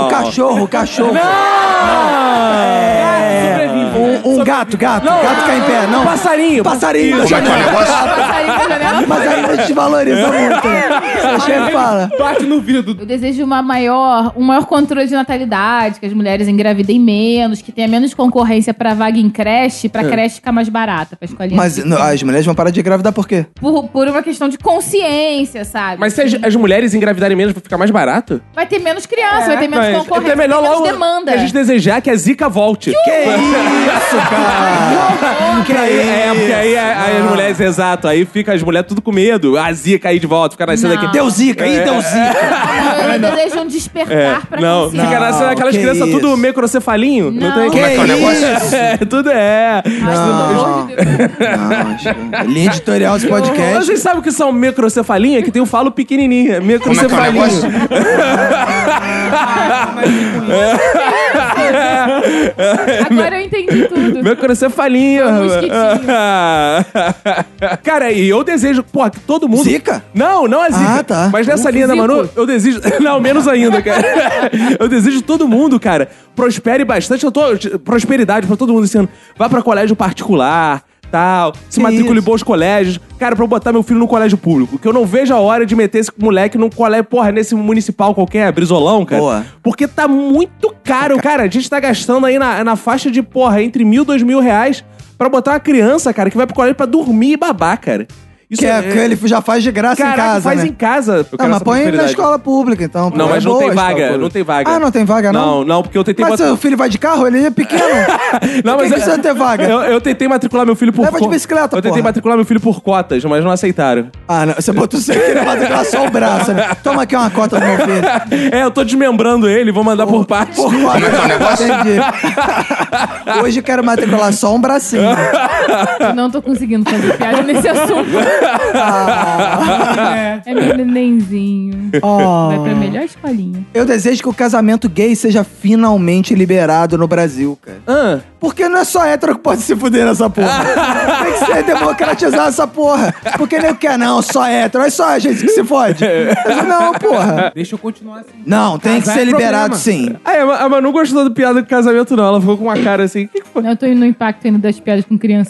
Speaker 1: não.
Speaker 2: O cachorro, é o cachorro.
Speaker 1: Não!
Speaker 5: Sobrevive.
Speaker 2: Um, um gato, gato. gato cai em pé, não.
Speaker 1: Passarinho.
Speaker 2: Passarinho na
Speaker 6: Como é que é o
Speaker 2: janela.
Speaker 6: negócio?
Speaker 3: Passarinho na janela.
Speaker 2: Mas aí a gente valoriza muito, né? Seu chefe fala.
Speaker 5: Bate no vidro.
Speaker 3: Eu desejo uma maior, um maior controle de natalidade, que as mulheres engravidem menos, que tenha menos concorrência pra vaga em creche,
Speaker 1: É.
Speaker 3: pra creche ficar mais barata, pra escolinha.
Speaker 2: Mas não, as mulheres vão parar de engravidar por quê?
Speaker 3: Por, por uma questão de consciência, sabe?
Speaker 1: Mas se as, as mulheres engravidarem menos pra ficar mais barato?
Speaker 3: Vai ter menos criança, vai ter menos
Speaker 1: Mas-
Speaker 3: concorrência,
Speaker 1: é melhor
Speaker 3: vai ter
Speaker 1: logo
Speaker 3: menos demanda.
Speaker 1: a gente desejar que a Zika volte.
Speaker 2: Que isso, cara? Que
Speaker 1: Aí, é, porque aí a- aí as mulheres, exato, aí fica as mulheres tudo com medo. A Zika aí de volta, fica nascendo
Speaker 3: Não.
Speaker 1: aqui.
Speaker 2: Deu zica, ih, deu zica.
Speaker 3: Eu desejo um Ah, despertar
Speaker 1: É,
Speaker 3: pra
Speaker 1: não,
Speaker 3: consciência.
Speaker 1: fica nascendo aquelas
Speaker 2: que
Speaker 1: crianças
Speaker 2: isso.
Speaker 1: tudo microcefalinho. Não,
Speaker 3: Não.
Speaker 1: tem
Speaker 6: Como é que é o negócio?
Speaker 1: É, tudo é.
Speaker 3: Ai, pelo amor de Deus.
Speaker 2: Não, acho que- linha editorial desse podcast.
Speaker 1: Vocês sabem o que são microcefalinha? Que tem um falo pequenininho.
Speaker 6: Como é que é o
Speaker 1: Microcefalinha.
Speaker 6: negócio?
Speaker 3: Agora eu entendi tudo.
Speaker 1: Microcefalinha.
Speaker 3: Foi um mosquitinho.
Speaker 1: Cara, e eu desejo, porra, que todo mundo.
Speaker 2: Zica?
Speaker 1: Não, não a zica.
Speaker 2: Ah, tá.
Speaker 1: Mas nessa linha da
Speaker 3: Zico.
Speaker 1: Manu, eu desejo. Não, menos ainda, cara. eu desejo todo mundo, cara, prospere bastante. Eu tô. Prosperidade pra todo mundo esse ano. Vá pra colégio particular. Tal, se
Speaker 2: Que
Speaker 1: matricule em
Speaker 2: isso.
Speaker 1: bons colégios. Cara, pra eu botar meu filho no colégio público. Que eu não vejo a hora de meter esse moleque num colégio, porra, nesse municipal qualquer, brisolão, cara.
Speaker 2: Boa.
Speaker 1: Porque tá muito caro, cara. A gente tá gastando aí na, na faixa de, porra, entre mil e dois mil reais pra botar uma criança, cara, que vai pro colégio pra dormir e babar, cara. Isso
Speaker 2: Que, é, que ele já faz de graça
Speaker 1: Caraca,
Speaker 2: em casa,
Speaker 1: faz
Speaker 2: né?
Speaker 1: em casa. Eu
Speaker 2: Não,
Speaker 1: quero
Speaker 2: mas
Speaker 1: essa
Speaker 2: põe na
Speaker 1: prosperidade.
Speaker 2: escola pública, então.
Speaker 1: Não,
Speaker 2: É
Speaker 1: mas não
Speaker 2: boa
Speaker 1: tem
Speaker 2: a escola
Speaker 1: vaga,
Speaker 2: pública.
Speaker 1: não tem vaga.
Speaker 2: Ah, não tem vaga, não?
Speaker 1: Não, não, porque eu tentei
Speaker 2: Mas
Speaker 1: botar-
Speaker 2: seu filho vai de carro? Ele é pequeno.
Speaker 1: Não,
Speaker 2: Por
Speaker 1: mas
Speaker 2: que que
Speaker 1: eu-
Speaker 2: você vai ter vaga?
Speaker 1: Eu, eu tentei matricular meu filho por
Speaker 2: Leva de
Speaker 1: co-
Speaker 2: bicicleta,
Speaker 1: Eu tentei
Speaker 2: porra.
Speaker 1: matricular meu filho por cotas, mas não aceitaram.
Speaker 2: Ah, não. Você botou seu filho pra driblar só o braço. né? Toma aqui uma cota do meu filho.
Speaker 1: É, eu tô desmembrando ele, vou mandar por partes.
Speaker 2: Como
Speaker 6: é que é o negócio?
Speaker 2: Hoje eu quero matricular só um bracinho.
Speaker 3: Eu não tô conseguindo fazer piada nesse assunto.
Speaker 2: Ah,
Speaker 5: É.
Speaker 3: É meu nenenzinho.
Speaker 2: Oh.
Speaker 3: Vai pra melhor escolinha.
Speaker 2: Eu desejo que o casamento gay seja finalmente liberado no Brasil, cara.
Speaker 1: Ah,
Speaker 2: Porque não é só hétero que pode se fuder nessa porra. Tem que ser democratizar essa porra. Porque nem quer, não, só hétero. É só a gente que se fode. Não, porra.
Speaker 5: Deixa eu continuar assim.
Speaker 2: Não, tem que
Speaker 5: Casar
Speaker 2: ser
Speaker 5: é
Speaker 2: liberado
Speaker 5: problema.
Speaker 2: sim.
Speaker 1: aí, a Ma- a Manu é, não gostou do piada do casamento, não. Ela ficou com uma cara assim. "Que que foi?"
Speaker 3: Eu tô indo no impacto ainda das piadas com criança.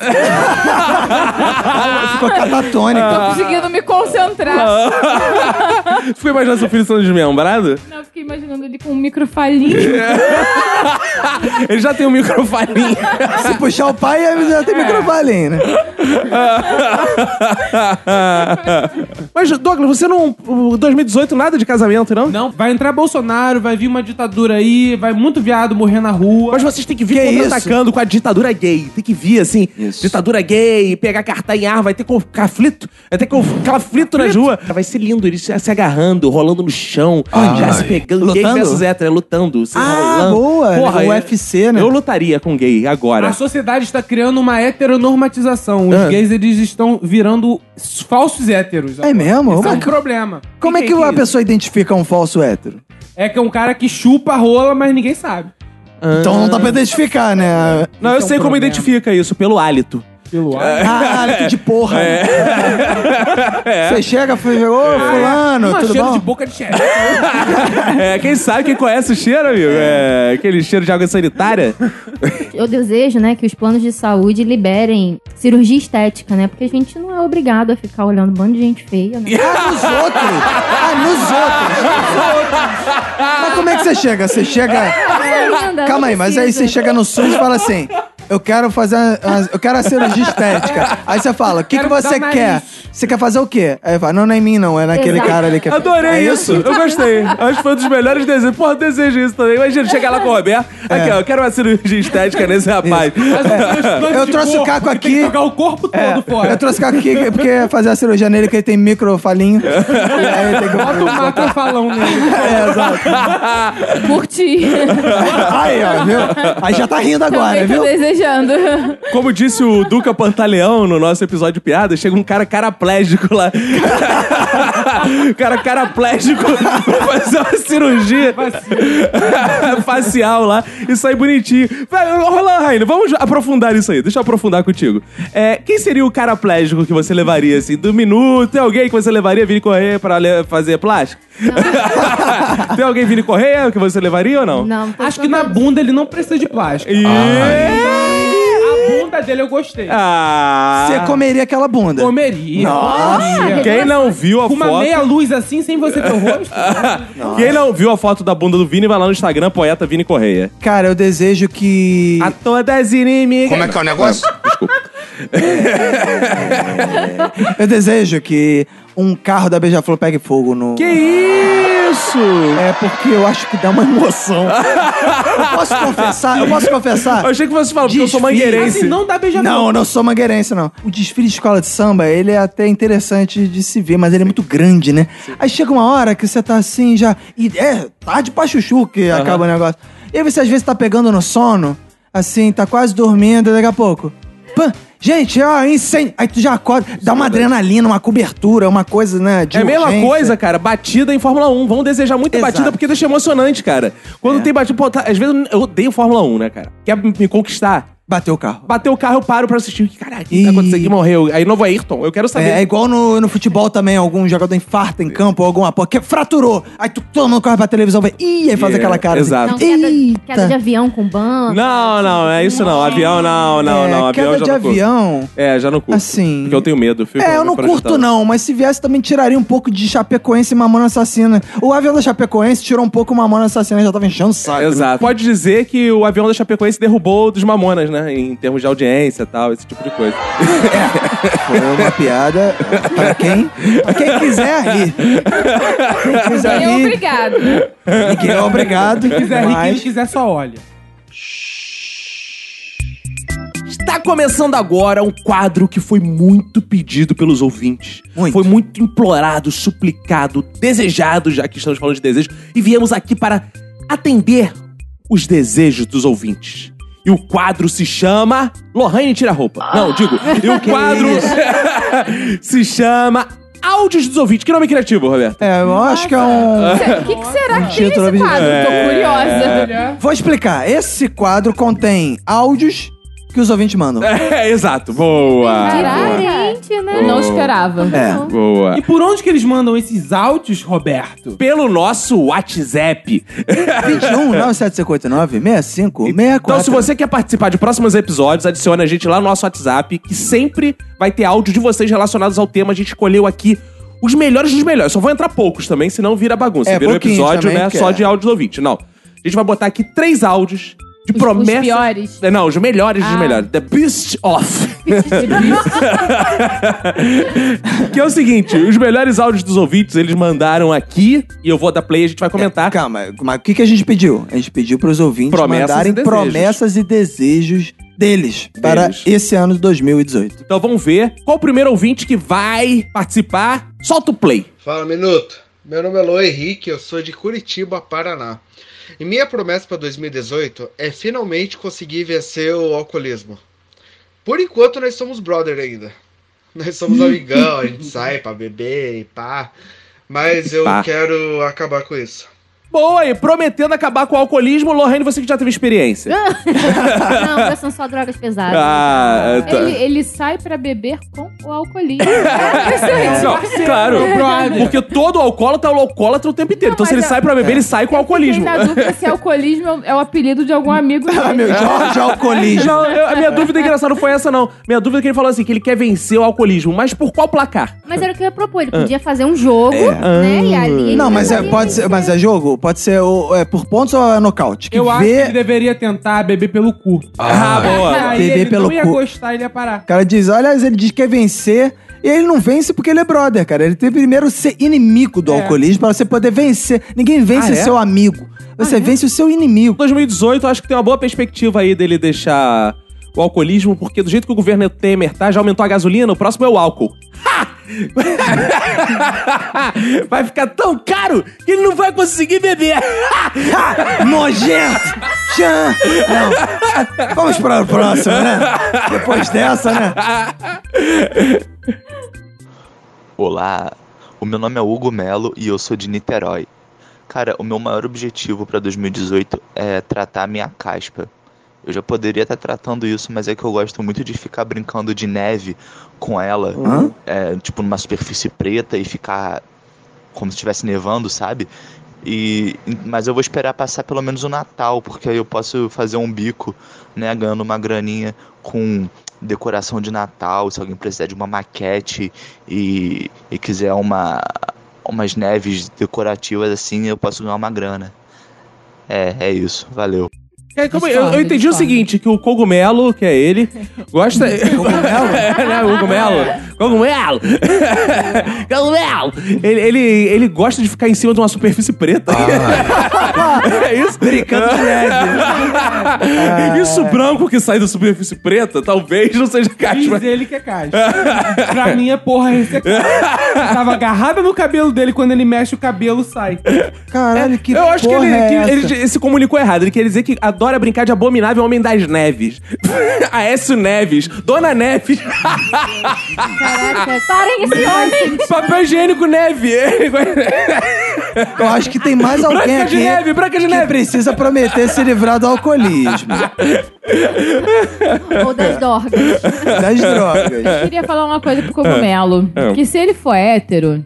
Speaker 2: Ficou catatônico.
Speaker 1: Ah.
Speaker 3: Tô conseguindo me concentrar.
Speaker 1: Ficou imaginando seu filho sendo desmembrado?
Speaker 3: Não, eu fiquei imaginando ele com um microfalinho.
Speaker 1: Ele já tem um microfone.
Speaker 5: Ah.
Speaker 2: Se puxar o pai, aí já
Speaker 5: É.
Speaker 2: tem microvalinho, né?
Speaker 1: Mas, Douglas, você não. o 2018 nada de casamento, não?
Speaker 5: Não, vai entrar Bolsonaro, vai vir uma ditadura aí, vai muito viado morrer na rua.
Speaker 1: Mas vocês têm que vir
Speaker 2: Que
Speaker 1: contra-atacando com a ditadura gay. Tem que vir, assim, ditadura gay, pegar cartaz em ar, vai ter co- conflito, vai ter co- conflito nas ruas. Vai ser lindo, eles se se agarrando, rolando no chão, já se pegando, gay
Speaker 2: Lutando?
Speaker 1: versus hétero, né, lutando, se
Speaker 2: Ah,
Speaker 1: rolando.
Speaker 2: boa, o
Speaker 1: eu-
Speaker 2: UFC, né?
Speaker 1: Eu lutaria com gay agora.
Speaker 5: A sociedade está criando uma heteronormatização. Os
Speaker 1: Ah.
Speaker 5: gays, eles estão virando s- falsos héteros.
Speaker 2: É mesmo?
Speaker 5: Isso é um
Speaker 2: Mas
Speaker 5: problema.
Speaker 2: Como é que
Speaker 5: o
Speaker 2: uma pessoa identifica um falso hétero?
Speaker 5: É que é um cara que chupa a rola, mas ninguém sabe.
Speaker 2: Então não dá pra identificar, né?
Speaker 1: Não, eu
Speaker 5: Isso Ah. é um
Speaker 1: sei como
Speaker 5: problema.
Speaker 1: identifica isso, pelo hálito.
Speaker 5: pelo
Speaker 2: É.
Speaker 5: ar.
Speaker 2: Caralho, Ah, que de porra. né? Você chega, fala, ô, fulano,
Speaker 5: Uma
Speaker 2: tudo
Speaker 5: É. cheiro
Speaker 2: bom?
Speaker 5: de boca de chefe.
Speaker 1: É, quem sabe, quem conhece o cheiro, amigo? É, aquele cheiro de água sanitária.
Speaker 4: Eu desejo, né, que os planos de saúde liberem cirurgia estética, né? Porque a gente não é obrigado a ficar olhando um bando de gente feia, né?
Speaker 2: Ah, nos outros! Ah, nos outros! Nos outros. Mas como é que você chega? Você chega.
Speaker 4: Ainda, não
Speaker 2: Calma aí, mas aí
Speaker 4: precisa.
Speaker 2: você chega no SUS e fala assim: eu quero fazer. a- a- eu quero a cirurgia estética. Aí você fala: o que, que
Speaker 5: Quero
Speaker 2: você
Speaker 5: mudar o
Speaker 2: quer?
Speaker 5: nariz.
Speaker 2: Você quer fazer o quê? Aí fala: não, não é em mim, não, é naquele
Speaker 4: Exato.
Speaker 2: cara ali que é.
Speaker 1: Adorei
Speaker 2: É
Speaker 1: isso. Eu gostei. Acho que foi um dos melhores desejos. Porra, eu desejo isso também. Imagina, chegar lá com o Roberto. Aqui, ó, eu quero uma cirurgia estética nesse rapaz.
Speaker 2: É. Eu trouxe o Caco
Speaker 5: Tem que
Speaker 2: aqui. É.
Speaker 5: jogar o corpo todo fora.
Speaker 2: Eu trouxe o cara aqui porque fazer a cirurgia nele que ele tem microfalinho. E aí tem
Speaker 5: Bota o
Speaker 2: que.
Speaker 5: mato falão nele.
Speaker 2: É, exato.
Speaker 3: Curti.
Speaker 2: Aí, ó, viu? Aí já tá rindo agora,
Speaker 3: Também
Speaker 2: viu?
Speaker 3: tô desejando.
Speaker 1: Como disse o Duca Pantaleão no nosso episódio de piada, chega um cara caraplégico lá. O cara caraplégico pra fazer uma cirurgia facial lá e sai bonitinho. Vai, ô, Roland Rainer, vamos aprofundar isso aí. Deixa eu aprofundar contigo. É, quem seria o caraplégico que você levaria, assim, do minuto? Tem alguém que você levaria vir correr pra le- fazer plástico? Tem alguém vir correr que você levaria ou não?
Speaker 4: Não, tô
Speaker 5: Acho que na bunda ele não precisa de plástico.
Speaker 1: E...
Speaker 5: A bunda dele eu gostei.
Speaker 1: Ah.
Speaker 2: Você comeria aquela bunda.
Speaker 5: Comeria. Comeria.
Speaker 1: Quem não viu a
Speaker 5: Com uma
Speaker 1: foto.
Speaker 5: meia luz assim, sem você ter o rosto. Assim,
Speaker 1: Quem não viu a foto da bunda do Vini, vai lá no Instagram, poeta Vini Correia.
Speaker 2: Cara, eu desejo que.
Speaker 1: A todas inimigas.
Speaker 6: Como é que é o negócio?
Speaker 2: Eu desejo que um carro da Beija-Flor pegue fogo no.
Speaker 1: Que isso?
Speaker 2: É porque eu acho que dá uma emoção. eu posso confessar, eu posso confessar.
Speaker 1: Eu achei que você falava, porque eu sou
Speaker 2: Desfile.
Speaker 1: mangueirense.
Speaker 5: Assim, não dá beijamão.
Speaker 2: Não, eu não sou mangueirense, não. O desfile de escola de samba, ele é até interessante de se ver, mas ele é muito grande, né? Aí chega uma hora que você tá assim já. E é tarde pra chuchu que acaba o negócio. E aí você às vezes tá pegando no sono, assim, tá quase dormindo, daqui a pouco. Pã, gente, ó, incêndio. Aí tu já acorda, dá uma adrenalina, uma cobertura, uma coisa, né? De
Speaker 1: É a mesma
Speaker 2: urgência.
Speaker 1: coisa, cara, batida em Fórmula 1. Vão desejar muita
Speaker 2: Exato. É.
Speaker 1: batida porque deixa emocionante, cara. Quando tem batida, pô, tá- às vezes eu odeio Fórmula 1, né, cara? Quer me conquistar?
Speaker 2: Bateu o carro.
Speaker 1: Bateu o carro, eu paro pra assistir. Caralho, o que tá
Speaker 2: Ih.
Speaker 1: acontecendo? Que morreu. Aí novo Ayrton, eu quero saber.
Speaker 2: É, é igual no, no futebol também, algum jogador infarta em campo, ou alguma porra, que fraturou. Aí tu toma o carro pra televisão, vai, ih, aí faz
Speaker 1: É,
Speaker 2: aquela cara.
Speaker 1: exato.
Speaker 4: Não,
Speaker 2: Assim,
Speaker 4: queda,
Speaker 2: Eita.
Speaker 4: queda de avião com banco.
Speaker 1: Não, não, é isso não. Avião, não, não,
Speaker 2: É,
Speaker 1: não. Avião
Speaker 2: queda
Speaker 1: já
Speaker 2: de
Speaker 1: não curto.
Speaker 2: avião.
Speaker 1: É, já não curto.
Speaker 2: Assim.
Speaker 1: Porque eu tenho medo. Fico
Speaker 2: É, eu não
Speaker 1: projetado.
Speaker 2: curto não, mas se viesse também tiraria um pouco de Chapecoense e Mamona Assassina. O avião da Chapecoense tirou um pouco o Mamona Assassina, já tava enchendo o saco.
Speaker 1: Exato. né? Pode dizer que o avião da Chapecoense derrubou o dos Mamonas, né? Em termos de audiência e tal, esse tipo de coisa.
Speaker 2: Foi uma piada pra quem, pra quem quiser rir. Quem quiser
Speaker 3: Bem,
Speaker 2: rir,
Speaker 3: obrigado.
Speaker 2: ninguém é obrigado.
Speaker 5: Se quiser rir, quem
Speaker 2: mas-
Speaker 5: quiser só olha.
Speaker 1: Está começando agora um quadro que foi muito pedido pelos ouvintes.
Speaker 2: Muito.
Speaker 1: Foi muito implorado, suplicado, desejado, já que estamos falando de desejo. E viemos aqui para atender os desejos dos ouvintes. E o quadro se chama. Lohane tira a roupa. Não, digo. E o quadro se chama Áudios dos Ouvintes. Que nome criativo, Roberto?
Speaker 2: É, eu acho que é um...
Speaker 3: O que, que será que tem nesse
Speaker 2: Título
Speaker 3: quadro? Tô
Speaker 2: original.
Speaker 1: É.
Speaker 3: curiosa.
Speaker 2: Vou explicar. Esse quadro contém áudios que os ouvintes mandam.
Speaker 1: É, exato. Boa.
Speaker 4: Diferente, né?
Speaker 3: Não esperava.
Speaker 2: É.
Speaker 1: Boa.
Speaker 5: E por onde que eles mandam esses áudios, Roberto?
Speaker 1: Pelo nosso WhatsApp.
Speaker 2: 21 9759 65
Speaker 1: Então,
Speaker 2: É,
Speaker 1: se você quer participar de próximos episódios, adicione a gente lá no nosso WhatsApp, que sempre vai ter áudio de vocês relacionados ao tema. A gente escolheu aqui os melhores dos melhores. Só vão entrar poucos também, senão vira bagunça.
Speaker 2: É,
Speaker 1: vira um
Speaker 2: pouquinhos
Speaker 1: episódio,
Speaker 2: também,
Speaker 1: né?
Speaker 2: que
Speaker 1: Só
Speaker 2: é.
Speaker 1: de áudio do ouvinte. Não. A gente vai botar aqui três áudios de
Speaker 3: Os-
Speaker 1: promessas. É,
Speaker 3: os piores.
Speaker 1: Não, os melhores
Speaker 3: Ah.
Speaker 1: dos melhores. The Beast Off. que é o seguinte: os melhores áudios dos ouvintes, eles mandaram aqui e eu vou dar play e a gente vai comentar.
Speaker 2: Calma, mas o que, que a gente pediu? A gente pediu para os ouvintes
Speaker 1: Promessas
Speaker 2: mandarem
Speaker 1: e desejos.
Speaker 2: promessas e desejos deles, para esse ano de 2018.
Speaker 1: Então vamos ver qual o primeiro ouvinte que vai participar. Solta o play.
Speaker 8: Fala, Minuto. Meu nome é Lô Henrique, eu sou de Curitiba, Paraná. E minha promessa para 2018 é finalmente conseguir vencer o alcoolismo. Por enquanto, nós somos brother ainda. Nós somos amigão, a gente sai pra beber e pá. Mas eu
Speaker 1: Pá.
Speaker 8: quero acabar com isso.
Speaker 1: Boa aí, prometendo acabar com o alcoolismo, Lorraine, você que já teve experiência.
Speaker 4: não, mas são só drogas pesadas.
Speaker 1: Ah, tá.
Speaker 3: Ele, ele sai pra beber com o alcoolismo. É
Speaker 1: Não, claro.
Speaker 5: É verdade.
Speaker 1: Porque todo alcoólatra é o alcoólatra o tempo inteiro.
Speaker 3: Não,
Speaker 1: então se ele
Speaker 3: mas
Speaker 1: sai pra beber, ele sai com o
Speaker 3: Fiquei
Speaker 1: alcoolismo. É,
Speaker 3: na dúvida se alcoolismo é o- é o apelido de algum amigo dele.
Speaker 2: Ah, meu, Jorge Alcoolismo.
Speaker 1: Não, eu- a minha dúvida engraçada não foi essa, não. Minha dúvida é que ele falou assim, que ele quer vencer o alcoolismo, mas por qual placar?
Speaker 4: Mas era o que eu ia propor.
Speaker 1: Ah.
Speaker 4: Ele podia fazer um jogo,
Speaker 1: É.
Speaker 4: né? E ali ele
Speaker 2: Não, mas é,
Speaker 4: resolvia
Speaker 2: pode ser, mas é jogo? Pode ser o- é por pontos ou é nocaute? Que
Speaker 5: Eu acho que
Speaker 2: vê-
Speaker 5: ele deveria tentar beber pelo cu.
Speaker 1: Ah, boa.
Speaker 5: Aí
Speaker 2: Beber
Speaker 5: ele
Speaker 2: pelo
Speaker 5: não ia
Speaker 2: cu.
Speaker 5: gostar, ele ia parar.
Speaker 2: O cara diz, olha, ele diz que é vencer. E ele não vence porque ele é brother, cara. Ele tem primeiro ser inimigo do
Speaker 5: É.
Speaker 2: alcoolismo pra você poder vencer. Ninguém vence
Speaker 1: Ah,
Speaker 2: o
Speaker 1: é?
Speaker 2: seu amigo. Você vence o seu inimigo.
Speaker 1: 2018, eu acho que tem uma boa perspectiva aí dele deixar o alcoolismo, porque do jeito que o governo Temer tá, já aumentou a gasolina, o próximo é o álcool. Ha! Vai ficar tão caro que ele não vai conseguir beber.
Speaker 2: Ah, nojento! Tchan! Não. Vamos para o próximo, né? Depois dessa, né?
Speaker 9: Olá, o meu nome é Hugo Melo e eu sou de Niterói. Cara, o meu maior objetivo para 2018 é tratar a minha caspa. Eu já poderia estar tratando isso, mas é que eu gosto muito de ficar brincando de neve com ela,
Speaker 2: Hã?
Speaker 9: é, tipo numa superfície preta e ficar como se estivesse nevando, sabe? E mas eu vou esperar passar pelo menos o Natal, porque aí eu posso fazer um bico, né, ganhando uma graninha com decoração de Natal, se alguém precisar de uma maquete e, e quiser uma, umas neves decorativas assim, eu posso ganhar uma grana. É, é isso. Valeu.
Speaker 1: É, como- eu, eu entendi o
Speaker 3: Discorda.
Speaker 1: seguinte, que o cogumelo, que é ele, gosta... cogumelo? é, né, o cogumelo. Cogumelo! cogumelo! Ele, ele, ele gosta de ficar em cima de uma superfície preta. é isso? Brincando de neve. Isso branco que sai da superfície preta, talvez não seja
Speaker 5: Diz
Speaker 1: caspa.
Speaker 5: ele que é caixa. pra mim é porra ressecada. Tava agarrada no cabelo dele, quando ele mexe o cabelo sai.
Speaker 2: Caralho, que
Speaker 1: Eu acho que,
Speaker 2: porra
Speaker 1: ele,
Speaker 2: é
Speaker 1: que
Speaker 2: essa?
Speaker 1: ele- ele se comunicou errado. Ele quer dizer que adora brincar de abominável Homem das Neves. Aécio Neves. Dona Neves.
Speaker 4: Caraca, parem esse
Speaker 3: assim,
Speaker 4: homem!
Speaker 1: Papel higiênico neve.
Speaker 2: Eu acho que tem mais alguém
Speaker 1: Branca de
Speaker 2: aqui
Speaker 1: neve, branca de
Speaker 2: que
Speaker 1: neve.
Speaker 2: precisa prometer se livrar do alcoolismo,
Speaker 4: Ou das dorgas.
Speaker 2: das drogas.
Speaker 3: Eu queria falar uma coisa pro Cogumelo.
Speaker 1: É.
Speaker 3: Que se ele for hétero,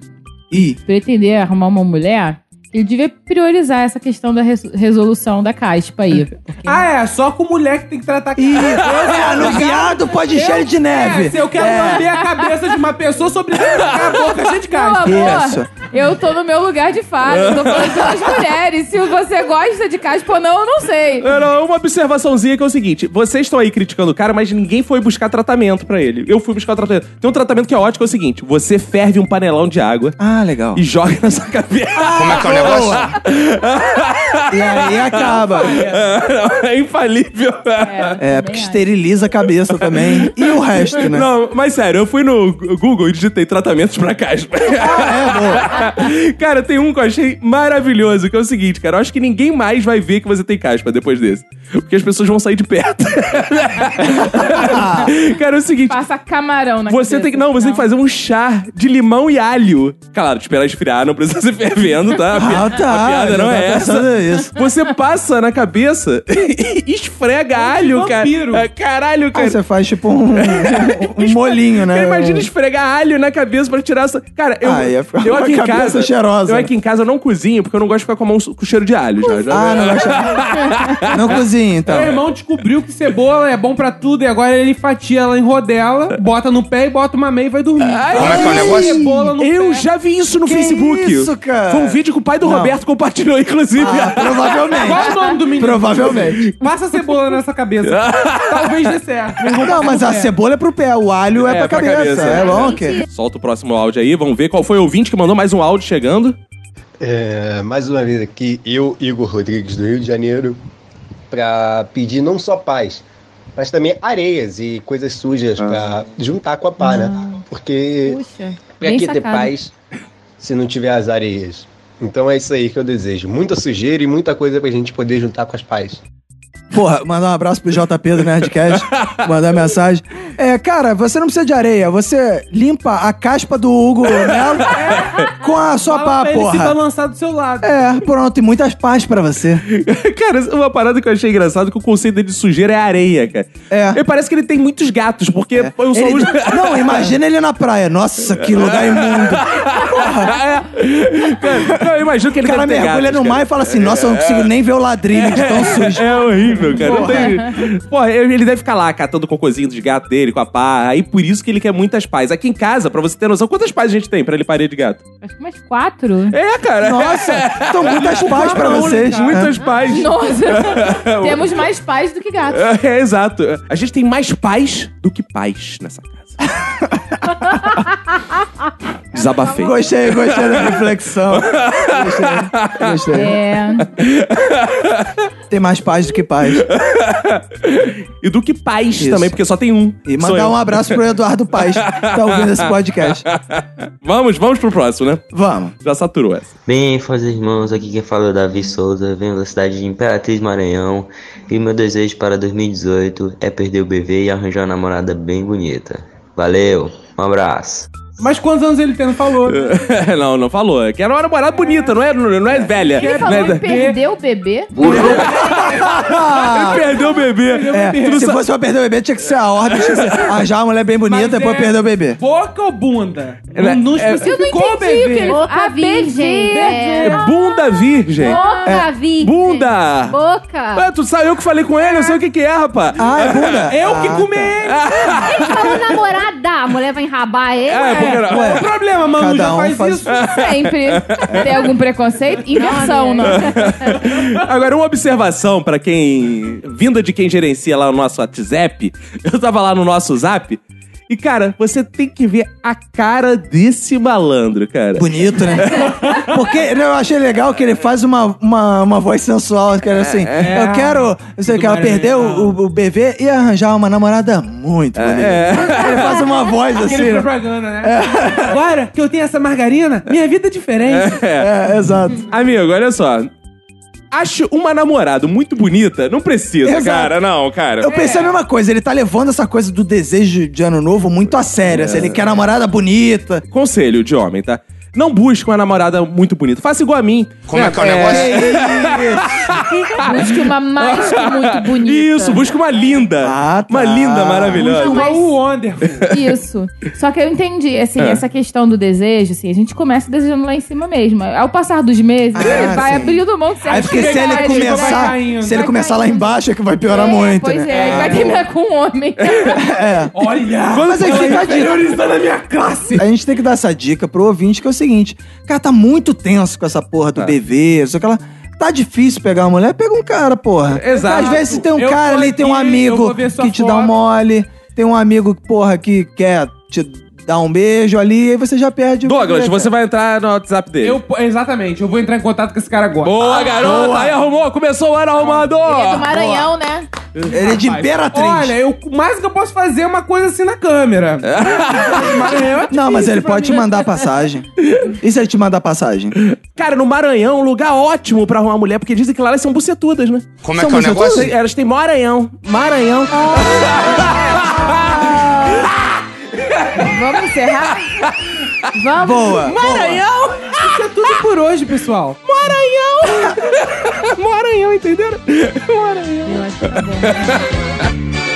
Speaker 2: E
Speaker 3: pretender arrumar uma mulher, ele devia priorizar essa questão da res- resolução da caspa aí. Porque
Speaker 5: Ah, é, só com mulher que tem que tratar
Speaker 2: E
Speaker 5: cara.
Speaker 2: é, no viado pode cheio de
Speaker 5: É,
Speaker 2: neve.
Speaker 5: se eu quero lamber a cabeça de uma pessoa sobre a boca cheia de
Speaker 3: Não,
Speaker 5: caspa.
Speaker 3: amor,
Speaker 2: Isso.
Speaker 3: eu tô no meu lugar de fala, eu tô falando pelas mulheres. Se você gosta de caspa ou não, eu não sei.
Speaker 1: Era uma observaçãozinha que é o seguinte: vocês estão aí criticando o cara, mas ninguém foi buscar tratamento pra ele. Eu fui buscar o tratamento. Tem um tratamento que é ótimo, que é o seguinte: você ferve um panelão de água
Speaker 2: Ah, legal.
Speaker 1: e joga na sua cabeça.
Speaker 6: Como é que é o negócio?
Speaker 2: E aí acaba.
Speaker 1: é infalível.
Speaker 2: É, porque esteriliza a cabeça também. E o resto, né?
Speaker 1: Não, mas sério, eu fui no Google e digitei tratamentos pra caspa.
Speaker 2: É,
Speaker 1: cara, tem um que eu achei maravilhoso, que é o seguinte, cara. Eu acho que ninguém mais vai ver que você tem caspa depois desse. Porque as pessoas vão sair de perto. cara, é o seguinte.
Speaker 3: Passa camarão na
Speaker 1: Você
Speaker 3: cabeça, então.
Speaker 1: tem que. Não, você tem que fazer um chá de limão e alho. Claro, esperar esfriar, não precisa ser fervendo, tá? A pi-
Speaker 2: Ah, tá.
Speaker 1: A piada não
Speaker 2: Eu
Speaker 1: é
Speaker 2: tava
Speaker 1: essa.
Speaker 2: pensando nisso.
Speaker 1: Você passa na cabeça e esfrega alho, cara.
Speaker 5: vampiro.
Speaker 1: Ah, Caralho,
Speaker 2: Aí
Speaker 1: cara.
Speaker 2: você faz tipo um, um molinho, né?
Speaker 1: Cara, imagina esfregar alho na cabeça pra tirar essa. Cara, eu.
Speaker 2: Ah, ia ficar
Speaker 1: eu
Speaker 2: uma
Speaker 1: aqui em
Speaker 2: cabeça
Speaker 1: casa.
Speaker 2: cheirosa.
Speaker 1: Eu aqui em casa não cozinho, porque eu não gosto de ficar com a mão su- com cheiro de alho. Já, já-
Speaker 2: Ah, não gosta. Não cozinha, então.
Speaker 5: Meu irmão descobriu que cebola é bom pra tudo e agora ele fatia ela em rodela, bota no pé e bota uma meia e vai dormir.
Speaker 1: Ai,
Speaker 6: Como é que é o negócio?
Speaker 5: Cebola no
Speaker 1: Eu
Speaker 5: pé.
Speaker 1: já vi isso no
Speaker 2: Que
Speaker 1: Facebook.
Speaker 2: isso, cara?
Speaker 1: Foi um vídeo que o pai do
Speaker 2: Não.
Speaker 1: Roberto compartilhou, inclusive.
Speaker 2: Ah,
Speaker 5: Qual é
Speaker 2: provavelmente.
Speaker 5: o nome do menino?
Speaker 2: Provavelmente.
Speaker 5: Passa a cebola nessa cabeça. Talvez dê certo.
Speaker 2: Não, mas a cebola é pro pé, o alho é,
Speaker 1: É,
Speaker 2: pra,
Speaker 1: pra
Speaker 2: cabeça.
Speaker 1: cabeça.
Speaker 2: É bom, ok.
Speaker 1: Solta o próximo áudio aí, vamos ver qual foi o ouvinte que mandou mais um áudio chegando.
Speaker 10: É, mais uma vez aqui, eu, Igor Rodrigues, do Rio de Janeiro, para pedir não só paz, mas também areias e coisas sujas
Speaker 11: Ah.
Speaker 10: pra para juntar com a pá, né? Porque
Speaker 3: Puxa,
Speaker 10: pra
Speaker 3: Ah. bem
Speaker 10: que ter
Speaker 3: sacado.
Speaker 10: paz se não tiver as areias? Então é isso aí que eu desejo. Muita sujeira e muita coisa pra gente poder juntar com as pás.
Speaker 2: Porra, mandar um abraço pro JP do Nerdcast. Mandar mensagem. É, cara, você não precisa de areia. Você limpa a caspa do Hugo Melo com a sua pá,
Speaker 5: pra ele se
Speaker 2: porra.
Speaker 5: balançar do seu lado.
Speaker 2: É, pronto. E muitas pás pra você.
Speaker 1: cara, uma parada que eu achei engraçado é que o conceito dele de sujeira é areia, cara. É. E parece que ele tem muitos gatos, porque eu um- só
Speaker 2: É. Ele-
Speaker 1: uso...
Speaker 2: Não, imagina ele na praia. Nossa, que lugar imundo. Porra.
Speaker 1: Cara, não, eu imagino que ele
Speaker 2: o cara
Speaker 1: deve ter
Speaker 2: mergulha
Speaker 1: gatos,
Speaker 2: no
Speaker 1: cara.
Speaker 2: mar e fala assim: Nossa, eu não consigo nem ver o ladrilho de tão sujo.
Speaker 1: É horrível, cara. Não
Speaker 2: Porra.
Speaker 1: tem- Porra, ele deve ficar lá catando o cocôzinho dos gatos dele com a pá. Aí por isso que ele quer muitas pás. Aqui em casa, pra você ter noção, quantas pás a gente tem pra ele parir de gato?
Speaker 3: Acho que mais quatro.
Speaker 1: É, cara.
Speaker 2: Nossa, então muitas pás pra é.
Speaker 1: Não,
Speaker 2: vocês.
Speaker 1: Muitas pás.
Speaker 3: Nossa, temos mais pais do que gatos.
Speaker 1: É, é, exato. A gente tem mais pais do que pais nessa casa. Desabafei.
Speaker 2: É. Gostei, gostei da reflexão. Gostei, gostei.
Speaker 3: É.
Speaker 2: Tem mais paz do que paz.
Speaker 1: E do que paz também, porque só tem um.
Speaker 2: E
Speaker 1: Sou
Speaker 2: mandar
Speaker 1: eu.
Speaker 2: um abraço pro Eduardo Paz, que tá ouvindo esse podcast.
Speaker 1: Vamos, vamos pro próximo, né?
Speaker 2: Vamos.
Speaker 1: Já saturou essa.
Speaker 11: Bem, fãs e irmãos, aqui quem fala é o Davi Souza, venho da cidade de Imperatriz Maranhão e meu desejo para 2018 é perder o bebê e arranjar uma namorada bem bonita. Valeu, um abraço.
Speaker 5: Mas quantos anos ele tem? Não falou.
Speaker 1: não, não falou. É Que era uma namorada bonita, não é, não é velha.
Speaker 3: Ele
Speaker 1: Não é-
Speaker 3: falou em perder o bebê.
Speaker 1: Ele perdeu o bebê.
Speaker 2: Ah, É, se fosse pra perder o bebê, tinha que ser a ordem. Tinha que ser arranjar uma mulher é bem bonita,
Speaker 5: é.
Speaker 2: depois perder o bebê.
Speaker 5: Boca ou bunda?
Speaker 2: Ela-
Speaker 5: não não
Speaker 2: é-
Speaker 5: especificou
Speaker 2: Eu não entendi o que
Speaker 5: bebê.
Speaker 3: ele-
Speaker 4: Boca
Speaker 3: Ah,
Speaker 4: virgem.
Speaker 3: bebê.
Speaker 4: é.
Speaker 1: É bunda virgem.
Speaker 4: Boca
Speaker 1: É.
Speaker 4: virgem.
Speaker 1: Bunda.
Speaker 4: Boca.
Speaker 1: Ah, tu saiu eu que falei com ele, eu sei o que que é, rapaz.
Speaker 2: Ah, é bunda.
Speaker 1: Eu que comi
Speaker 4: Ele falou namorada, a mulher vai enrabar ele.
Speaker 1: É, porque não-
Speaker 5: Qual é o problema, Manu?
Speaker 2: Cada
Speaker 5: já
Speaker 2: um
Speaker 5: faz,
Speaker 2: faz-
Speaker 5: isso?
Speaker 3: Sempre. Tem algum preconceito?
Speaker 1: é
Speaker 3: Inversão, não. né?
Speaker 1: né? Agora, uma observação pra quem. Vinda de quem gerencia lá o nosso WhatsApp. Eu tava lá no nosso zap. E, cara, você tem que ver a cara desse malandro, cara.
Speaker 2: Bonito, né? Porque né, eu achei legal que ele faz uma, uma, uma voz sensual, que era assim,
Speaker 5: É.
Speaker 2: eu quero, eu sei
Speaker 5: Do
Speaker 2: que ela perder o, o, o bebê e arranjar uma namorada muito bonita. Ele faz uma voz
Speaker 5: É, Aquele
Speaker 2: assim, né?
Speaker 5: propaganda, né?
Speaker 1: É.
Speaker 5: Agora que eu tenho essa margarina, minha vida é diferente.
Speaker 2: É, exato.
Speaker 1: Amigo, olha só. Acho uma namorada muito bonita, não precisa,
Speaker 2: Exato.
Speaker 1: cara, não, cara.
Speaker 5: É.
Speaker 2: Eu pensei a mesma coisa, ele tá levando essa coisa do desejo de ano novo muito a sério.
Speaker 5: É.
Speaker 2: assim, ele quer namorada bonita.
Speaker 1: Conselho de homem, tá? Não busque uma namorada muito bonita. Faça igual a mim.
Speaker 6: Como é que é o negócio?
Speaker 3: Busque uma mais que muito bonita.
Speaker 1: Isso, busque uma linda.
Speaker 2: Ah, tá.
Speaker 1: Uma linda maravilhosa.
Speaker 3: Não, mas-
Speaker 5: Igual o Wonderful.
Speaker 3: Isso. Só que eu entendi, assim,
Speaker 2: Ah.
Speaker 1: É.
Speaker 3: essa questão do desejo, assim, a gente começa desejando lá em cima mesmo. Ao passar dos meses,
Speaker 2: Ah,
Speaker 3: ele vai
Speaker 2: sim.
Speaker 3: abrindo mão de certas
Speaker 2: Aí porque se ele
Speaker 3: prioridades, vai-
Speaker 2: começar,
Speaker 5: caindo,
Speaker 2: se ele
Speaker 3: vai
Speaker 2: começar lá
Speaker 3: caindo.
Speaker 2: embaixo é que vai piorar
Speaker 3: É,
Speaker 2: muito,
Speaker 3: Pois
Speaker 2: né?
Speaker 3: é, ele vai terminar com um homem.
Speaker 2: É.
Speaker 5: Olha!
Speaker 2: Mas aí fica a dica.
Speaker 5: Priorizando a minha classe.
Speaker 2: A gente tem que dar essa dica pro ouvinte, que é o seguinte: cara, tá muito tenso com essa porra
Speaker 5: Tá.
Speaker 2: do bebê, só que ela. Tá difícil pegar uma mulher, pega um cara, porra.
Speaker 1: Exato.
Speaker 2: Às vezes se tem um
Speaker 5: Eu
Speaker 2: cara
Speaker 5: vou
Speaker 2: ali, tem um
Speaker 5: aqui, eu
Speaker 2: amigo
Speaker 5: vou ver
Speaker 2: que
Speaker 5: sua
Speaker 2: te dá um
Speaker 5: foto.
Speaker 2: mole, tem um amigo, porra, que quer te dar um beijo ali, aí você já perde o
Speaker 1: Douglas,
Speaker 2: bebê,
Speaker 1: você vai entrar no WhatsApp dele.
Speaker 5: Eu, exatamente, eu vou entrar em contato com esse cara agora.
Speaker 1: Boa, garota! Aí arrumou, começou o ano arrumado!
Speaker 3: Ele é do Maranhão, né?
Speaker 2: cara. Ele é de imperatriz.
Speaker 5: Olha, eu, o mais que eu posso fazer é uma coisa assim na câmera.
Speaker 1: É.
Speaker 2: Não, mas ele pode te mandar passagem. E se ele te mandar passagem?
Speaker 1: Cara, no Maranhão, um lugar ótimo pra arrumar mulher, porque dizem que lá elas são bucetudas, né?
Speaker 6: Como é
Speaker 9: um
Speaker 1: São
Speaker 6: que é o
Speaker 1: bucetudas?
Speaker 6: negócio?
Speaker 1: Elas têm Maranhão. Maranhão.
Speaker 3: Vamos encerrar? Vamos.
Speaker 2: Boa.
Speaker 3: Maranhão!
Speaker 5: Isso é tudo por hoje, pessoal.
Speaker 1: Maranhão, entenderam?
Speaker 3: Eu acho que tá bom.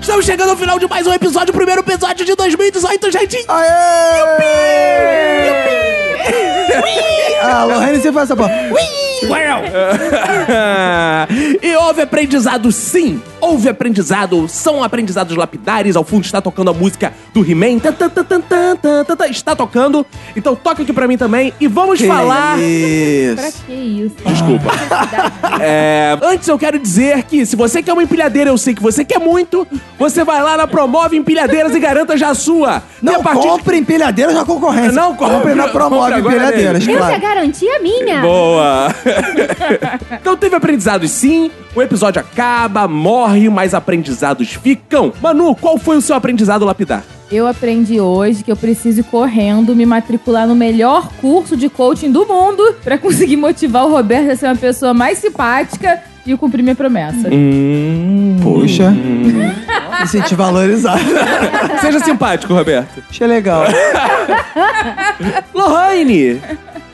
Speaker 1: Estamos chegando ao final de mais um episódio, o primeiro episódio de 2018, gente!
Speaker 2: Ah, Lorraine, você faz essa porra.
Speaker 1: e houve aprendizado, sim! Houve aprendizado, são aprendizados lapidares. Ao fundo está tocando a música do He-Man. Tan, tan, tan, tan, tan, tan, tan, tan. Está tocando. Então toca aqui pra mim também. E vamos falar.
Speaker 3: Pra
Speaker 2: Isso.
Speaker 3: que isso?
Speaker 1: Desculpa. É, antes eu quero dizer que se você quer uma empilhadeira, eu sei que você quer muito, você vai lá na Promove Empilhadeiras e garanta já a sua. E a
Speaker 2: Não
Speaker 1: partir de-
Speaker 2: compre empilhadeiras na concorrência.
Speaker 1: Não compre-
Speaker 2: compre na
Speaker 1: compre
Speaker 2: promove
Speaker 1: agora
Speaker 2: empilhadeiras,
Speaker 4: Eu já
Speaker 2: claro.
Speaker 4: garanti a é minha.
Speaker 1: Boa! então teve aprendizados sim, o episódio acaba, morre, mas aprendizados ficam. Manu, qual foi o seu aprendizado lapidar?
Speaker 3: Eu aprendi hoje que eu preciso ir correndo me matricular no melhor curso de coaching do mundo pra conseguir motivar o Roberto a ser uma pessoa mais simpática e eu cumprir minha promessa.
Speaker 1: Hum.
Speaker 2: Poxa.
Speaker 1: Uhum.
Speaker 2: Me senti valorizado.
Speaker 1: Seja simpático, Roberto.
Speaker 2: Achei legal.
Speaker 1: Lohane!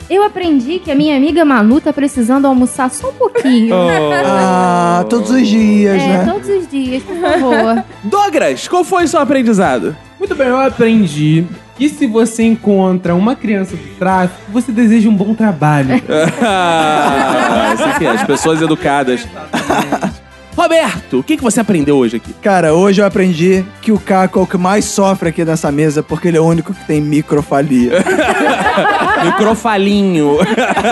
Speaker 4: Eu aprendi que a minha amiga Manu tá precisando almoçar só um pouquinho.
Speaker 1: Oh,
Speaker 2: Ah, todos os dias,
Speaker 4: é,
Speaker 2: né?
Speaker 4: todos os dias, por favor.
Speaker 1: Douglas, qual foi o seu aprendizado?
Speaker 5: Muito bem, eu aprendi que se você encontra uma criança do tráfico, você deseja um bom trabalho.
Speaker 1: Ah, isso aqui, as pessoas educadas. Roberto, o que, que você aprendeu hoje aqui?
Speaker 2: Cara, hoje eu aprendi que o Caco é o que mais sofre aqui nessa mesa porque ele é o único que tem microfalia.
Speaker 1: Microfalinho.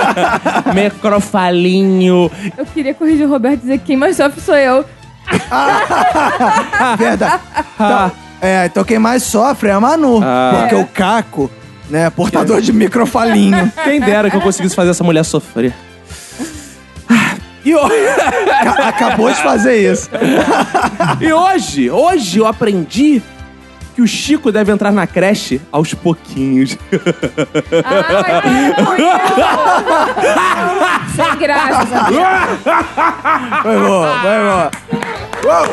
Speaker 1: Microfalinho.
Speaker 3: Eu queria corrigir o Roberto e dizer que quem mais sofre sou eu.
Speaker 2: Ah, Verdade. Então, é, então quem mais sofre é a Manu. Porque o Caco, né, é portador de microfalinho.
Speaker 1: Quem dera que eu conseguisse fazer essa mulher sofrer. E hoje...
Speaker 2: Acabou de fazer isso.
Speaker 1: E hoje, hoje eu aprendi que o Chico deve entrar na creche aos pouquinhos.
Speaker 3: Ah, é. Sem graça.
Speaker 2: Foi bom, foi bom.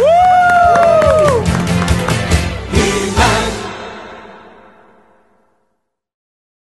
Speaker 2: Uou!